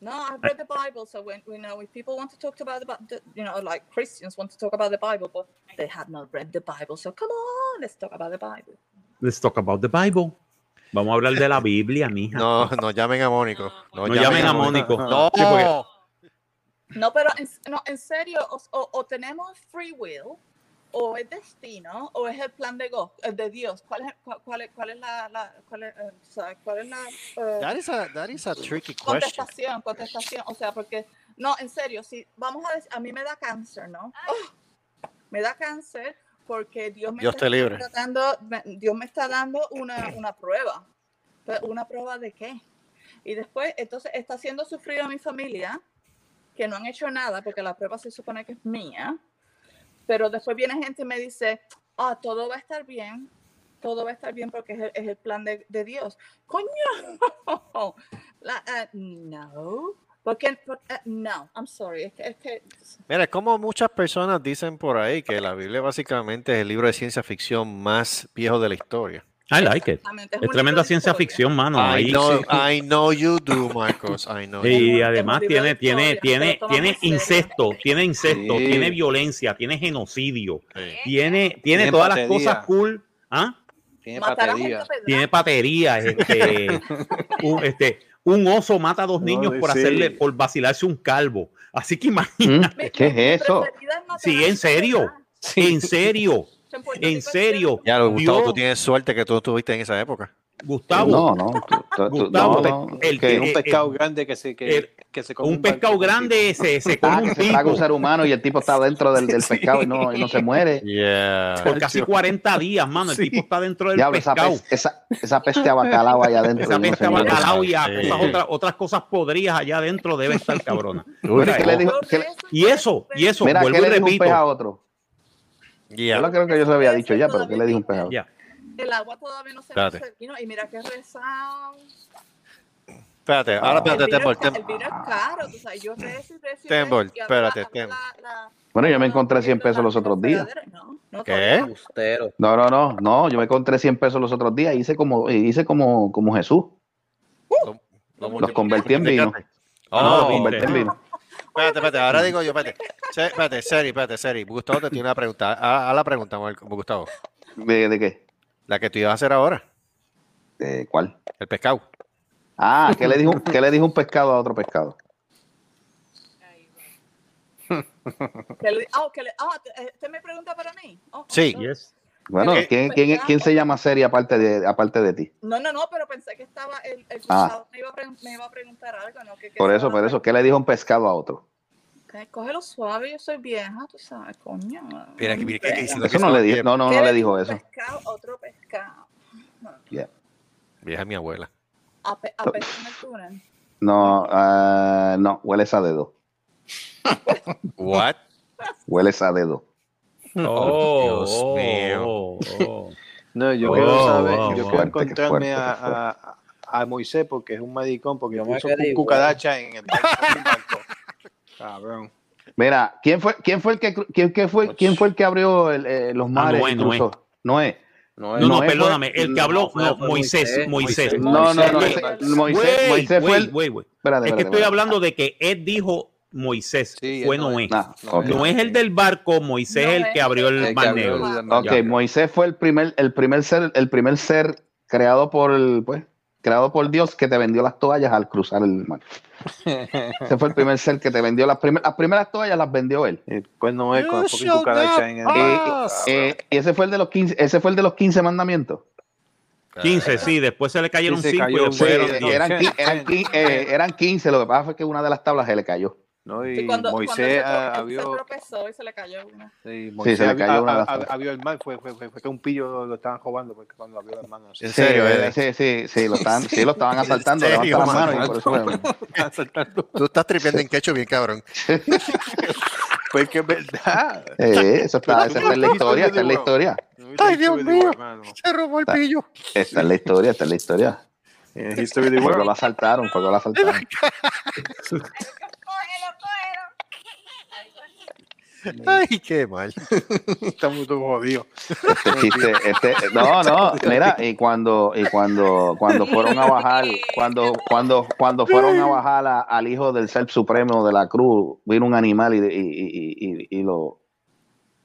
H: No, I've read the Bible, so when you know, if people want to talk about the, Bi- the, you know, like Christians want to talk about the Bible, but they have not read the Bible, so come on, let's talk about the Bible.
B: Let's talk about the Bible. Vamos a hablar de la Biblia, mija.
C: No, no llamen a Mónico. No,
B: No llamen a Mónico.
C: No.
B: Sí, porque-
H: No, pero en, no, en serio, o, o- o tenemos free will, o es destino, o es el plan de, Go- eh, de Dios. ¿Cuál es, cuál, cuál es, cuál es la, la- cuál es, eh, o sea, cuál es la eh,
C: That is a, that is a tricky question.
H: contestación? Contestación, o sea, porque, no, en serio, si vamos a decir, a mí me da cáncer, ¿no? Oh, me da cáncer porque Dios me
C: Dios te libre.
H: está dando, me- Dios me está dando una, una prueba. Pero, ¿Una prueba de qué? Y después, entonces, está haciendo sufrir a mi familia, que no han hecho nada, porque la prueba se supone que es mía. Pero después viene gente y me dice, ah, todo va a estar bien, todo va a estar bien porque es el, es el plan de, de Dios. Coño, La- ah, no, porque, por- ah, no, I'm sorry, es que, es que-
C: Mira, es como muchas personas dicen por ahí que la Biblia básicamente es el libro de ciencia ficción más viejo de la historia.
B: I like it.
H: exactamente,
B: Es
H: una
B: tremenda
H: historia.
B: ciencia ficción, mano.
C: I,
B: Ahí
C: know,
B: sí.
C: I know you do, Marcos. I know. you do.
B: Y
H: un-
B: además
H: es un libro
B: tiene,
H: de
B: tiene,
H: historia,
B: tiene,
H: se lo toma
B: tiene
H: muy serio.
B: incesto, tiene incesto,
I: Sí.
B: tiene violencia, tiene genocidio,
C: Sí.
B: tiene, tiene
I: Tiene
B: todas las
I: patería.
B: cosas cool, ¿ah?
I: Tiene
H: Matar a
I: batería.
H: gente, pues, ¿verdad?
B: tiene paterías, este, un, este, un oso mata a dos niños
I: Ay,
B: por
I: sí.
B: hacerle, por vacilarse un calvo. Así que imagínate,
F: ¿Mm?
H: Mi-
F: ¿Qué
H: mi
F: es eso?
H: preferida es matar
B: Sí,
H: a
B: en serio.
H: gente, ¿verdad?
B: en serio,
H: En Puerto
B: en
H: Rico
B: serio,
C: Ya, lo, Gustavo, tú
B: Dios.
C: tienes suerte que tú estuviste en esa época.
B: Gustavo,
F: No, no, tú- tú- tú-
B: Gustavo,
F: no, no,
B: el
F: que-
B: que-
I: un
B: eh,
I: pescado
B: eh,
I: grande que se, que,
B: eh,
I: que se come
B: un pescado
I: barco.
B: grande se, se
F: Ah,
B: come un
F: que se traga un
B: tipo
F: ser humano y el tipo está dentro del, del
B: Sí.
F: pescado y no, y no se muere.
C: Yeah.
B: por casi 40 días, mano. El
I: Sí.
B: tipo está dentro del
F: Diablo, esa,
B: pescado.
F: pes- esa, esa peste a bacalao allá adentro.
B: Esa
F: y no se
B: pesca a
F: muere.
B: bacalao y a
C: Sí.
B: cosas, otras, otras cosas podrías allá adentro debe estar cabrona.
C: Uy,
F: Mira, ¿qué le dijo?
H: Yo
F: ¿Qué
H: de
F: le-
H: eso-
B: Y eso, y eh. eso,
F: Mira, ¿qué
B: vuelvo
F: le
B: y
F: dijo un
B: repito.
F: pez a otro?
C: Yeah.
F: Yo lo creo que yo se lo había
H: Eso
F: dicho ya, pero
H: todavía
F: ¿qué le dijo un
H: existe.
F: pez a otro?
B: Ya.
H: El agua todavía no se
C: Espérate.
H: se vino, y mira que rezado.
C: Espérate, ahora
H: El
C: espérate,
H: vino,
C: Temple,
H: es ca- el
C: Temple.
H: vino es caro, tú sabes, yo rezo y rezo y
C: Tembol,
H: rezo, y ahora
C: espérate,
H: la-
C: Tembol.
H: la-
F: Bueno, yo
H: la-
F: me encontré 100
H: la-
F: pesos los otros días.
H: No, no,
C: ¿Qué?
H: todavía no.
E: Ustero.
F: No, no, no, no, yo me encontré 100 pesos los otros días y hice como, y hice como, como Jesús.
C: Lo
F: Los convertí en vino.
C: multiplicaste.
B: Ah,
F: Los
B: viste.
C: Oh,
F: convertí en vino.
C: espérate, espérate, ahora digo yo, espérate. Se- Espérate, Seri, espérate, Seri. Gustavo te tiene una pregunta. A, la pregunta, Marco- Gustavo.
F: ¿De, de qué?
C: La que tú ibas a hacer ahora,
F: ¿De ¿Cuál?
C: el pescado.
F: Ah, ¿qué le, dijo, ¿qué le dijo un pescado a otro pescado?
H: Que le- ah, que le- ah, te- eh, ¿Usted me pregunta para mí? Oh,
C: Sí.
H: oh,
B: Yes.
F: Bueno,
C: ¿Qué?
F: ¿quién, quién, quién se llama Seri aparte de, aparte de ti?
H: No, no, no, pero pensé que estaba el, el
F: Ah.
H: Gustavo me, iba a pre- me iba a preguntar algo, ¿no? Que- que
F: Por
H: se
F: eso,
H: van a
F: por eso, ¿qué le dijo un pescado a otro?
H: pre- que Cógelo suave, yo soy vieja, tú sabes, coño.
C: Mira, aquí, mira, que- que diciendo
F: Eso
C: que
F: no
C: se-
F: le dijo, no, no,
H: ¿Qué
F: no le
H: un
F: dijo eso.
H: Pescado, otro pescado.
C: Vieja mi abuela.
H: A, pe, a pescar en el túnel.
F: No, ah, no, hueles a dedo.
C: What?
F: Hueles a dedo.
C: Dios
B: Oh,
C: mío.
B: oh, oh.
I: No, yo
B: Oh,
I: quiero saber, yo
B: wow,
I: quiero
F: wow.
I: encontrarme
F: Qué fuerte, qué
I: a,
F: fuerte.
I: a, a Moisés porque es un maricón, porque
E: Yo me
I: puso
E: quedé
I: un
E: igual.
H: eh.
I: cucaracha en el barco. en el barco. Cabrón.
F: Mira, ¿quién fue, quién fue el que cru- quién, quién fue, quién fue el que abrió el, eh, los mares?
B: Ah, Noé,
F: y
B: Noé.
F: cruzó? Noé.
I: No,
B: No, no,
F: Noé fue-
B: perdóname. El que habló,
E: fue-
B: no,
E: fue
B: Moisés, Moisés.
E: Moisés.
F: No, no, no,
B: Moisés,
F: ese-
B: güey.
F: Moisés,
B: Güey,
F: Moisés fue
B: güey,
F: el.
B: güey, güey.
F: Espérate,
B: Es que
F: espérate,
B: estoy
F: espérate.
B: hablando de que Ed dijo Moisés,
I: Sí,
B: fue
I: es Noé.
B: Noé.
F: Ah,
I: No,
F: ok.
B: pues No es el del barco, Moisés es el que abrió
I: El
B: el
I: que
B: mar
I: abrió
B: negro.
I: el mar
F: Ok,
I: negro.
F: Moisés fue el primer, el primer ser, el primer ser creado por el, pues, creado por Dios que te vendió las toallas al cruzar el mar. Ese fue el primer ser que te vendió las primeras, las primeras toallas las vendió él.
I: Eh, Pues no es con
C: You
I: fucking
C: shall
I: cucaracha en el
C: not
I: barco.
B: Ah,
C: pass.
F: Eh, y ese fue el de los 15, ese fue el de los 15 mandamientos.
B: 15, sí, después se le cayeron
I: Sí, se
B: 5 y
I: cayó
F: Sí,
B: después
I: un-
B: eran
I: Sí,
F: eh,
B: diez.
F: eran, qui- eran, qui- eh, eran 15, lo que pasa fue que una de las tablas se le cayó.
I: No, y
H: Sí, cuando, cuando
I: Moisés
H: se, tro-
I: ah,
H: se
I: abrió,
H: tropezó y se le cayó una.
I: sí, Moisés
F: se le
I: abrió-
F: cayó una
I: ah,
F: de las
I: ah,
F: tablas.
I: abrió el mar, fue, fue, fue, fue que un pillo lo, lo estaban robando porque cuando abrió las manos.
C: En
F: Sí,
C: serio,
F: eh,
C: Ed.
F: sí, sí, sí, lo estaban, sí, lo estaban asaltando,
C: serio,
F: levanta las
C: mano?
F: manos y por eso fue-
C: Tú estás tripeando en quecho bien cabrón.
I: Pues que es verdad.
F: Eh, eso está, esa es la historia, esa es la historia.
C: Ay, Dios mío. Se robó el
F: Está-
C: pillo.
F: Esta es la historia, esta es la historia.
I: En Eh, History of the
F: Fue que
I: World.
F: lo asaltaron, fue que lo asaltaron.
J: Cógelo, cógelo.
C: Ay, qué mal.
I: Estamos todos jodidos.
F: Este chiste, este, no, no, mira, y cuando, y cuando, cuando fueron a bajar, cuando, cuando, cuando fueron a bajar a- al hijo del ser supremo de la cruz, vino un animal y, y- y- y- y lo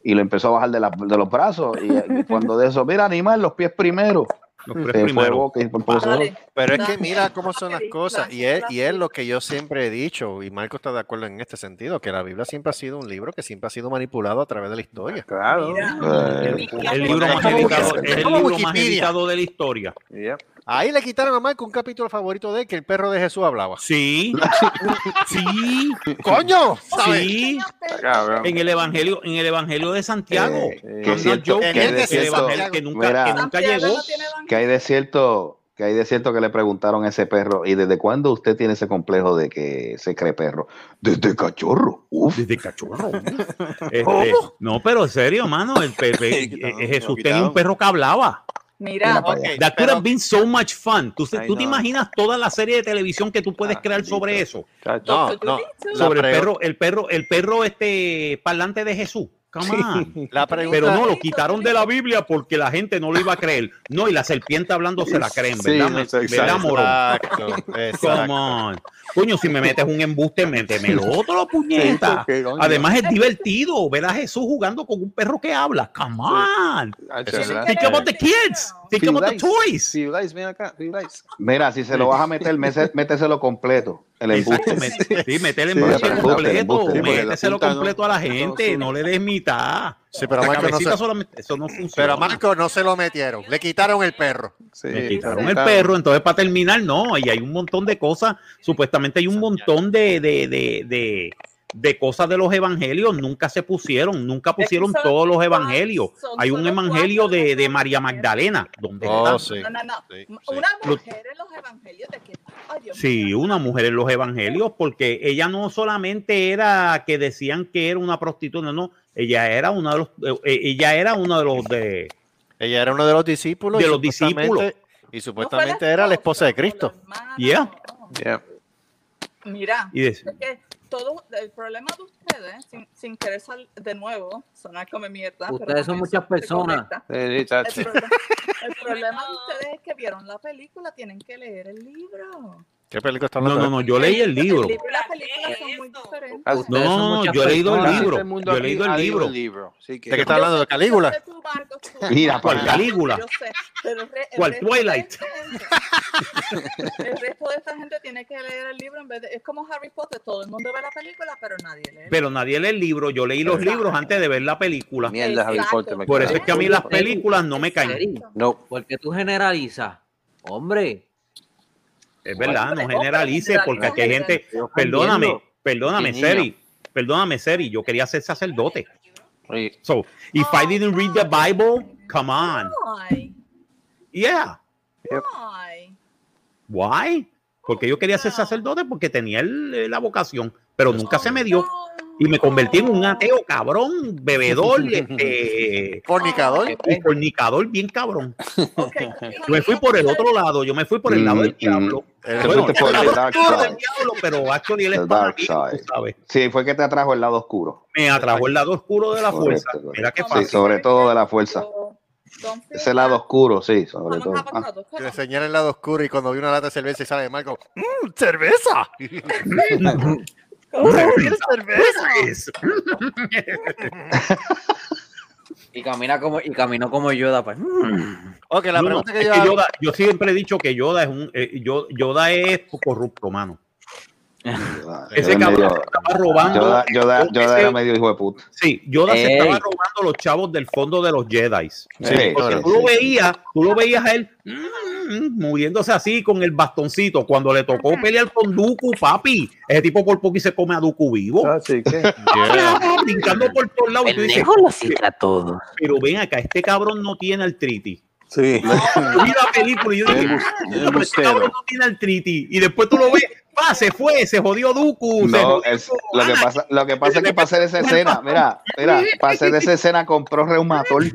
F: y lo empezó a bajar de, la- de los brazos. Y, y cuando de eso, mira, animal, los pies primero.
B: Los Pues,
F: Se
B: tres
F: fue
B: primeros.
F: Boca y por poco se-
H: Dale.
C: Pero es que
H: Claro.
C: mira cómo son las
H: Sí,
C: cosas.
H: claro,
C: Y es, y es
H: claro.
C: lo que yo siempre he dicho, y Marco está de acuerdo en este sentido, que la Biblia siempre ha sido un libro que siempre ha sido manipulado a través de la historia.
I: Claro.
F: Eh,
B: El libro más editado,
C: Como Wikipedia.
B: es el
C: Como
B: libro más
C: Wikipedia.
B: editado de la historia.
I: Yep.
C: Ahí le quitaron a Marco un capítulo favorito de él, que el perro de Jesús hablaba.
B: Sí, sí,
C: ¡Coño! ¿Sabes?
B: sí.
I: Cabrón.
B: En el Evangelio, en el Evangelio de Santiago.
F: eh,
I: no
F: que
B: Que
I: es
F: siento-
B: joke,
C: en
B: que
F: que
C: el
B: es
F: de
B: el
C: desierto.
F: cierto-
B: Evangelio que nunca,
F: Mira.
B: que nunca
H: Santiago
B: llegó.
H: no tiene evangelio.
F: que hay de cierto que hay de cierto que le preguntaron a ese perro y desde cuándo usted tiene ese complejo de que se cree perro desde cachorro uf
B: Desde cachorro. Este, no, pero en serio, mano, el Pepe,
I: Quitado,
B: eh, Jesús
I: quitado.
B: tenía un perro que hablaba.
H: Mira,
F: pa'
C: Ok,
F: allá.
B: That could
C: pero-
B: have been so much fun. Tú, se-
I: Ay,
B: tú te
I: no.
B: imaginas toda la serie de televisión que tú puedes
I: Ah,
B: crear
I: bendito.
B: sobre eso.
I: Chacho.
C: No,
H: Doctor
C: no.
H: Dolittle.
C: La,
B: Sobre el
C: pre-
B: perro, el perro, el perro este parlante de Jesús. Come on.
C: la pregunta,
B: Pero no, lo
H: Dolittle,
B: quitaron
H: Dolittle.
B: de la Biblia porque la gente no lo iba a creer. No, y la serpiente hablando se la creen,
I: Sí,
B: ¿verdad?
I: no
B: me-
I: sé,
B: ¿Verdad,
I: exacto.
B: morón?
C: Exacto,
B: Come
C: exacto.
B: on. Coño, si me metes un embuste, méteme el otro, puñeta.
I: Sí, coño.
B: Además es divertido ver a Jesús jugando con un perro que habla. Come on.
I: Chacho,
C: Eso es-
I: ¿verdad?
B: Think about the kids. Think about the toys.
I: Si Ulais, ven acá, si Ulais.
F: mira si se lo vas a meter mese- méteselo completo el
B: Exacto,
F: embuste
B: met- sí, meter el
I: Sí,
B: embuste
I: el embuste, el
B: completo,
F: embuste.
I: Sí, porque la
B: méteselo
I: punta no-
B: completo a la
I: no
B: gente,
I: sube.
B: no le des mitad.
C: Sí, pero
B: La
C: Marco no
B: cabecita
C: se-
B: solamente, eso no funciona.
C: pero a Marco no se lo metieron, le quitaron el perro.
I: Sí,
B: Me quitaron el
I: exacto.
B: perro, entonces para terminar, no, y hay un montón de cosas, supuestamente hay un montón de, de, de, de, de cosas de los evangelios, nunca se pusieron, nunca
H: que
B: pusieron
H: son
B: todos los
H: cuatro,
B: evangelios.
H: son
B: Hay un
H: solo
B: evangelio
H: cuatro
B: de,
H: los
B: de María
H: evangelios.
B: Magdalena, donde
C: Oh,
B: está?
C: sí.
H: No, no, no.
C: Sí, sí.
H: Una
B: Lo-
H: mujer en los evangelios de que. Ay, Dios
B: Sí, uh.
H: mío.
B: una mujer en los evangelios, porque ella no solamente era que decían que era una prostituta, no, ella era una de los, eh, ella era uno de los de
C: Ella era uno de los discípulos.
B: De
C: y
B: los
C: supuestamente-
B: discípulos.
C: Y
H: No fue
C: supuestamente era la esposa de Cristo.
H: o la hermana,
B: Yeah.
H: Ah, no.
I: Yeah.
H: Mira,
B: y de-
H: es que todo el problema de ustedes, sin, sin querer sal- de nuevo, sonar como mierda. pero
E: Ustedes son
H: como yo
E: muchas
H: soy
E: personas.
H: correcta,
I: Sí, sí,
H: El,
I: chacho.
H: problema- el problema de ustedes es que vieron la película, tienen que leer el libro.
C: ¿Qué película está
B: no,
C: hablando?
B: no, no, yo leí el libro.
H: El libro y la película son muy
J: Eso.
I: Ah,
H: diferentes.
I: usted-
B: No,
E: Ustedes son
B: no, no,
E: muchas
B: yo he leído el
E: personas.
B: libro,
I: Todo este mundo
B: yo he
I: aquí
B: leído
I: ha
B: el libro.
I: el libro. Sí, que-
C: ¿De qué está hablando? ¿De Calígula?
F: mira
B: ¿Cuál
F: pues, para acá.
B: Calígula?
H: Yo sé, pero el re- el
B: ¿Cuál
H: resto
B: Twilight?
H: de esta gente- El resto de esta gente tiene que leer el libro en vez de. Es como Harry Potter, todo el mundo ve la película, pero nadie lee. el
B: Pero nadie lee el libro, yo leí los
H: Exacto.
B: libros antes de ver la película.
I: Mierda, Harry
H: Exacto.
I: Potter. me
B: Por
I: cago
B: eso es
I: en
B: que a mí
I: Dios.
B: las películas no me caen.
H: Exacto.
I: No.
E: Porque tú generalizas. Hombre,
B: Es verdad,
H: Hombre,
B: no
H: hombre,
B: generalice,
H: generaliza,
B: porque aquí hay gente,
E: yo
B: perdóname,
E: también
B: perdóname,
I: Qué niño.
B: Seri, perdóname, Seri, yo quería ser sacerdote.
I: Sí.
B: So, if I didn't read the Bible, come on.
H: Why?
B: Yeah.
H: Why?
B: Why? Porque yo quería ser sacerdote porque tenía el- eh, la vocación, pero nunca se me dio. Y me convertí en un ateo cabrón, bebedor, este,
C: Fornicador.
B: y fornicador bien cabrón.
H: Okay.
B: Yo me fui por el otro lado, yo me fui por el lado del
F: Mm,
B: diablo.
F: Te
C: El-
B: Bueno,
F: fuiste por
B: el
F: el
B: lado
F: dark
B: oscuro del
F: side.
B: diablo, pero actually él es
F: The
B: para
F: dark
B: mí,
F: side.
B: tú sabes.
F: Sí, fue que te atrajo el lado oscuro.
B: Me atrajo el lado oscuro de la
F: Correcto,
B: fuerza.
F: correcto.
B: Mira qué
F: Sí,
B: fácil.
F: sobre todo de la fuerza.
H: Don't feel
F: Ese lado
H: bad.
F: oscuro, sí, sobre
H: Vamos
F: todo.
H: a
F: Ah,
H: pasar,
C: que
H: come
C: le
H: on.
C: señala el lado oscuro y cuando vi una lata de cerveza y sabe Marco, ¡Mmm, cerveza!
B: Cerveza,
C: cerveza!
B: es.
E: Y camina como, y caminó como Yoda, pues. mm.
C: Ok, la
B: No, no,
C: pregunta que
B: es
C: yo
B: que
C: hago-
B: Yoda- yo siempre he dicho que Yoda es un eh, Yo- Yoda es corrupto, mano.
F: Yoda
B: Ese
F: era
B: cabrón
F: medio-
B: se estaba robando.
F: Yoda- Yoda-
B: Ese-
F: Yoda era medio hijo de puta.
B: Sí, Yoda se
E: Ey.
B: estaba robando los chavos del fondo de los Jedi.
F: Sí,
B: Porque
F: sí,
B: tú lo
F: sí, sí.
B: veías, tú lo veías a él mm, muriéndose así con el bastoncito. Cuando le tocó pelear con Dooku, papi, ese tipo por poco y se come a Dooku vivo.
F: Ah,
B: ah,
I: Así que.
B: Brincando por todos lados. Y tú dices,
E: los a todos.
B: pero ven acá, este cabrón no tiene artritis.
I: Sí.
B: Yo Vi la película y yo dije,
I: Es
B: "Pero este
I: embustero.
B: cabrón no tiene artritis. Y después tú lo ves Pa, se fue, se jodió Dooku. se
F: No,
B: jodió
F: es, lo, que
B: Anakin.
F: pasa, lo que pasa es que para hacer esa escena, mira, mira, para hacer esa escena compró reumatol.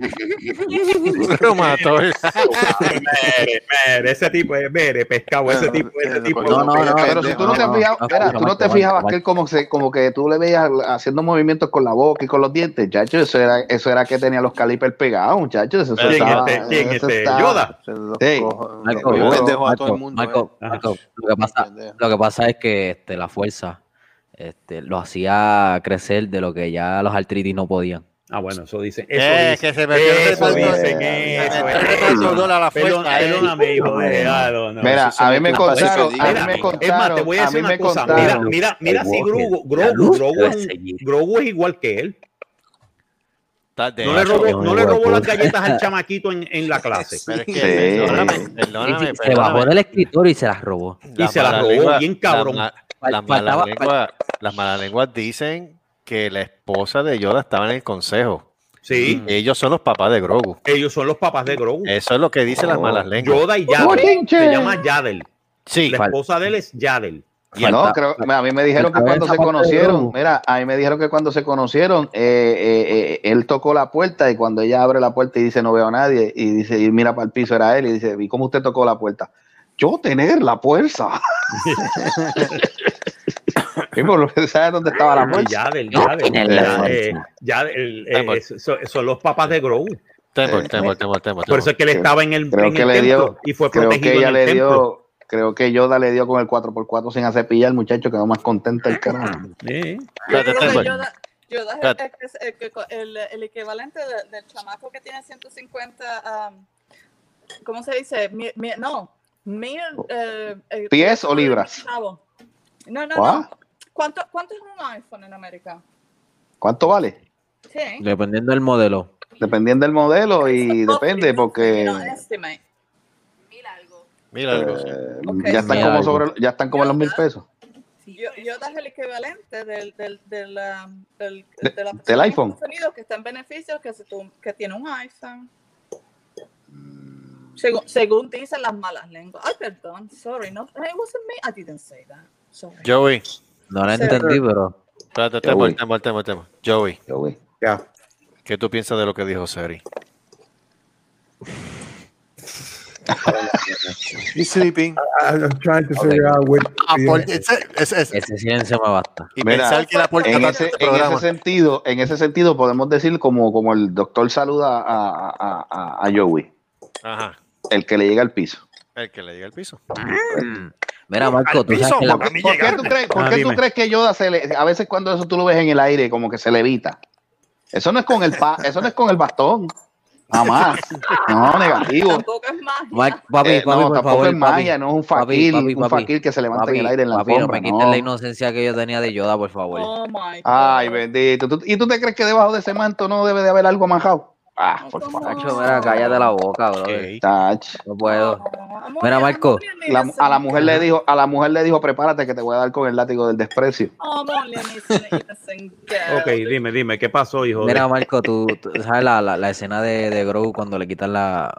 C: Reumatol.
B: Mere, mere, ese tipo es mere, pescado, ese tipo,
F: eh,
B: ese tipo.
E: No, no, no,
F: Pero si tú no te
E: no,
F: fijabas,
E: no,
F: espera, tú no te
E: Reumatol,
F: fijabas
E: Reumatol.
F: que él como, se, como que tú le veías haciendo movimientos con la boca y con los dientes, chacho, eso era, eso era que tenía los calipers pegados, muchachos. Eso
B: ¿Quién
F: estaba-
B: este? ¿Quién
F: eso
B: este?
F: estaba-
B: ¿Yoda?
F: Sí.
E: Marco,
I: Yo pendejo a
E: Marco,
I: todo el mundo,
E: Marco,
B: eh.
E: Marco, lo, que pasa, lo que pasa es que este, la fuerza este, lo hacía crecer de lo que ya los artritis no podían.
B: Ah, bueno, eso dicen. Eso
C: Eh,
B: dicen.
C: que se perdió el
B: Eso
C: retorno.
B: dicen,
C: Se
B: eso,
C: perdió el
B: eso.
C: retorno a la
B: Perdón-
C: fuerza, eh.
B: perdóname, hijo de Halo, no.
F: Mira,
I: eso
F: a mí
I: es
F: me
I: una
F: contaron,
I: pase
F: a mí
I: feliz.
F: me
I: Es
B: Es
I: más,
B: más, te
F: contaron,
B: voy a
F: a mí
B: decir
F: me
B: una cosa. Mira,
F: contaron.
B: mira, mira
E: El
B: si
E: Walker,
B: Grogu,
E: la
B: Grogu,
E: luz
B: Grogu,
E: debe
B: es un-
E: seguir.
B: Grogu es igual que él.
C: Estás de
B: No le
C: hecho.
B: robó, no le
E: Hijo de
B: robó las
E: puta.
B: galletas al chamaquito en, en la clase.
C: Pero es que,
F: Sí.
C: perdóname,
E: Y
C: perdóname,
E: se bajó
C: perdóname.
E: del escritorio y se las robó.
B: Y se la robó
C: malalengua-
B: bien cabrón.
C: la ma- Las
E: Fal- faltaba-
C: malas lenguas, las malas lenguas dicen que la esposa de Yoda estaba en el consejo.
B: Sí,
F: Mm.
C: Y ellos son los papás de Grogu.
B: ellos son los papás de Grogu.
C: Eso es lo que dicen las
F: Oh.
C: malas lenguas.
B: Yoda y Yadel.
F: ¡Bochinche!
B: Se llama Yadel.
C: Sí,
B: La esposa de él es Yadel.
F: no,
E: falta-
F: creo,
E: fal-
F: a mí me dijeron que
E: faltaba
F: cuando
E: esa
F: se
E: parte de
F: conocieron,
E: Grogu.
F: mira, a mí me dijeron que cuando se conocieron, eh, eh, eh, él tocó la puerta y cuando ella abre la puerta y dice no veo a nadie y dice y mira para el piso era él y dice ¿y cómo usted tocó la puerta? Yo tener la fuerza. y por ¿sabes dónde estaba la
B: Y
F: fuerza?
B: Yadel,
E: No
B: Yadel.
E: tienen
F: la
B: Ya-
E: fuerza.
B: eh, Yadel, eh,
C: Temor.
B: es- so- son los papás de Grogu.
C: temor,
F: Eh,
C: temor, temor, temor,
B: Por eso es que él
F: Creo-
B: estaba en el,
F: creo
B: en
F: que
B: el
F: le dio-
B: templo y fue
F: Creo
B: protegido
F: que ella
B: en el
F: le
B: templo.
F: dio, creo que Yoda le dio con el 4x4 sin hacer pilla al muchacho, quedó más contento el carajo.
B: Eh,
H: Yo
C: Espérate,
H: creo que
C: espérate.
H: Yoda, Yoda es- es, es el, que- el- el equivalente de- del chamaco que tiene 150, um, ¿cómo se dice? Mi- mi- no, mil...
F: Oh.
H: eh, eh,
F: ¿Pies o
H: de
F: libras? ¿Ah?
H: chavo. No, no,
F: ¿Cuá?
H: no. ¿Cuánto, ¿Cuánto es un iPhone en América?
F: ¿Cuánto vale?
H: Sí.
E: Dependiendo del modelo.
F: Dependiendo del modelo y
H: It's a rough figure,
F: depende
H: you know,
F: porque
H: estimate.
C: Mira algo. sí.
F: eh,
H: Ok.
F: ya están
E: Mira
F: como
E: algo.
F: sobre ya están como en los mil pesos
H: Yo, yo das el equivalente del, del, del, um, del,
F: De-
H: de la
F: del
H: persona en
F: iPhone.
H: Estados Unidos que está en beneficios que, se tu- que tiene un iPhone. Según, según dicen las malas lenguas. Ay, perdón, sorry, no, it wasn't me, I didn't say that. Sorry.
C: Joey,
E: No la
H: Sí.
E: entendí, pero
C: espérate,
F: Joey.
C: temor, temor, temor, temor. Joey,
F: Yo, güey.
G: Yeah.
C: ¿qué tú piensas de lo que dijo Seri?
I: He's sleeping.
G: I, I'm trying to figure out which.
C: Ah,
B: Ah,
G: yeah.
E: ese silencio me basta.
C: y
F: Mira,
C: pensar que la puerta
F: en
C: está
F: ese,
C: este
F: en ese
C: programa.
F: sentido en ese sentido podemos decir como como el doctor saluda a, a, a, a Joey
C: Ajá,
F: el que le llega al piso
C: el que le llega al piso.
F: Mm.
E: Mira, Marco, tú sabes que la-
F: ¿Por, qué- por qué tú crees, por
B: Ah,
F: qué tú
B: dime.
F: crees que Yoda se le, a veces cuando eso tú lo ves en el aire como que se levita? Eso no es con el pa- eso no es con el bastón. Nada más. No, negativo.
H: Tampoco es magia.
E: Mar- papi,
F: Eh,
E: papi,
F: no,
E: por
F: tampoco
E: favor,
F: es Maya,
E: papi.
F: no es un
E: Papi,
F: fakir,
E: papi,
F: un
E: papi.
F: fakir que se levanta
E: Papi,
F: en el aire en la
E: papi, no
F: alfombra,
E: me quiten la
F: no.
E: inocencia que yo tenía de Yoda, por favor.
H: Oh my God.
F: Ay, bendito. ¿Tú- ¿Y tú te crees que debajo de ese manto no debe de haber algo manjado? Ah,
H: No,
F: por
H: ¿cómo?
F: favor.
E: Nacho, mira, cállate la boca, brother.
C: Ok.
F: Tach.
E: No
H: Oh,
E: puedo.
H: I'm
E: Mira,
H: only-
E: Marco,
H: I'm only an
F: La- a la
H: innocent
F: mujer le dijo, a la mujer le dijo, prepárate que te voy a dar con el látigo del desprecio.
H: I'm only an innocent- innocent girl.
B: ok, dime, dime, ¿qué pasó, hijo de?
E: Mira, Marco, tú, tú sabes la, la, la escena de, de Grogu cuando le quitan la,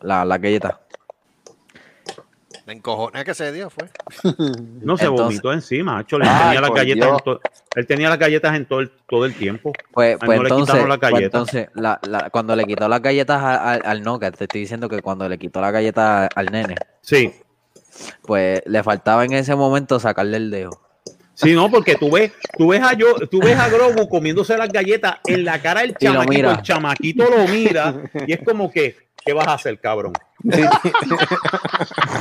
E: la, la galleta.
C: La encojona que se dio fue.
B: No se
E: Entonces-
B: vomitó encima, Acho, él
F: Ay,
B: tenía las
F: por
B: galletas
F: Dios.
B: en todo, él tenía las galletas en todo el, todo el tiempo.
E: Pues,
B: Ah,
E: pues
B: no le
E: entonces,
B: quitaron las
E: pues
B: galletas.
E: entonces la- la- cuando le quitó las galletas a- al, al Noca, te estoy diciendo que cuando le quitó la galleta al nene,
B: Sí.
E: pues le faltaba en ese momento sacarle el dedo.
B: Sí, no, porque tú ves, tú ves a yo, tú ves a Grogu comiéndose las galletas en la cara del
E: Y lo
B: chamaquito,
E: mira.
B: el chamaquito lo mira y es como que, ¿qué vas a hacer, cabrón?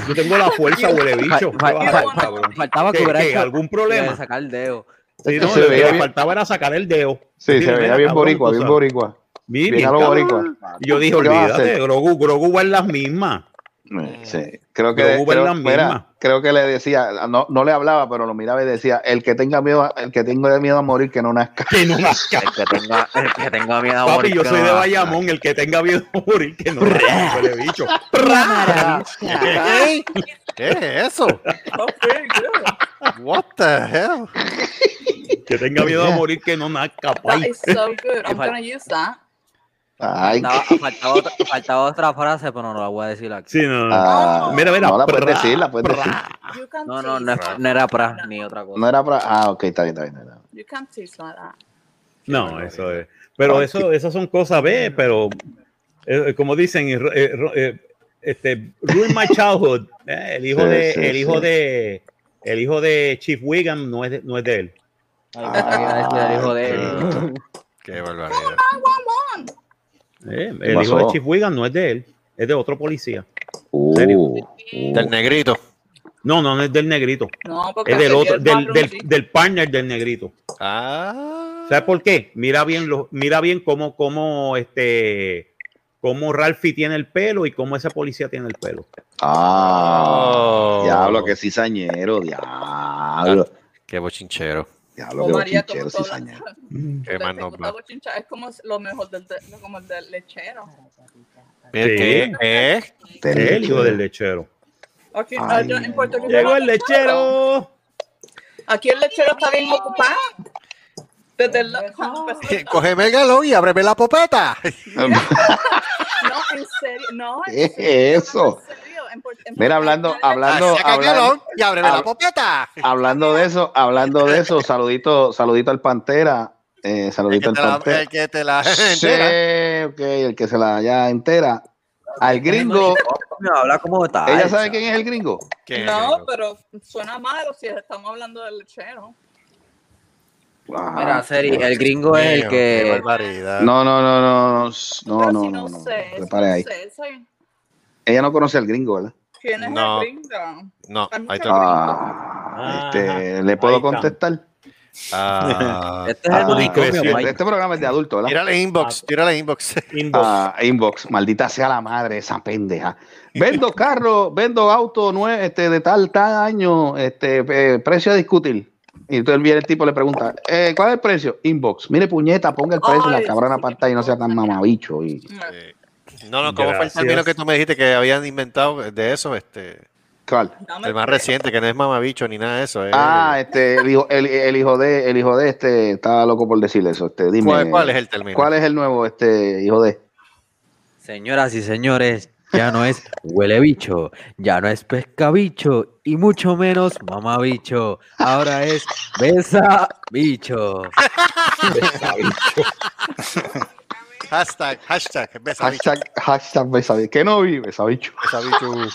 B: Yo tengo la fuerza, huele bicho. ¿Qué
E: Fa- fa-
B: vas a hacer,
E: fa-
B: cabrón?
E: faltaba que
B: ¿Qué-
E: hubiera
B: qué,
E: hecho
B: algún
E: de
B: problema?
E: sacar el dedo.
B: Sí, no,
F: Se
B: lo
F: veía
B: que le
F: bien-
B: faltaba era sacar el dedo.
F: Sí,
B: Sí,
F: se veía
B: mira,
F: bien
B: cabrón,
F: boricua,
B: tú
F: bien
B: sabes.
F: boricua.
B: Bien,
F: Bien a lo
B: cabrón.
F: boricua.
B: Y Yo dije,
F: ¿Qué vas a hacer?
B: olvídate, Mm. Grogu, Grogu va en las mismas.
F: Eh, Sí, creo que,
B: Pero Uber
F: creo,
B: la
F: mira,
B: misma.
F: creo que le decía, no, no le hablaba, pero lo miraba y decía, el que tenga miedo, a- el que tenga miedo a morir, que no nazca.
B: Que no las
E: El que tenga, el que tenga miedo a
B: Papi,
E: morir,
B: yo
E: que
B: soy
E: no
B: de
E: va.
B: Bayamón, el que tenga miedo a morir, que no le bicho. Prá.
C: ¿Qué? ¿Qué es eso?
H: Oh, very good.
C: What the hell?
B: Que tenga miedo a morir, que no nazca, pues.
H: That
B: pay.
H: is so good. I'm
E: Fal-
H: gonna use that.
F: Ay,
E: Faltaba, faltaba otra, faltaba otra frase, pero no la voy a decir aquí.
B: Sí, no, no.
F: ah,
B: Mira, mira.
F: no la puedes
B: prá,
F: decir, la puedes
B: prá.
F: decir.
H: You can't
E: No, no,
H: tease
E: no,
H: like
E: no era pra
H: that.
E: ni otra cosa.
F: No era para. Ah, ok, está bien, está bien. está bien.
H: You can't tease like that.
B: No, eso es. Pero
F: Ay,
B: eso, esas son cosas, ve, pero eh, como dicen, eh, ro- eh, este, Ruin My Childhood, eh, el hijo
F: Sí,
B: de,
F: sí,
B: el hijo
F: sí.
B: de, el hijo de Chief Wiggum no es de, no es de él.
E: Ay, pensé que iba a decir el hijo de
C: Ah.
E: él.
C: Qué barbaridad.
B: Eh,
F: ¿Qué
B: el hijo de
F: pasó?
B: Chief Wiggum no es de él, es de otro policía.
F: Uh,
B: serio?
F: uh.
C: Del negrito.
B: No, no, no es del negrito,
H: No, porque
B: es del
H: sería
B: otro,
H: el
B: del,
H: barroom,
B: del-
H: sí.
B: del partner del negrito.
C: Ah.
B: ¿Sabes por qué? Mira bien, lo, mira bien cómo, cómo, este, cómo Ralphie tiene el pelo y cómo ese policía tiene el pelo.
F: Ah,
C: Oh.
F: diablo, que cizañero, diablo.
C: Qué bochinchero.
F: Diablo,
H: O
F: que
H: María,
F: bochinchero,
H: como tú hablas.
F: cizañero.
C: Qué
H: Te-
C: más
H: te
C: nos
H: gusta
C: va.
H: bochinchar, Es como lo mejor del, de- como el del lechero.
C: Mira,
B: Sí.
C: ¿Qué? ¿Eh?
F: Del
B: El hijo
F: lechero.
B: del lechero.
H: Aquí,
F: Ay,
H: allá Ah, en Puerto Rico
B: Llegó
H: no
B: el
H: hay lechero.
B: lechero.
H: Aquí el lechero está bien ocupado. Desde el, cuando empezó el-
C: Cógeme el galón y ábreme la popeta.
I: Ah,
H: No, en serio. No, en
F: ¿Qué es
H: serio,
F: eso?
H: en serio, en Puerto- en
F: Mira,
H: Puerto
F: hablando,
H: Rico, Ah,
F: hablando,
C: Saca el
F: hablando,
C: galón y ábreme la
F: hab-
C: popeta.
F: hablando de eso, hablando de eso, saludito, saludito al Pantera, eh,
C: El
F: saludito
C: que
F: al
C: te la, el
F: Pantera.
C: que te la
H: eh,
F: Sí,
C: entera.
F: ok, el que se la ya entera. Al gringo,
E: Me habla como tal.
F: ¿ella sabe quién es el gringo?
C: ¿Quién es el
H: No,
C: gringo?
H: pero suena malo si estamos hablando del lechero.
F: Ah,
E: Mira, Seri, el gringo
C: Dios
E: es el
C: mío, Qué
E: que.
C: barbaridad.
F: No, no, no, no, no, no,
H: pero
F: no,
H: si
F: no,
H: no,
F: no,
H: sé, si
F: repare
H: no
F: ahí.
H: sé, soy-
F: Ella no conoce al gringo, ¿verdad?
H: ¿quién es
C: No.
H: el gringo?
C: No,
H: Hay mucho
C: ahí
H: gringo.
C: toca.
F: Ah, este,
B: Ajá,
F: ¿le puedo
B: ahí estamos.
F: contestar?
C: Ah,
E: Este es el
F: Ah,
E: manicomio,
B: discreción.
E: Mike.
F: Este programa es de adulto, ¿verdad?
C: tírale inbox, tírale inbox.
B: Inbox.
F: Ah, inbox, maldita sea la madre esa pendeja. Vendo carro, vendo auto nue- este, de tal, tal año, este, eh, precio a discutir. Y entonces viene el tipo y le pregunta, eh, ¿cuál es el precio? Inbox. Mire, puñeta, ponga el precio en la
H: Ay,
F: cabrona
H: sí,
F: pantalla y no sea
H: qué
F: tan
H: cosa.
F: mamabicho. Y...
H: No.
C: No, no, ¿cómo fue el
B: Gracias.
C: término que tú me dijiste que habían inventado de eso? Este,
F: ¿Cuál?
H: Dame
C: el más
H: tres.
C: reciente, que no es mamabicho ni nada de eso. eh.
F: Ah, este, el hijo, el, el hijo de, el hijo de este, estaba loco por decirle eso. Este, dime.
C: ¿Cuál, cuál es el término?
F: ¿Cuál es el nuevo, este, hijo de?
E: Señoras y señores, ya no es huele bicho, ya no es pescabicho y mucho menos mamabicho. Ahora es besa bicho.
C: Hashtag, hashtag, besabicho.
F: Hashtag, hashtag besabicho. ¿Qué no vive, besabicho?
C: Besabicho.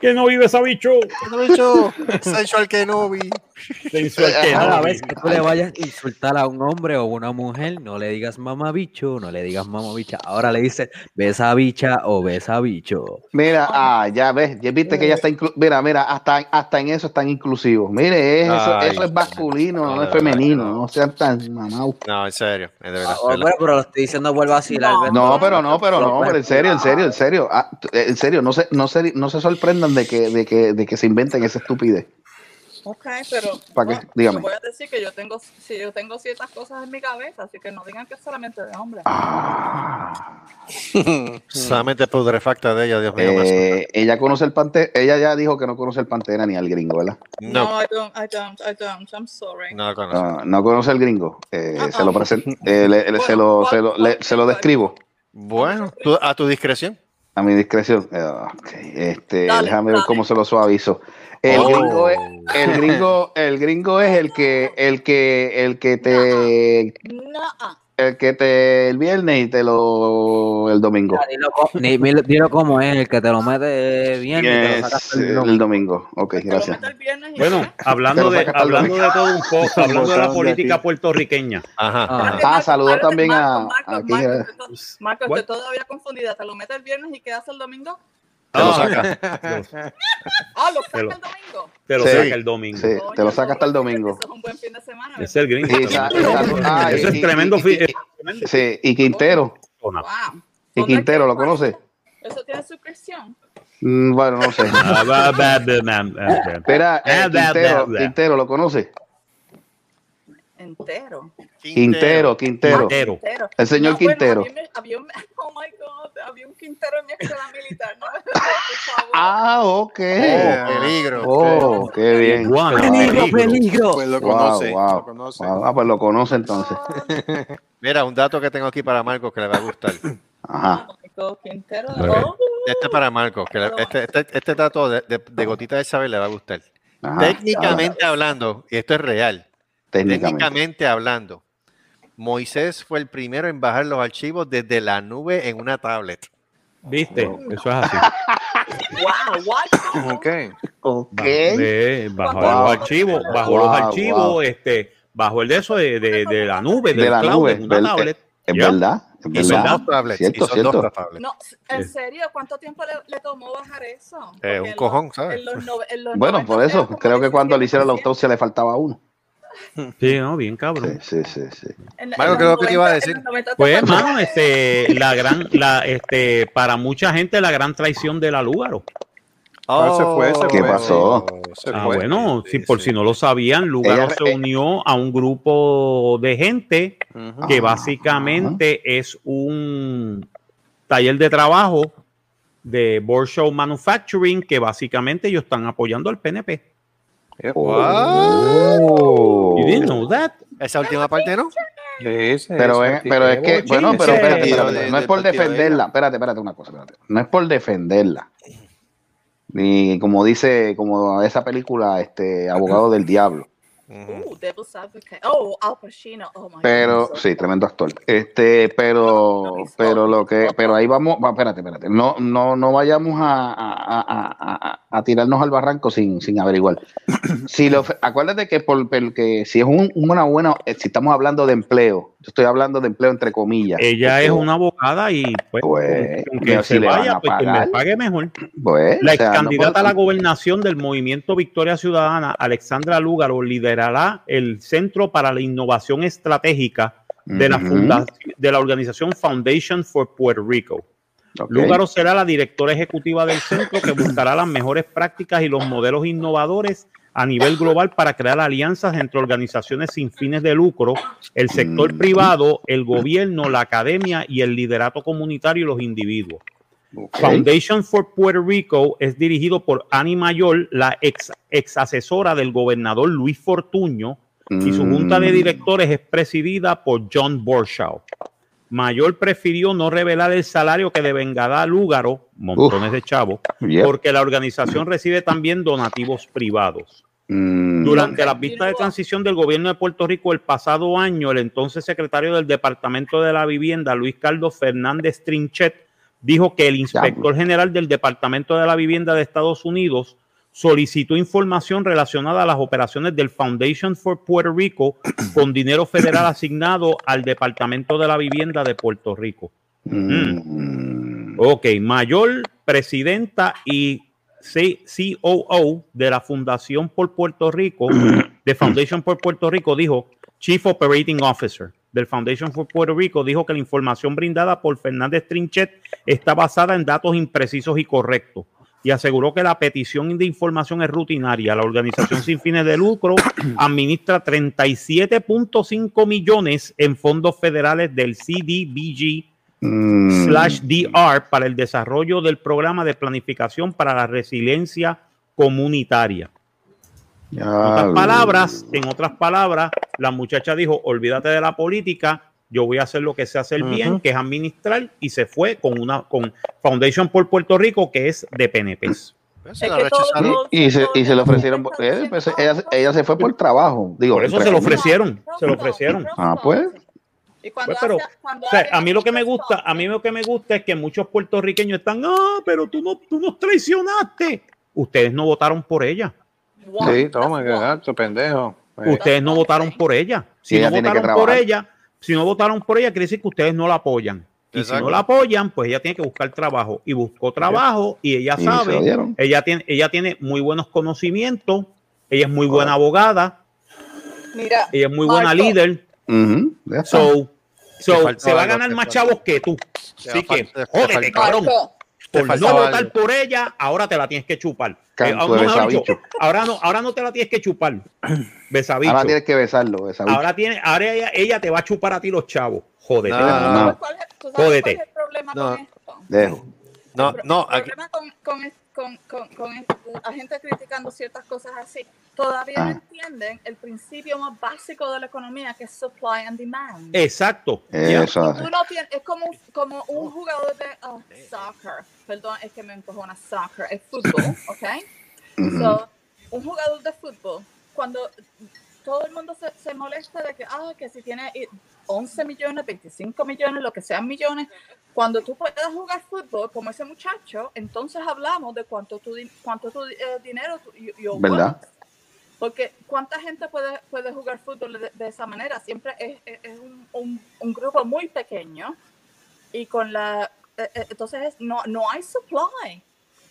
B: Que no vive esa bicho.
C: Besabicho. Sensual que no vi.
B: Sensual que no
E: Cada
B: vive.
E: vez que tú le vayas a insultar a un hombre o una mujer, no le digas mamabicho, no le digas mamabicha. Ahora le dices besa bicha o besa bicho.
F: Mira, ah, ya ves, ya viste que ya está inclu- mira, mira, hasta, hasta en eso están inclusivos. Mire, es eso,
C: Ay.
F: eso es masculino, no,
C: No,
F: es
C: de verdad
F: femenino,
C: que no.
F: no sean tan mamados.
C: No, en serio, es de verdad.
E: Ah, bueno, pero lo estoy diciendo vuelvo a vacilar.
H: No.
E: Alberto.
F: No, pero no, pero
E: Lo-
F: no, pero en serio, en serio, en serio, Ah, t- eh, en serio, no se, no se, no se sorprendan de que, de que, de que se inventen esa estupidez.
H: Ok, pero
F: Pa' que-
H: bueno,
F: dígame.
H: yo voy a decir que yo tengo, si yo tengo ciertas cosas en mi cabeza, así que no digan que es solamente de hombres.
F: Ah.
C: Solamente putrefacta de ella, Dios mío. me asusta.
F: Eh, ella conoce el pantera, ella ya dijo que no conoce el pantera ni al gringo, ¿verdad?
C: no,
H: I don't, I don't, I don't, I'm sorry.
C: no la conozco.
F: Ah, no conoce al gringo. Eh,
H: Ah,
F: se lo
H: ah.
F: presento, se lo, se lo, le- se lo describo
C: Bueno, tú- a tu discreción.
F: a mi discreción. Eh, ok, Este,
H: Dale,
F: déjame ver
H: dale.
F: cómo se lo suavizo. El
C: Oh.
F: gringo es, el gringo, el gringo es el que, el que, el que te,
H: No, ah,
F: el que te el viernes y te lo el domingo.
E: Ya, Dilo, co- ni- mil- dilo como es, el que te lo mete bien y te lo
F: Es
E: sacas el
F: el domingo. Ok,
H: te lo
F: gracias.
H: meto el viernes y
B: Bueno, hablando
F: Pero
B: de,
F: saca hasta el
B: hablando de
F: domingo.
B: todo un poco, hablando de la
K: Botaron de
B: política
K: aquí.
B: puertorriqueña.
C: Ajá.
E: Ah.
F: Ah,
H: Marco,
F: saludó
H: espérate,
F: también a-
H: Marco,
F: a-
H: Marco,
F: ¿quién era?
H: Marco, estoy to- Marco,
B: ¿Cuál?
H: estoy todavía confundida. ¿Te lo metes el viernes y quedas el domingo?
C: Te lo saca.
B: Te
H: Ah, lo sacas
B: Pero-
H: el domingo.
B: lo
F: Sí.
B: saca el domingo.
F: Sí, te lo
H: Coño,
F: saca hasta el
H: no,
F: domingo.
H: Eso es un buen fin de semana.
B: Es el gringo.
F: Y sa- y salu- ah,
B: Ese
F: y-
B: es
F: y-
B: tremendo.
F: y-
B: fi-
F: y-
B: es tremendo
F: Sí, y Quintero.
B: persona.
H: Wow.
F: ¿Y
H: ¿Dónde
F: Quintero
H: queda
F: lo conoce?
H: eso? Eso tiene suscripción.
F: Mm, Bueno, no sé.
B: Ah, ba- ba- ba- ba- ba- ba.
F: Espera, eh,
B: Ah, bla, bla,
F: Quintero,
B: bla.
F: Quintero lo conoce.
H: Entero.
F: Quintero, Quintero.
B: Quintero.
H: Entero.
F: El señor
H: bueno,
F: Quintero.
H: había, un- había un, oh my God, había un Quintero en mi escuela militar. No, por favor.
F: Ah, ok.
C: Oh, peligro.
F: Oh, qué bien.
B: Guana,
E: Peligro,
B: peligro.
E: peligro.
I: Pues lo
F: Wow,
I: conoce,
F: wow,
I: lo conoce.
F: wow. Ah, pues lo conoce entonces.
C: Mira, un dato que tengo aquí para Marcos que le va a gustar.
F: Ajá.
H: Marco Quintero.
C: Muy bien. Este para Marco, que la- este, este, este dato de, de- de gotita de saber le va a gustar.
F: Ajá,
C: técnicamente hablando, y esto es real,
F: técnicamente.
C: técnicamente hablando, Moisés fue el primero en bajar los archivos desde la nube en una tablet.
B: ¿Viste?
H: No.
B: Eso es así.
H: Wow, what?
I: Ok.
F: Ok.
B: Eh, Bajo
H: Wow.
B: los archivos, bajo
F: Wow,
B: los archivos,
F: wow.
B: este, bajo el de eso de, de- de la nube,
F: De
B: del
F: la
B: cloud,
F: nube,
B: en una
F: del-
B: tablet.
F: Es
B: Ya.
F: verdad, es
C: Y son
F: verdad.
C: dos tablets.
F: Cierto,
C: y son
F: cierto.
C: dos tablets.
H: No, en
B: Sí.
H: serio, ¿cuánto tiempo le, le tomó bajar eso? Porque
C: Eh,
H: en
C: un
H: los-
C: cojón, ¿sabes?
H: en los nove- en los
F: Bueno,
H: 90
F: por
H: era
F: eso,
H: como
F: creo que cuando le hicieron la
H: 17%.
F: autopsia le faltaba uno.
B: Sí, no, bien
F: Sí,
B: cabrón.
F: sí, sí. sí.
H: En- en
C: Marco,
H: los
C: creo que te iba a
H: 90
C: decir.
H: en los 90 te
B: Pues,
H: faltaba-
B: hermano, este, la gran, la, este, para mucha gente, la gran traición del Alúgaro.
G: Ah, se fue, se
F: ¿Qué fue, pasó?
C: Se
B: Ah,
C: fue.
B: bueno,
C: Sí,
B: si por
C: sí.
B: si no lo sabían, Lugaro
F: Ella-
B: se
F: eh.
B: unió a un grupo de gente
F: Ah,
B: que básicamente es un taller de trabajo de Borshow Manufacturing que básicamente ellos están apoyando al PNP.
F: Oh.
B: You didn't know that?
C: Esa última parte, ¿no?
F: Pero es, pero es que, bueno, pero
B: Chin,
F: espérate,
B: sí.
F: espérate, espérate, no es
I: Del partido
F: por
I: de
F: defenderla,
I: ella.
F: espérate, espérate una cosa, espérate. No es por defenderla. Ni como dice, como esa película, este, Abogado del Diablo.
C: Ujú.
H: Ooh, uh, Devil's Advocate. Oh, Al Pacino. Oh, my God,
F: Pero,
H: so
F: sí,
H: good.
F: tremendo actor. Este, pero, pero lo que, pero ahí vamos, va, espérate, espérate. No, no, no vayamos a, a- a- a- a tirarnos al barranco sin, sin averiguar. Si lo, acuérdate que por, porque si es un- una buena, eh, si estamos hablando de empleo, yo estoy hablando de empleo entre comillas.
B: Ella
F: porque-
B: es una abogada y pues,
F: Pues,
B: con- con
F: pero
B: que
F: si
B: se
F: le van
B: vaya,
F: a
B: pues que me
F: pagar.
B: pague mejor.
F: Pues,
B: La
F: o sea,
B: ex
F: no
B: candidata a la
F: puedo-
B: gobernación del movimiento Victoria Ciudadana, Alexandra Lúgaro, liderará el Centro para la Innovación Estratégica de la,
F: Ujú,
B: funda- de la organización Foundation for Puerto Rico.
F: ok.
B: Lúgaro será la directora ejecutiva del centro que buscará las mejores prácticas y los modelos innovadores a nivel global para crear alianzas entre organizaciones sin fines de lucro, el sector
F: Mm.
B: privado, el gobierno, la academia y el liderato comunitario y los individuos.
F: Ok.
B: Foundation for Puerto Rico es dirigido por Annie Mayor, la ex, ex asesora del gobernador Luis Fortuño, y su junta de
F: Mm,
B: directores es presidida por John Borshaw. Mayor prefirió no revelar el salario que devengará Lúgaro, montones de chavos,
F: yep.
B: porque la organización recibe también donativos privados.
F: Mm,
B: Durante las vistas de transición del gobierno de Puerto Rico el pasado año, el entonces secretario del Departamento de la Vivienda, Luis Carlos Fernández Trinchet, dijo que el inspector general del Departamento de la Vivienda de Estados Unidos solicitó información relacionada a las operaciones del Foundation for Puerto Rico con dinero federal asignado al Departamento de la Vivienda de Puerto Rico.
F: mm,
B: Ok, mayor presidenta y C- COO de la Fundación por Puerto Rico, de Foundation por Puerto Rico, dijo, Chief Operating Officer del Foundation for Puerto Rico, dijo que la información brindada por Fernández Trinchet está basada en datos imprecisos y correctos y aseguró que la petición de información es rutinaria. La organización sin fines de lucro administra 37.5 millones en fondos federales del CDBG
F: mm.
B: slash DR para el desarrollo del programa de planificación para la resiliencia comunitaria. En
F: Ya
B: otras
F: lo-
B: palabras, en otras palabras, la muchacha dijo, olvídate de la política, yo voy a hacer lo que sé hacer bien, que es administrar, y se fue con una con Foundation por Puerto Rico, que es de PNPs.
C: Pues,
H: Es
C: se la
H: que
C: rechazaron.
H: todo-
F: Y, y se, y se le ofrecieron,
H: todo-
F: eh, pues, ella, ella se fue por trabajo, digo.
B: Por eso
F: entre
B: se lo
F: comillas.
B: ofrecieron, se lo ofrecieron.
F: Ah, pues.
H: Y cuando
B: Pues, pero,
H: hace- cuando
B: O sea,
H: hace
B: a mí lo que me
H: esos
B: gusta, a mí lo que me gusta es que muchos puertorriqueños están, ah, pero tú no, tú nos traicionaste. Ustedes no votaron por ella.
H: Wow,
I: Sí, toma, que
H: that's wow.
I: gato, pendejo. Eh,
B: Ustedes no
H: Ok.
B: votaron por ella. Si
F: Y ella
B: no
F: tiene que
B: votaron por
F: trabajar.
B: ella, si no votaron por ella, quiere decir que ustedes no la apoyan. Y si
C: Exacto.
B: no la apoyan, pues ella tiene que buscar trabajo. Y buscó trabajo y ella
F: Y se lo
B: sabe,
F: dieron.
B: ella tiene, ella tiene muy buenos conocimientos, ella es muy
F: Oh.
B: buena abogada,
H: Mira,
B: ella es muy buena
H: Marco.
B: líder.
F: Ujú, ya está.
B: So, so,
C: Te faltó
B: se va a
C: algo,
B: ganar
C: te
B: más
C: faltó.
B: chavos que tú.
C: Te
B: Así
C: fa-
B: que,
C: te- te
B: jódete,
C: faltó algo.
B: cabrón.
H: Marco,
C: Te
B: Por no
C: faltaba
B: votar
C: algo.
B: por ella, ahora te la tienes que chupar. Eh,
F: Canto
B: no,
F: de
B: mejor dicho,
F: besabicho.
B: ahora no, ahora no te la tienes que chupar. Besabicho.
F: Ahora tienes que besarlo, besabicho.
B: Ahora tiene, ahora ella, ella te va a chupar a ti los chavos. Jódete.
C: No, no,
H: ¿tú
C: no.
H: sabes cuál es- tú sabes cuál
B: Jódete.
H: es el problema
C: No.
H: con esto?
F: Dejo.
C: No,
H: El pro-
C: no,
H: el
C: aquí-
H: problema con, con, con, con, con es- la gente criticando ciertas cosas así, todavía no
F: Ah.
H: entienden el principio más básico de la economía que es supply and demand.
B: Exacto. Ya.
F: Eso.
H: Tú no tienes- es como, un- como un jugador de oh, soccer, perdón, es que me encojona soccer, es fútbol, ¿ok?
F: Ujú.
H: So, un jugador de fútbol, cuando todo el mundo se, se molesta de que, ah, que si tiene eh, 11 millones, 25 millones, lo que sean millones, cuando tú puedas jugar fútbol como ese muchacho, entonces hablamos de cuánto tu, di- cuánto tu eh, dinero tú- you- you're
F: ¿Verdad?
H: worth. Porque cuánta gente puede, puede jugar fútbol de, de esa manera, siempre es, es- es un, un- un grupo muy pequeño y con la, eh, eh, entonces es- no, no hay supply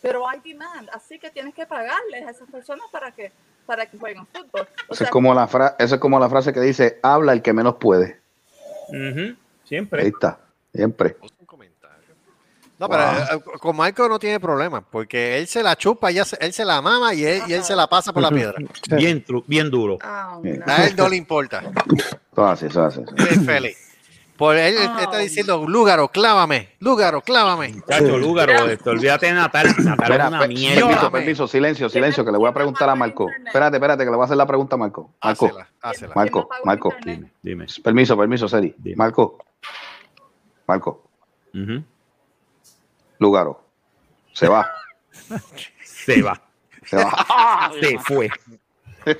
H: pero hay demand, así que tienes que pagarles a esas personas para que para que jueguen fútbol. O
F: Eso
H: sea,
F: es como la fra- eso es como la frase que dice, habla el que menos puede.
B: Ujú,
F: Ahí
B: Siempre.
F: está, siempre.
C: Un comentario. No, pero
F: Wow.
C: eh, con Marco no tiene problema, porque él se la chupa, ya se- él se la mama y él, y él se la pasa por la piedra.
B: Bien, tru- bien duro.
H: ah,
F: Sí.
H: no.
C: A él no le importa.
F: Eso hace, eso hace. eso hace.
C: Él es feliz. Por él está
H: Ay.
C: diciendo, Lúgaro, clávame, Lúgaro, clávame.
B: Chacho, Lúgaro, este, olvídate de Natal. Natal
F: Espera,
B: es
F: pues.
B: una
F: pe- permiso,
B: mierda.
F: permiso, silencio, silencio, que le voy a preguntar a Marco.
H: Internet.
F: Espérate, espérate, que le voy a hacer la pregunta a Marco. Marco,
C: Hácela, hácela.
H: Mar-
F: Marco,
H: apagó el
F: Marco.
H: internet.
B: Dime.
F: Permiso, permiso, Seri.
B: Dime.
F: Marco. Marco,
B: Ujú.
F: Lugaro. Se va,
B: Se va.
F: se va.
B: Se fue.
F: No, pues,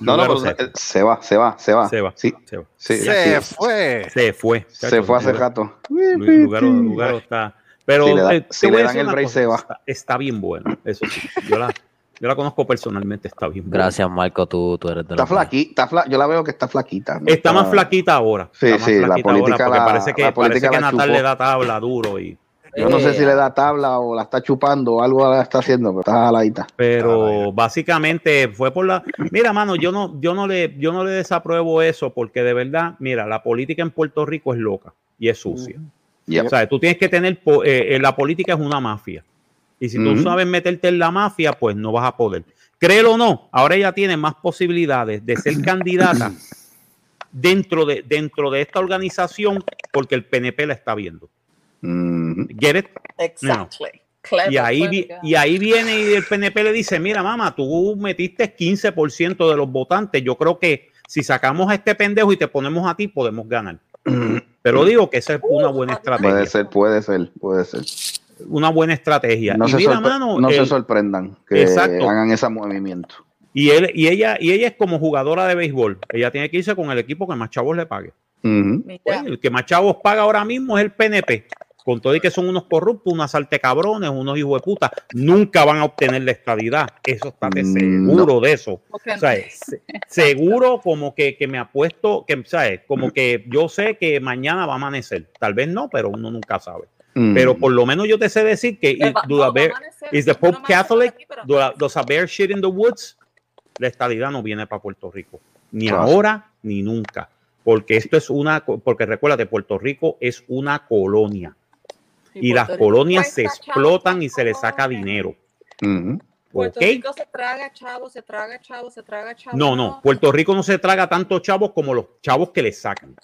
F: no,
B: Lugaro se,
F: pero se, se va, se va, se va.
B: se va.
F: Sí,
B: Se va.
F: sí,
C: Se
F: sí.
C: fue.
B: Se fue.
F: Se fue hace
B: Lugaro-
F: rato.
B: Lu- Lugaro, Lugaro está. Pero
F: Si le da-
B: eh, te
F: si
B: voy
F: le
B: a
F: dan
B: decir
F: el
B: una
F: break,
B: cosa,
F: se va.
B: Está, está bien bueno. Eso sí. Yo la, yo la conozco personalmente, está bien buena.
E: Gracias, Marco, tú, tú eres de
F: Está
E: los míos.
F: flaquita, está fla- yo la veo que está flaquita. ¿no?
B: Está más flaquita ahora.
F: Sí,
B: está más
F: sí, la
B: flaquita
F: política
B: ahora,
F: la-
B: porque parece que,
F: la política
B: parece que
F: la
B: Natal
F: chupó.
B: le da tabla duro. y
F: Yo no sé si
E: Eh,
F: le da tabla o la está chupando o algo la está haciendo, pero está jaladita. Ah,
B: Pero
C: Claro,
B: básicamente fue por la. Mira, mano, yo no, yo no le, yo no le desapruebo eso, porque de verdad, mira, la política en Puerto Rico es loca y es sucia.
F: Mm, Yep.
B: O sea, tú tienes que tener, po- eh, eh, la política es una mafia. Y si tú
F: Ujú.
B: sabes meterte en la mafia, pues no vas a poder. Créelo o no, ahora ella tiene más posibilidades de ser candidata dentro de, dentro de esta organización porque el PNP la está viendo.
F: Mhm.
B: Get it?
H: Exactly. Clever,
B: Y ahí, vi-
H: clever.
B: y ahí viene y el PNP le dice, mira, mamá, tú metiste 15% de los votantes. Yo creo que si sacamos a este pendejo y te ponemos a ti, podemos ganar. Pero digo que esa es una buena
F: Puede
B: estrategia.
F: ser, puede ser, puede ser.
B: Una buena estrategia.
F: No,
B: y
F: se,
B: mira,
F: sorpre-
B: mano,
F: no se
B: el-
F: sorprendan que
B: Exacto.
F: hagan ese movimiento.
B: y, él, y, ella, y ella es como jugadora de béisbol. Ella tiene que irse con el equipo que más chavos le pague.
F: Ujú.
H: Mira,
B: Pues, el que más chavos paga ahora mismo es el PNP. Con todo y que son unos corruptos, unos saltecabrones, unos hijos de puta, nunca van a obtener la estadidad. Eso está de
F: Mm,
B: seguro de eso.
H: porque-
B: O sea, se- seguro como que, que me apuesto, que, ¿sabes? Como que yo sé que mañana va a amanecer. Tal vez no, pero uno nunca sabe.
F: Mm.
B: Pero por lo menos yo te sé decir que
H: Eh, va- no,
B: do the
H: va a
B: bear-
H: amanecer,
B: is the
H: no
B: Pope
H: amanece por
B: Catholic,
H: aquí, pero
B: do la-
H: amanece.
B: does a bear shit in the woods? La estadidad no viene para Puerto Rico. Ni
F: Claro.
B: ahora, ni nunca. Porque esto es una, co- porque recuérdate, Puerto Rico es una colonia. Y las
H: Puerto Rico
B: colonias se
H: cuesta
B: explotan
H: chavos,
B: y se les saca
H: chavos,
B: dinero.
F: Ujú.
B: ¿Ok?
H: Puerto Rico se traga chavo, se traga chavo, se traga chavo.
B: No, no. Puerto Rico no se traga tantos chavos como los chavos que le sacan.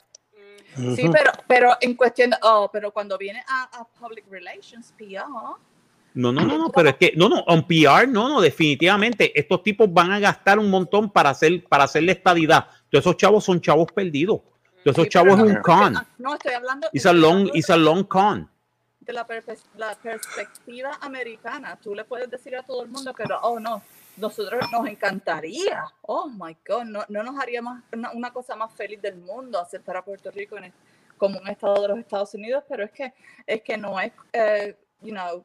H: Sí, pero, pero en cuestión de, oh, pero cuando viene a, a public relations, PR,
B: No, no, no, no, pero es que, no, no, on PR, no, no, definitivamente, estos tipos van a gastar un montón para hacer, para hacer la estadidad. Todos esos chavos son chavos perdidos. Todos esos
H: Sí, pero
B: chavos
H: no,
B: es un con.
H: ah, no estoy hablando
B: It's a
H: estoy
B: long,
H: hablando
B: it's a long con.
H: de la, perpe- la perspectiva americana. Tú le puedes decir a todo el mundo que, no, oh, no, nosotros nos encantaría. Oh, my God, no, no nos haría más- una, una cosa más feliz del mundo aceptar a Puerto Rico en el- como un estado de los Estados Unidos, pero es que, es que no es, eh, you know,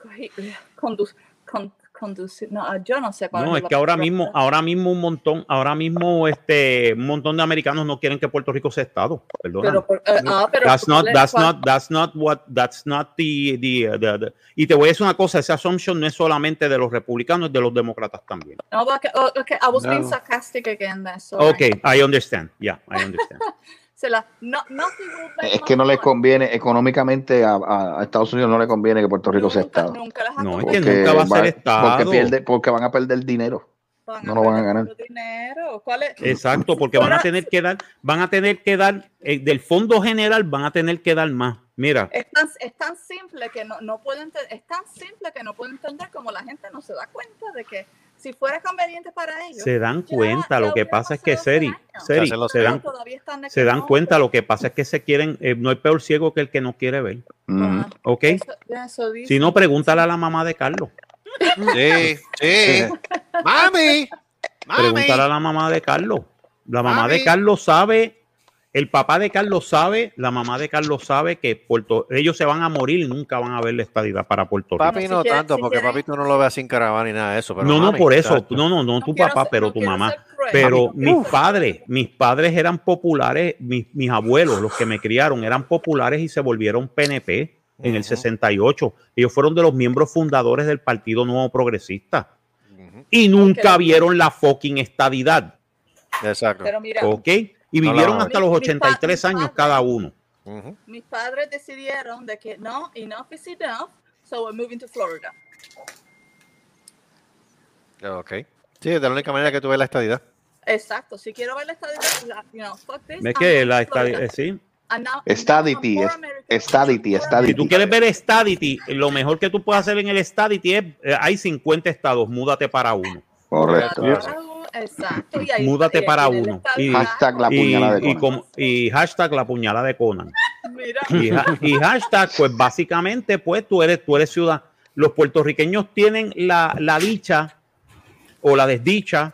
H: cogi- condu- con- conducir, no, ah, yo no sé cuál
B: No, es
H: la
B: que ahora
H: palabra.
B: mismo, ahora mismo un montón, ahora mismo este, un montón de americanos no quieren que Puerto Rico sea estado. Perdón.
H: Pero, por- eh, ah, pero
B: That's not,
H: ¿cuál-
B: that's
H: cuál-
B: not, that's not what, that's not the, the, the- the- Y te voy a decir una cosa, esa assumption no es solamente de los republicanos, es de los demócratas también.
H: No, porque, oh, okay, I was being
I: No.
H: sarcastic again there, sorry.
B: Okay, I understand. Yeah, I understand.
H: Se la- no, nothing will make
F: Es que no le
H: my heart.
F: conviene, económicamente a, a- a Estados Unidos no le conviene que Puerto Rico sea
H: Nunca-
F: Estado.
H: nunca las ha
B: No, es que
H: convencido.
B: nunca va a
F: va-
B: ser Estado.
F: Porque, pierde, porque van a perder dinero.
H: Van
F: no lo van a
H: perder
F: ganar.
H: su Dinero. ¿Cuál es?
B: Exacto, porque van a tener que dar, van a tener que dar, eh, del fondo general van a tener que dar más. Mira,
H: Es tan, es tan simple que no, no puedo ente- es tan simple que no puedo entender como la gente no se da cuenta de que si fuera conveniente para ellos.
B: se dan
H: ya-
B: cuenta.
H: ya
B: Lo que
H: hubiera
B: pasa es que,
H: pasado
B: Seri,
H: hace años.
B: Seri,
C: Hacerlo
B: se dan,
H: Todavía están de
B: se
H: que
B: dan
H: no,
B: cuenta. Lo que pasa es que se quieren, eh, no hay peor ciego que el que no quiere ver.
H: ah,
B: ¿Ok?
H: eso- eso dice.
B: Si no, pregúntale a la mamá de Carlos.
C: Sí, sí. Mami, mami.
B: Pregúntale a la mamá de Carlos. La mamá
C: Mami.
B: de Carlos sabe, el papá de Carlos sabe, la mamá de Carlos sabe que Puerto, ellos se van a morir y nunca van a ver la estadidad para Puerto Rico.
C: Papi
H: si
C: no
H: quiere-
C: tanto,
H: si
C: porque
H: quiere-
C: papi tú no lo veas sin caravana ni nada de eso. Pero
B: no, no,
C: mami,
B: por eso.
C: chacho.
B: No, no, no tu
H: quiero
B: papá,
H: ser-
B: pero
H: no
B: tu
H: quiero
B: mamá.
H: ser cruel,
B: Pero
H: no quiero
B: mis
H: ser
B: padres,
H: cruel.
B: mis padres eran populares, mis, mis abuelos, los que me criaron, eran populares y se volvieron PNP en el
C: Ujú.
B: 68. Ellos fueron de los miembros fundadores del Partido Nuevo Progresista
C: Ujú,
B: y nunca
H: Ok.
B: vieron la fucking estadidad,
C: Exacto.
H: Pero mira,
B: ¿ok? Y
C: No la
B: vivieron
C: van a
B: hasta
H: ver.
B: los
H: Mi- mi pa-
B: 83
H: mi
B: años
H: padre-
B: cada uno.
C: Ujú.
H: mis padres decidieron de que no, enough is enough, so we're moving to Florida.
C: Ok. Sí, es de la única manera que tú ves la estadidad.
H: Exacto, si quiero ver la estadidad, la- you know, fuck this.
B: Es
H: I'm
B: que
H: moving
B: la
H: to Florida.
B: estadidad, sí.
H: And now-
F: Estadity,
H: now I'm more
F: es-
H: American,
F: estadity,
H: I'm more
F: estadity.
B: Si tú
H: American.
B: quieres ver Stadity, lo mejor que tú puedes hacer en el Stadity es, eh, hay 50 estados, múdate para uno.
F: Correcto.
H: Exacto. y ahí-
B: Múdate
H: y ahí
B: para
H: tiene la
B: uno.
H: estadidad.
B: Y-
F: Hashtag la
B: Y,
F: puñalada de
B: y
F: Conan.
B: como- y hashtag la puñalada de Conan.
H: Mira,
B: Y, ha- y hashtag, pues básicamente, pues tú eres, tú eres ciudad. Los puertorriqueños tienen la, la dicha o la desdicha,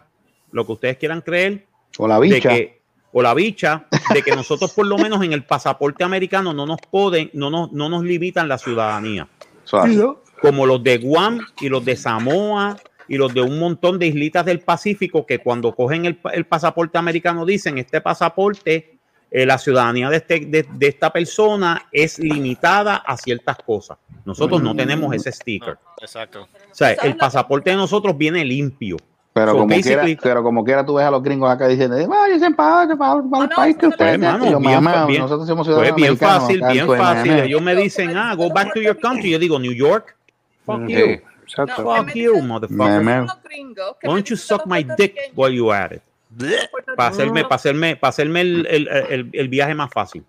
B: lo que ustedes quieran creer,
F: O la
B: de
F: bicha.
B: que, o la bicha, de que nosotros por lo menos en el pasaporte americano no nos pueden, no nos, no nos limitan la ciudadanía.
F: Eso hace.
B: como los de Guam y los de Samoa y los de un montón de islitas del Pacífico que cuando cogen el, pa- el pasaporte americano dicen, este pasaporte, eh, la ciudadanía de, este- de- de esta persona es limitada a ciertas cosas. Nosotros no
F: Mm.
B: tenemos ese sticker.
C: Exacto.
B: O sea,
H: ¿Sabes
B: el
H: lo-
B: pasaporte de nosotros viene limpio.
F: Pero,
B: So,
F: como quiera,
B: basically-
F: pero como quiera, tú ves a los gringos acá diciendo, vaya, se para, se para, para
H: Ah,
F: el
H: no,
F: país que
H: eso no
F: ustedes.
H: es verdad.
F: Y yo,
B: Pues, mano,
F: mamá,
B: bien-
F: nosotros somos
B: Pues
F: ciudadanos
B: bien
F: americanos.
B: fácil,
F: canto
B: bien
F: de
B: fácil.
F: nene.
B: Ellos me dicen, ah, go back to your country. Yo digo, New York,
F: Mm.
B: fuck
G: Sí.
B: you,
H: No,
G: Exacto.
H: que
B: fuck
H: me
B: you,
H: dicen-
B: motherfucker.
F: Meme.
H: son los gringos que me
B: Why don't you
H: dicen
B: suck
H: los
B: my dick
H: puertorriqueños-
B: while you at it?
H: los puertorriqueños-
B: Para hacerme, pa' hacerme, pa' hacerme el, el- el- el viaje más fácil.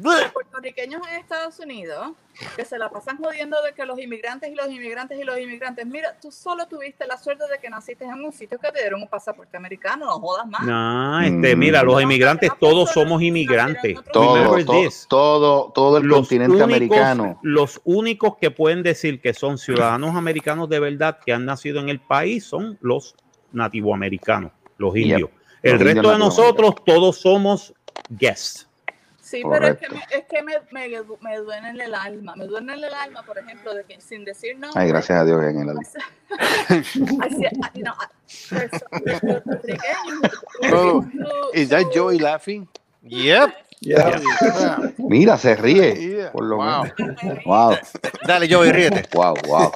H: los puertorriqueños en Estados Unidos que se la pasan jodiendo de que los inmigrantes y los inmigrantes y los inmigrantes. Mira, tú solo tuviste la suerte de que naciste en un sitio que te dieron un pasaporte americano, no jodas más.
B: No,
F: Mm.
B: este, mira, los inmigrantes,
H: No,
B: todos
H: personas
B: somos
H: que
B: inmigrantes.
H: nacieron en otro
F: Todo,
B: Remember
H: país.
F: to-
B: this.
F: todo, todo el
B: Los
F: continente
B: únicos-
F: americano.
B: Los únicos que pueden decir que son ciudadanos americanos de verdad que han nacido en el país son los nativoamericanos, los
F: Yep.
B: indios.
F: Los
B: El
F: indios
B: resto de nosotros, todos somos guests.
H: Sí, pero es
F: Correcto.
H: que, me, es que me, me, me duele en el alma. Me duele en el alma, por ejemplo, de que sin decir no.
F: Ay, gracias a Dios que en el alma.
H: no, a- perso- los puertorriqueños,
I: Oh,
H: su-
I: Is that
H: su-
I: Joey laughing?
C: Yep.
G: Yeah.
F: Mira, se ríe.
I: Yeah.
F: Por lo
I: Wow.
F: menos. Wow,
C: Dale, Joey, ríete.
F: wow, wow.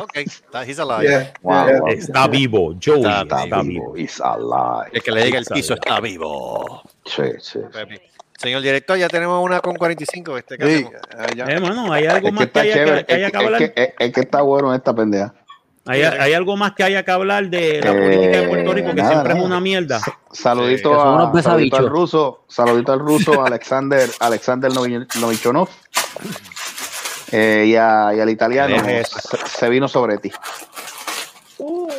C: Ok. That- He's alive.
G: Yeah.
F: Wow,
G: Yeah.
F: wow.
B: Está vivo, Joey está,
C: Está
B: vivo.
F: vivo. It's alive.
C: El que le llega al piso está vivo.
F: Che, che.
C: Pepe. Señor director, ya tenemos una con 45. Este, ¿qué
I: Sí,
C: hacemos?
I: allá.
B: Eh, mano, hay algo
F: Es que
B: más que
F: está
B: haya
F: chévere.
B: que, que haya
F: Es
B: que
F: que, es
B: hablar.
F: que- es- es que está bueno esta pendeja.
B: Hay, hay algo más que haya que hablar de la
F: Eh,
B: política de Puerto Rico, que
F: nada,
B: siempre es
F: nada.
B: una mierda.
F: Saludito,
E: Sí, que son unos
F: a, saludito al
E: besabichos.
F: ruso, saludito al ruso Alexander, Alexander Novi- Novichonov Eh, y, a- y al italiano eh,
C: Deja eso.
F: se, se vino sobre ti.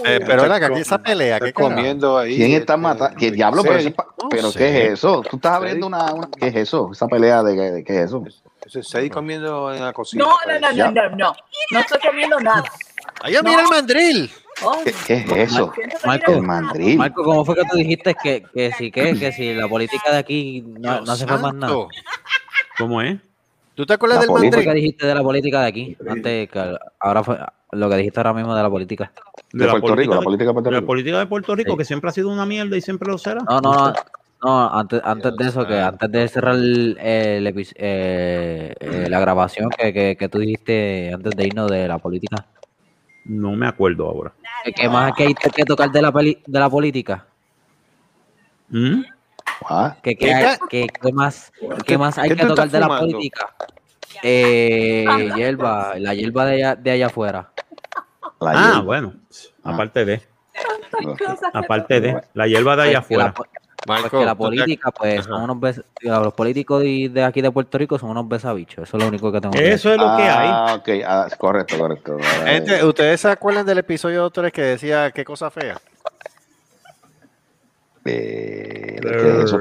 C: Eh, pero era que aquí esa pelea, ¿qué
I: Está
C: carajo?
I: comiendo ahí.
F: ¿Quién está
I: este,
F: matando? ¿Quién diablo? Pero, eso
I: Seri.
F: es pa-
C: No
F: pero
C: sé.
F: ¿qué es eso? Tú estás abriendo una, una- ¿Qué es eso? Esa pelea de, de- ¿qué es eso?
I: Ese Seri comiendo en la cocina. pues.
H: No, no,
I: parece.
H: no, no, no, no. No estoy comiendo nada.
C: Allá mira el mandril.
H: Oh,
F: ¿Qué, qué es eso?
H: siento que
E: Michael,
F: El
H: mira-
F: mandril.
E: Marco, ¿cómo fue que tú dijiste que, que sí, que, que si la política de aquí no,
C: Dios
E: no hace falta más nada?
C: santo.
B: ¿Cómo es?
C: ¿Tú te acuerdas
F: La
C: del
E: ¿Cómo fue que
C: mandril?
E: dijiste de la política de aquí? Antes que ahora fue lo que dijiste ahora mismo de la política.
F: De Puerto Rico, la política de Puerto
B: la
F: Rico. Ah.
B: política de Puerto Rico,
E: Sí.
B: que siempre ha sido una mierda y siempre lo será.
E: No, no, no. no, antes, antes de eso, que
C: santo.
E: antes de cerrar el, el epi- eh, eh, la grabación que, que, que tú dijiste antes de irnos de la política.
B: No me acuerdo ahora.
E: ¿Qué- ¿Qué más que hay que tocar de la, peli- de la política?
B: ¿Mm?
F: Ah,
E: ¿Qué,
C: ¿Qué
E: qué, hay-
C: ca-
E: qué- qué más, qué más hay
I: qué
E: que
I: tú
E: tocar
I: estás
E: de la
I: fumando?
E: política? Eh, hierba, la hierba de allá, de allá afuera.
F: la
B: Ah,
F: hierba.
B: bueno.
F: Ah.
B: Aparte de,
H: Tantas cosas que
B: aparte de,
H: toco.
B: la hierba de allá
E: Que la
B: afuera.
E: po- Pues
C: Marco,
E: que la
C: tú te-
E: política, pues,
C: Ajá.
E: son unos bes- los políticos de, de aquí de Puerto Rico son unos besabichos. Eso es lo único que tengo que decir.
B: Eso es lo que hay. Este
F: Ah, ok, ah, correcto, correcto. Ahora, eh,
C: Gente, ¿ustedes se acuerdan del episodio 3 que decía qué cosa fea?
F: eh, ¿de qué es eso?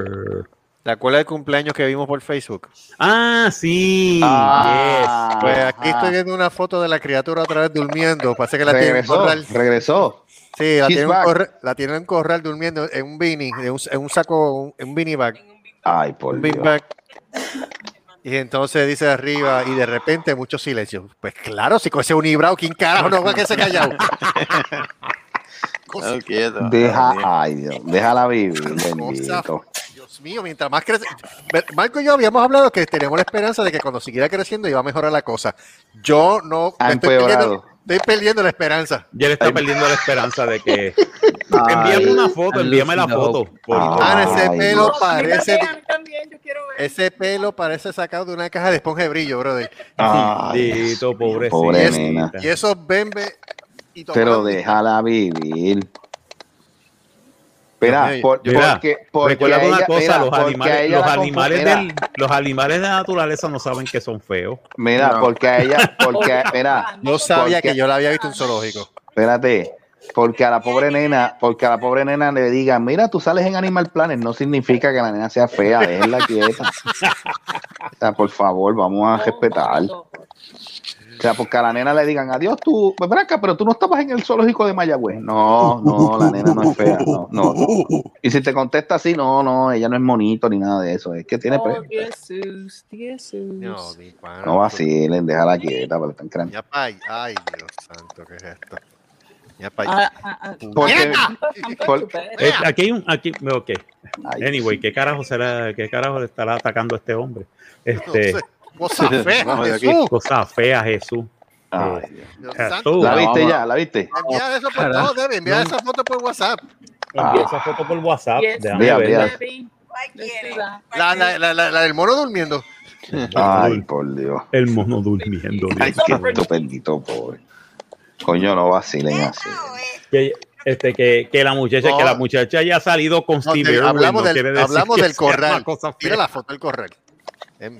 C: ¿Te acuerdas del cumpleaños que vimos por Facebook?
B: Ah, sí.
F: Ah,
C: Pues aquí
F: ajá.
C: estoy viendo una foto de la criatura otra vez durmiendo. Parece que la tiene en un
F: Regresó,
C: corral.
F: regresó.
C: Sí, la
F: She's
C: tiene, en un
F: back.
C: corral, la tiene en un corral durmiendo en un beanie, en un, en un saco, en un beanie bag.
F: Ay, por
C: un
F: Dios.
C: bean bag. Y entonces dice arriba, y de repente mucho silencio. Pues claro, si con ese unibrao, ¿quién carajo no va a que se callado? Cosa-
I: Claro, quieto.
F: Deja, ay Dios, déjala vivir,
C: cosa-
F: bendito.
C: Dios mío, mientras más crece. Ver, Marco y yo habíamos hablado que tenemos la esperanza de que cuando siguiera creciendo iba a mejorar la cosa. Yo no
F: Ha
C: me estoy perdiendo,
F: empeorado.
C: estoy perdiendo la esperanza.
B: Ya le está perdiendo la esperanza de que.
E: Ay,
B: Envíame una foto,
E: Ay,
B: envíame la
E: Lucido.
B: foto. por-
C: Ah,
B: por-
C: ese
F: Ay,
C: pelo
H: Yo
C: parece.
H: también, también, yo quiero ver.
C: Ese pelo parece sacado de una caja de esponja de brillo, brother.
F: Ay, Dios
B: Bendito,
F: mío, pobre
B: pobrecita.
F: nena.
C: Y esos bembe y
F: Pero
C: tomando-
F: déjala vivir. Espera,
C: Dios mío,
F: por-
B: yo- Mira,
F: porque, porque
B: Recuerda
F: a
B: una
F: ella-
B: cosa,
F: mira,
B: los
F: porque a
B: animales,
F: ella
B: los
F: la confu-
B: animales,
F: mira,
B: del, los animales de la naturaleza no saben que son feos.
F: Mira,
I: No.
F: porque a ella, porque, a- mira,
H: Ah,
C: Yo sabía
F: Porque-
C: que yo la había visto en un zoológico.
F: espérate, porque a la pobre nena, porque a la pobre nena le digan, mira, tú sales en Animal Planet, no significa que la nena sea fea, déjenla quieta. O sea, por favor, vamos
H: Oh,
F: a respetar. O sea, porque a la nena le digan, adiós tú, ven acá, pero tú no estabas en el zoológico de Mayagüez. No, no, la nena no es fea, no, no, no. Y si te contesta así, no, no, ella no es monito ni nada de eso, es que tiene
H: Oh,
F: pre-
H: Jesús, Jesús.
C: No, mi pana.
F: No vacilen, déjala quieta, pero están creando.
C: Ya, ay, ay, Dios santo, ¿qué es esto? Ya, pa-
H: Ah, ah, ah,
F: Porque,
H: I'm going to
F: Por-
H: bed.
B: Eh, aquí hay un, aquí, ok.
F: ay,
B: Anyway, ¿qué carajo será, qué carajo le estará atacando a este hombre?
C: no
B: Este,
C: sé, cosa fea,
I: Vamos de aquí.
C: Jesús.
B: cosas feas, Jesús.
F: ay, Dios.
C: Dios
B: Jesús.
C: santo.
F: La
B: Vamos,
F: viste ya, la viste.
C: Envía eso por
E: Carajo.
C: todo, Debbie. Envía esa foto por WhatsApp.
B: Envía
F: Ah.
B: esa foto por WhatsApp.
H: Yes,
B: déjame
F: vea,
B: verla.
F: vea.
H: Debbie,
J: ¿Cuál
H: let's do
J: quiere?
H: that.
C: La, la, la, la, la del mono durmiendo.
F: Ay, por Dios.
B: El mono durmiendo. Dios.
F: Ay, qué esto bendito, pobre. Coño, no vacilen así.
B: Que, este, que, que la muchacha,
C: No.
B: que la muchacha haya salido con
C: No,
B: Steve
C: del-
B: Irwin,
C: hablamos
B: no
C: del-
B: quiere decir
C: hablamos
B: que
C: del
B: sea una
C: corral.
B: cosa
C: Mira
B: fea.
C: la foto del correo. Em.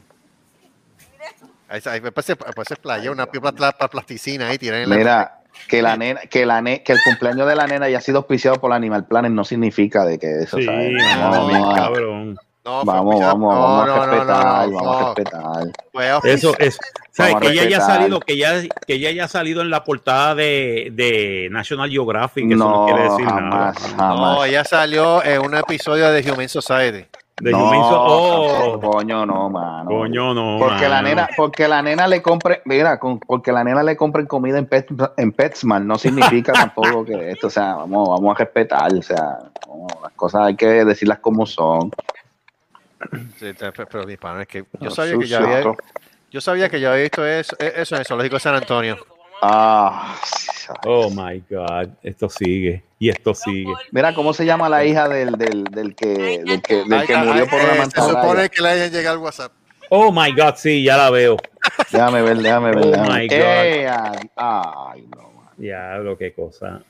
C: Ahí está, ahí parece, parece playa, una pla- pla- pla- plasticina ahí tiran en la-
F: Mira, que la nena, que la ne- que el cumpleaños de la nena haya sido auspiciado por Animal Planet no significa de que eso
B: Sí,
F: ¿sabes?
B: no,
F: Vamos,
B: bien
F: a-
B: cabrón.
C: No, fue
F: vamos, vamos,
C: auspiciada-
F: vamos,
C: no, no,
F: a
C: no, no,
F: respetar,
C: no,
F: vamos a
C: no.
F: respetar.
C: Fue auspici-
B: Eso es. ¿sabes?
F: Vamos a
B: Que ella haya
F: respetar.
B: salido, que ella, que ella haya salido en la portada de, de National Geographic, eso no, quiere
F: No,
B: decir
F: jamás,
B: nada.
C: No,
F: jamás.
C: ella salió en un episodio de Human Society.
B: De
F: No,
B: Human So- oh,
F: coño, no, mano.
B: coño, no.
F: Porque la
B: mano.
F: nena, porque la nena le compre, mira, con- porque la nena le compren comida en, Pet, en Petsman no significa tampoco que esto, o sea, vamos, vamos a respetar, o sea, vamos, las cosas hay que decirlas como son.
C: Sí, te- pe- pero mi pana, es que yo
F: No,
C: sabía
F: su-
C: que ya
F: su-
C: había, yo sabía que ya había visto eso, e- eso en el zoológico de San Antonio.
F: Ah, sí,
B: Oh my God, esto sigue y esto sigue.
F: mira cómo se llama la hija del, del, del que, del que, del que
C: Ay,
F: murió
C: ay,
F: por
C: eh,
F: una
C: se supone
F: mantarraya.
C: que le hayan llegado al WhatsApp.
B: Oh my God, sí, ya la veo.
F: Déjame ver, déjame ver.
B: Oh
F: déjame
B: my
F: ver.
B: God.
F: Eh, ay, ay, no, mano.
B: Ya, lo que cosa.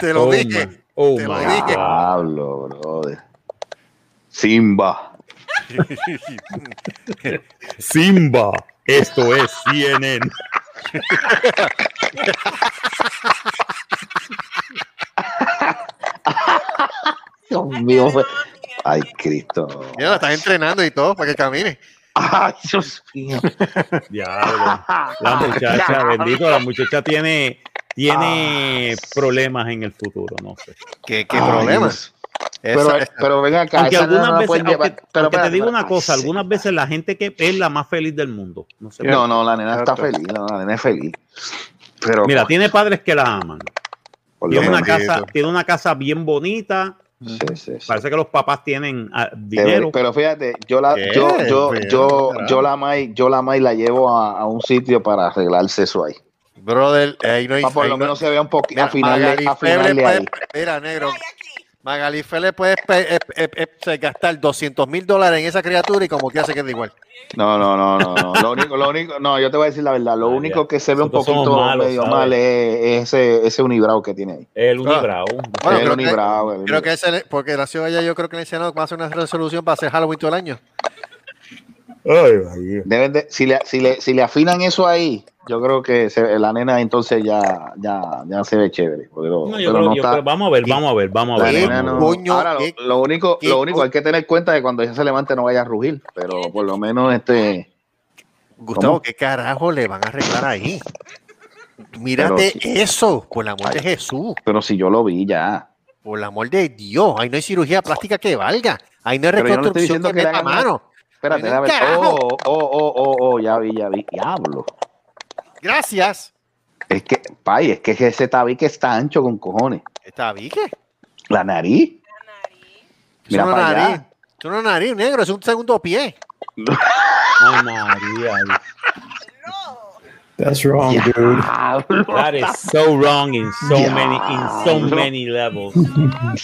C: Te lo
B: oh
C: dije.
B: my, oh
C: te lo
B: my
C: dije.
B: God.
F: Diablo, brother. Simba.
B: Simba, esto es CNN.
F: Dios mío. fue- Ay, Cristo.
C: Mira, la estás entrenando y todo para que camine.
F: Ay, Dios mío.
B: Diablo. La
F: Ah,
B: muchacha, bendito, la muchacha tiene,
F: Ah.
B: tiene problemas en el futuro, no sé.
C: ¿Qué, qué
F: Ay,
C: problema?
F: Dios. Pero,
C: Esa- esa-
F: pero ven acá.
B: Aunque
F: esa nena
B: algunas
F: no la
B: veces,
F: pueden
B: aunque-
F: llevar- pero
B: aunque te
F: espérate,
B: digo una
F: espérate.
B: cosa,
F: Ay,
B: algunas
F: sí.
B: veces la gente que es la más feliz del mundo. No sé por
F: No, no, la nena está
I: Exacto.
F: feliz, no, la nena es feliz. Pero
B: qué. Mira, tiene padres que la aman.
F: por lo
B: Tiene una
F: menos.
B: casa, tiene una casa bien bonita.
F: Sí, sí, sí.
B: Parece que los papás tienen ah,
F: Qué ver-
B: dinero.
F: Pero fíjate, yo la,
C: ¿Qué?
F: yo, yo,
C: Pero,
F: yo,
C: carajo.
F: yo la May, yo la May la llevo a, a un sitio para arreglarse eso ahí.
C: brother, ahí no hay.
F: Para por
C: ahí
F: lo
C: no-
F: menos se vea un poquito,
C: Mira,
F: afinarle,
C: Magali Feble
F: afinarle
C: puede-
F: ahí.
C: Mira, negro. Magali le puede pe- eh, eh, eh, o sea, gastar 200 mil dólares en esa criatura y como que hace que es igual.
F: No, no, no, no, no. Lo único, lo único, no, yo te voy a decir la verdad. Lo
B: Ah,
F: único
B: ya.
F: que se ve un
B: Nosotros somos
F: poquito
B: malos,
F: medio
B: ¿sabes?
F: mal es ese, ese unibrau que tiene ahí.
B: El Unibrau.
C: Bueno,
F: el
C: creo que-
F: unibrau.
C: Creo
F: el unibrau.
C: que ese, le- porque nació allá, yo creo que en el Senado va a hacer una resolución para hacer Halloween todo el año.
F: Deben de- si, le, si, le, si le afinan eso ahí, yo creo que se- la nena entonces ya, ya, ya se ve chévere. porque lo-
B: No, yo
F: pero
B: creo-
F: no
B: yo
F: está-
B: creo- vamos a ver, vamos a ver, vamos a
F: la
B: ver. vamos a
F: nena no-
B: ver.
C: Coño,
F: Ahora, lo,
C: qué-
F: lo único,
C: qué-
F: lo único, hay que tener cuenta de que cuando ella se levante no vaya a rugir, pero por lo menos este.
C: Gustavo,
F: ¿Cómo?
C: ¿qué carajo le van a arreglar ahí? Mírate
F: Pero
C: eso, por el amor de Jesús,
F: Pero si yo lo vi ya.
C: por el amor de Dios. Ahí no hay cirugía plástica que valga. Ahí no hay
F: Pero yo no le estoy
C: reconstrucción
F: diciendo
C: que
F: que le
C: meta
F: hagan una-
C: mano.
F: Espérate,
C: Pero,
F: a ver.
C: carajo.
F: Oh, oh, oh, oh, oh, ya vi, ya vi. Diablo.
C: Gracias.
F: Es que, pay, es que ese tabique está ancho con cojones.
C: Está bique.
F: La nariz.
C: Es
F: Mira
C: una
F: para allá.
C: nariz. Es una nariz negro, es un segundo pie.
B: Ay, María.
G: That's wrong, dude.
F: Diablo.
B: That is so wrong in so
F: Ya.
B: many in so many levels.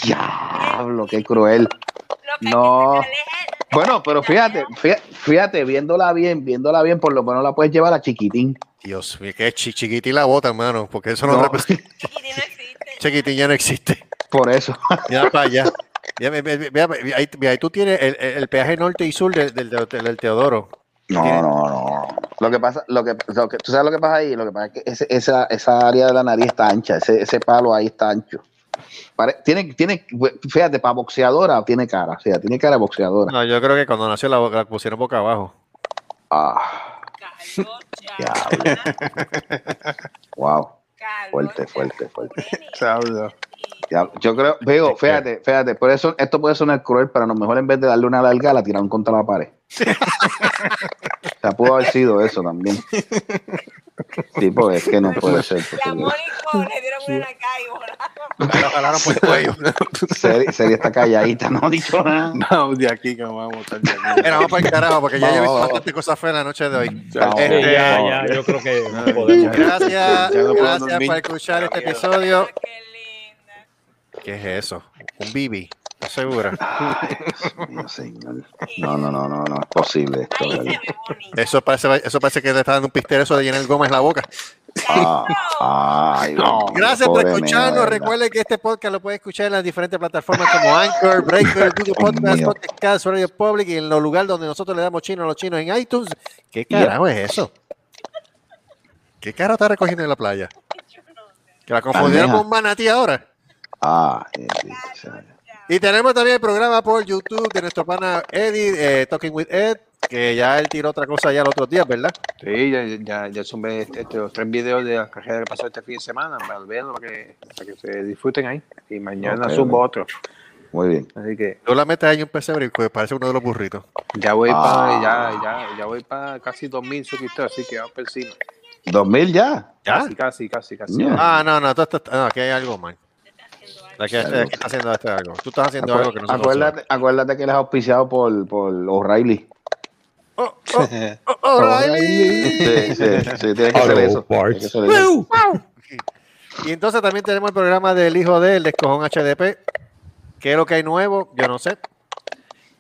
F: Diablo, qué cruel.
J: Lo que hay
F: No.
J: que sacarle es el-
F: Bueno, pero fíjate, fía- fíjate, viéndola bien, viéndola bien, por lo menos la puedes llevar a chiquitín.
C: Dios mío, que chi- chiquitín la bota, hermano, porque eso no,
F: No.
C: representa-
J: Y no existe.
C: Chiquitín ya no existe.
F: Por eso.
C: Mira para allá. Ya, ve- ve- ve- ve- ve- ahí, ve- ahí tú tienes el, el- el peaje norte y sur del, del- del- del Teodoro.
F: No, no, no. Lo que pasa, lo que, lo que- tú sabes lo que pasa ahí, lo que pasa es que ese- esa, esa área de la nariz está ancha, ese, ese palo ahí está ancho. Pare- tiene, tiene, fíjate, para boxeadora tiene cara, o sea, tiene cara de boxeadora.
C: No, yo creo que cuando nació la, boca- la pusieron boca abajo.
F: Ah,
J: Calor,
F: Diablo.
J: chaval,
F: wow,
J: calor,
F: fuerte,
J: chaval.
F: fuerte, fuerte.
I: Diablo.
F: Ya, yo creo, veo,
B: Este,
F: fíjate, fíjate, por eso esto puede sonar cruel, pero a lo mejor en vez de darle una larga, la tiraron contra la pared. o sea, pudo haber sido eso también. Tipo, es que no puede ser.
J: Y a
F: porque
J: Mónico le dieron una en la cara y volaron.
C: Ahí la jalaron por el cuello.
F: Seri, Seri está calladita, no ha dicho nada.
I: Vamos de aquí que nos vamos a botar de aquí.
C: Mira, vamos para el carajo, porque ya
F: Vamos,
C: yo he visto
F: vamos.
C: bastante cosas feas en la noche de hoy.
I: Chao.
B: Sí,
C: Este,
B: ya, ya, yo creo que no podemos.
C: Gracias,
I: Ya no puedo
C: gracias
I: dormir.
C: por escuchar este
I: Miedo.
C: episodio.
J: Qué linda.
C: ¿Qué es eso? Un bibi, ¿estás segura?
F: Ay, Dios mío, señor. No, no, no, no, no es posible esto.
J: Ahí se
F: ¿verdad?
J: ve bonito.
C: Eso parece, eso parece que te está dando un pistero eso de llenar goma en la boca.
F: Ah, ay, Dios mío,
C: Gracias por
F: pobre nena,
C: escucharnos.
F: ¿verdad?
C: Recuerden que este podcast lo pueden escuchar en las diferentes plataformas como Anchor, Breaker, Google Podcast,
F: mío.
C: Podcast, Cast, Radio Public y en los lugares donde nosotros le damos chino a los chinos en iTunes. ¿Qué
F: Ya.
C: carajo es eso? ¿Qué carajo está recogiendo en la playa? Que la confundieron
F: Almeja.
C: con manatí ahora.
F: Ah, bendito sea.
C: Y tenemos también el programa por YouTube de nuestro pana Eddie, eh, Talking with Ed, que ya él tiró otra cosa ya el otro día, ¿verdad?
I: Sí, ya, ya, ya sumé este- este, los tres videos de la cajera que pasó este fin de semana para verlo, para que, para que se disfruten ahí. Y mañana
F: Ok,
I: subo
F: ok.
I: otro.
F: muy bien.
I: Así que
C: Tú la metes ahí en un pesebre y pues, parece uno de los burritos.
I: ya voy
F: Ah.
I: para ya, ya, ya voy para casi 2000 suscriptores, así que vamos por encima.
F: ¿Dos mil ya?
C: ¿Ya?
I: Casi, casi, casi, casi.
F: Yeah.
C: Ah, no, no, tú estás- no, aquí hay algo mal. Aquí, aquí está haciendo este algo. Tú estás haciendo algo que no se
F: acuérdate, acuérdate que eres auspiciado por, por O'Reilly.
C: conoce. Oh, oh, oh, O'Reilly.
F: Sí, sí, sí, tiene que ser eso. Tiene que ser eso.
C: Y entonces también tenemos el programa del hijo de él, de Escojón HDP. ¿Qué es lo que hay nuevo? Yo no sé.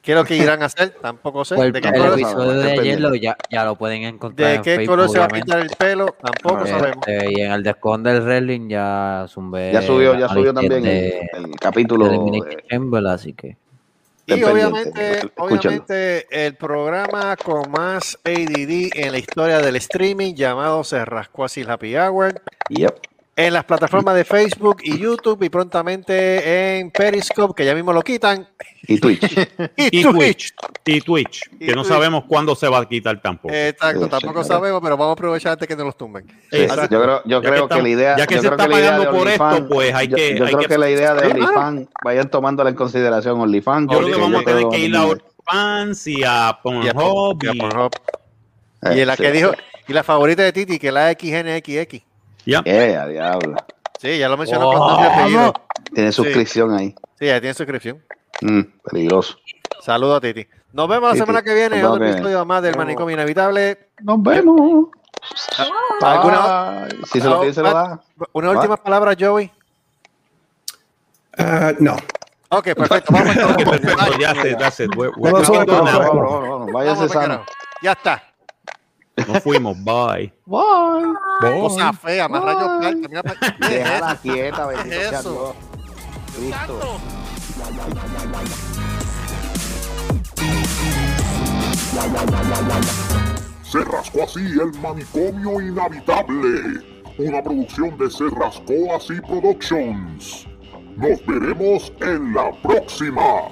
C: ¿Qué es lo que irán a hacer? Tampoco sé.
E: Pues
C: ¿De
E: el,
C: qué
E: el
C: color,
E: episodio de
F: Depende.
E: ayer lo- ya, ya lo pueden encontrar.
C: de
E: en
C: qué
E: Facebook,
C: color se va a
E: obviamente.
C: pintar el pelo? Tampoco sabemos.
E: Este, y en el descon del wrestling ya zumbé.
B: Eh,
F: Ya subió, ya
E: la
F: subió
E: análisis
F: también el,
E: de-
F: el
E: de
F: capítulo.
E: Elimination
F: eh,
E: Chamber, así que.
C: Y
F: Estén
C: obviamente,
F: pendientes,
C: obviamente el programa con más ADD en la historia del streaming llamado Se rascó así el Happy Hour.
F: Yep.
C: En las plataformas de Facebook y YouTube y prontamente en Periscope, que ya mismo lo quitan.
F: Y Twitch.
C: Y,
B: Y
C: Twitch.
B: Twitch, y Twitch,
C: Y
B: que no
C: Twitch. Eh,
B: sabemos cuándo se va a quitar tampoco.
C: Exacto,
F: Sí,
C: tampoco
F: sí, claro.
C: sabemos, pero vamos a aprovechar antes que nos los tumben.
F: Sí,
B: Exacto.
F: Yo creo,
B: Ya
F: yo
B: que
F: creo que,
B: estamos-
F: la idea.
B: ya que
F: yo
B: se
F: creo
B: está
F: la idea
B: pagando
F: de
B: por esto,
F: OnlyFans-
B: pues, hay
F: yo-
B: que-
F: Yo
B: hay
F: creo
B: que-
F: que la idea de
C: Sí, mano.
F: OnlyFans vayan tomándola en consideración OnlyFans.
B: Yo creo
F: porque
B: que vamos a tener
F: creo
B: que ir a OnlyFans y a
C: Y a
B: Pornhub
C: y a
B: y-
C: Pornhub.
F: Eh,
C: Y en la
F: sí,
C: que dijo,
F: sí.
C: y la favorita de Titi, que es la XNXX.
B: Ya.
F: Eh, a diablo.
C: Sí, ya lo mencionó con nombre y apellido.
F: Tiene
C: Sí.
F: suscripción ahí.
C: Sí, ya tiene suscripción.
F: Mm, peligroso.
C: Saludos a Titi. Nos vemos la
F: Titi,
C: semana que viene en
F: nos
C: otro
F: vemos.
C: episodio más del Manicomio Inevitable.
F: Nos vemos. Ah,
C: ¿Alguna-
F: Ay, si se lo pide, se lo da.
C: Una última palabra, Joey.
G: Uh, no.
C: Ok, perfecto. Vamos entonces.
B: Perfecto, ya se, ya se. We're- we're
G: Vamos,
B: good to
G: vamos,
B: now.
G: vamos.
F: Váyase
C: Vamos,
F: sano.
C: carajo. Ya está.
B: Nos fuimos, bye.
C: Cosa fea, más rayo. Mira, pa- ¿Qué es
F: Déjala quieta, bendito sea
C: eso?
F: Dios. Cristo.
A: Se rascó así el manicomio inhabitable. Una producción de Se rascó así Productions. Nos veremos en la próxima.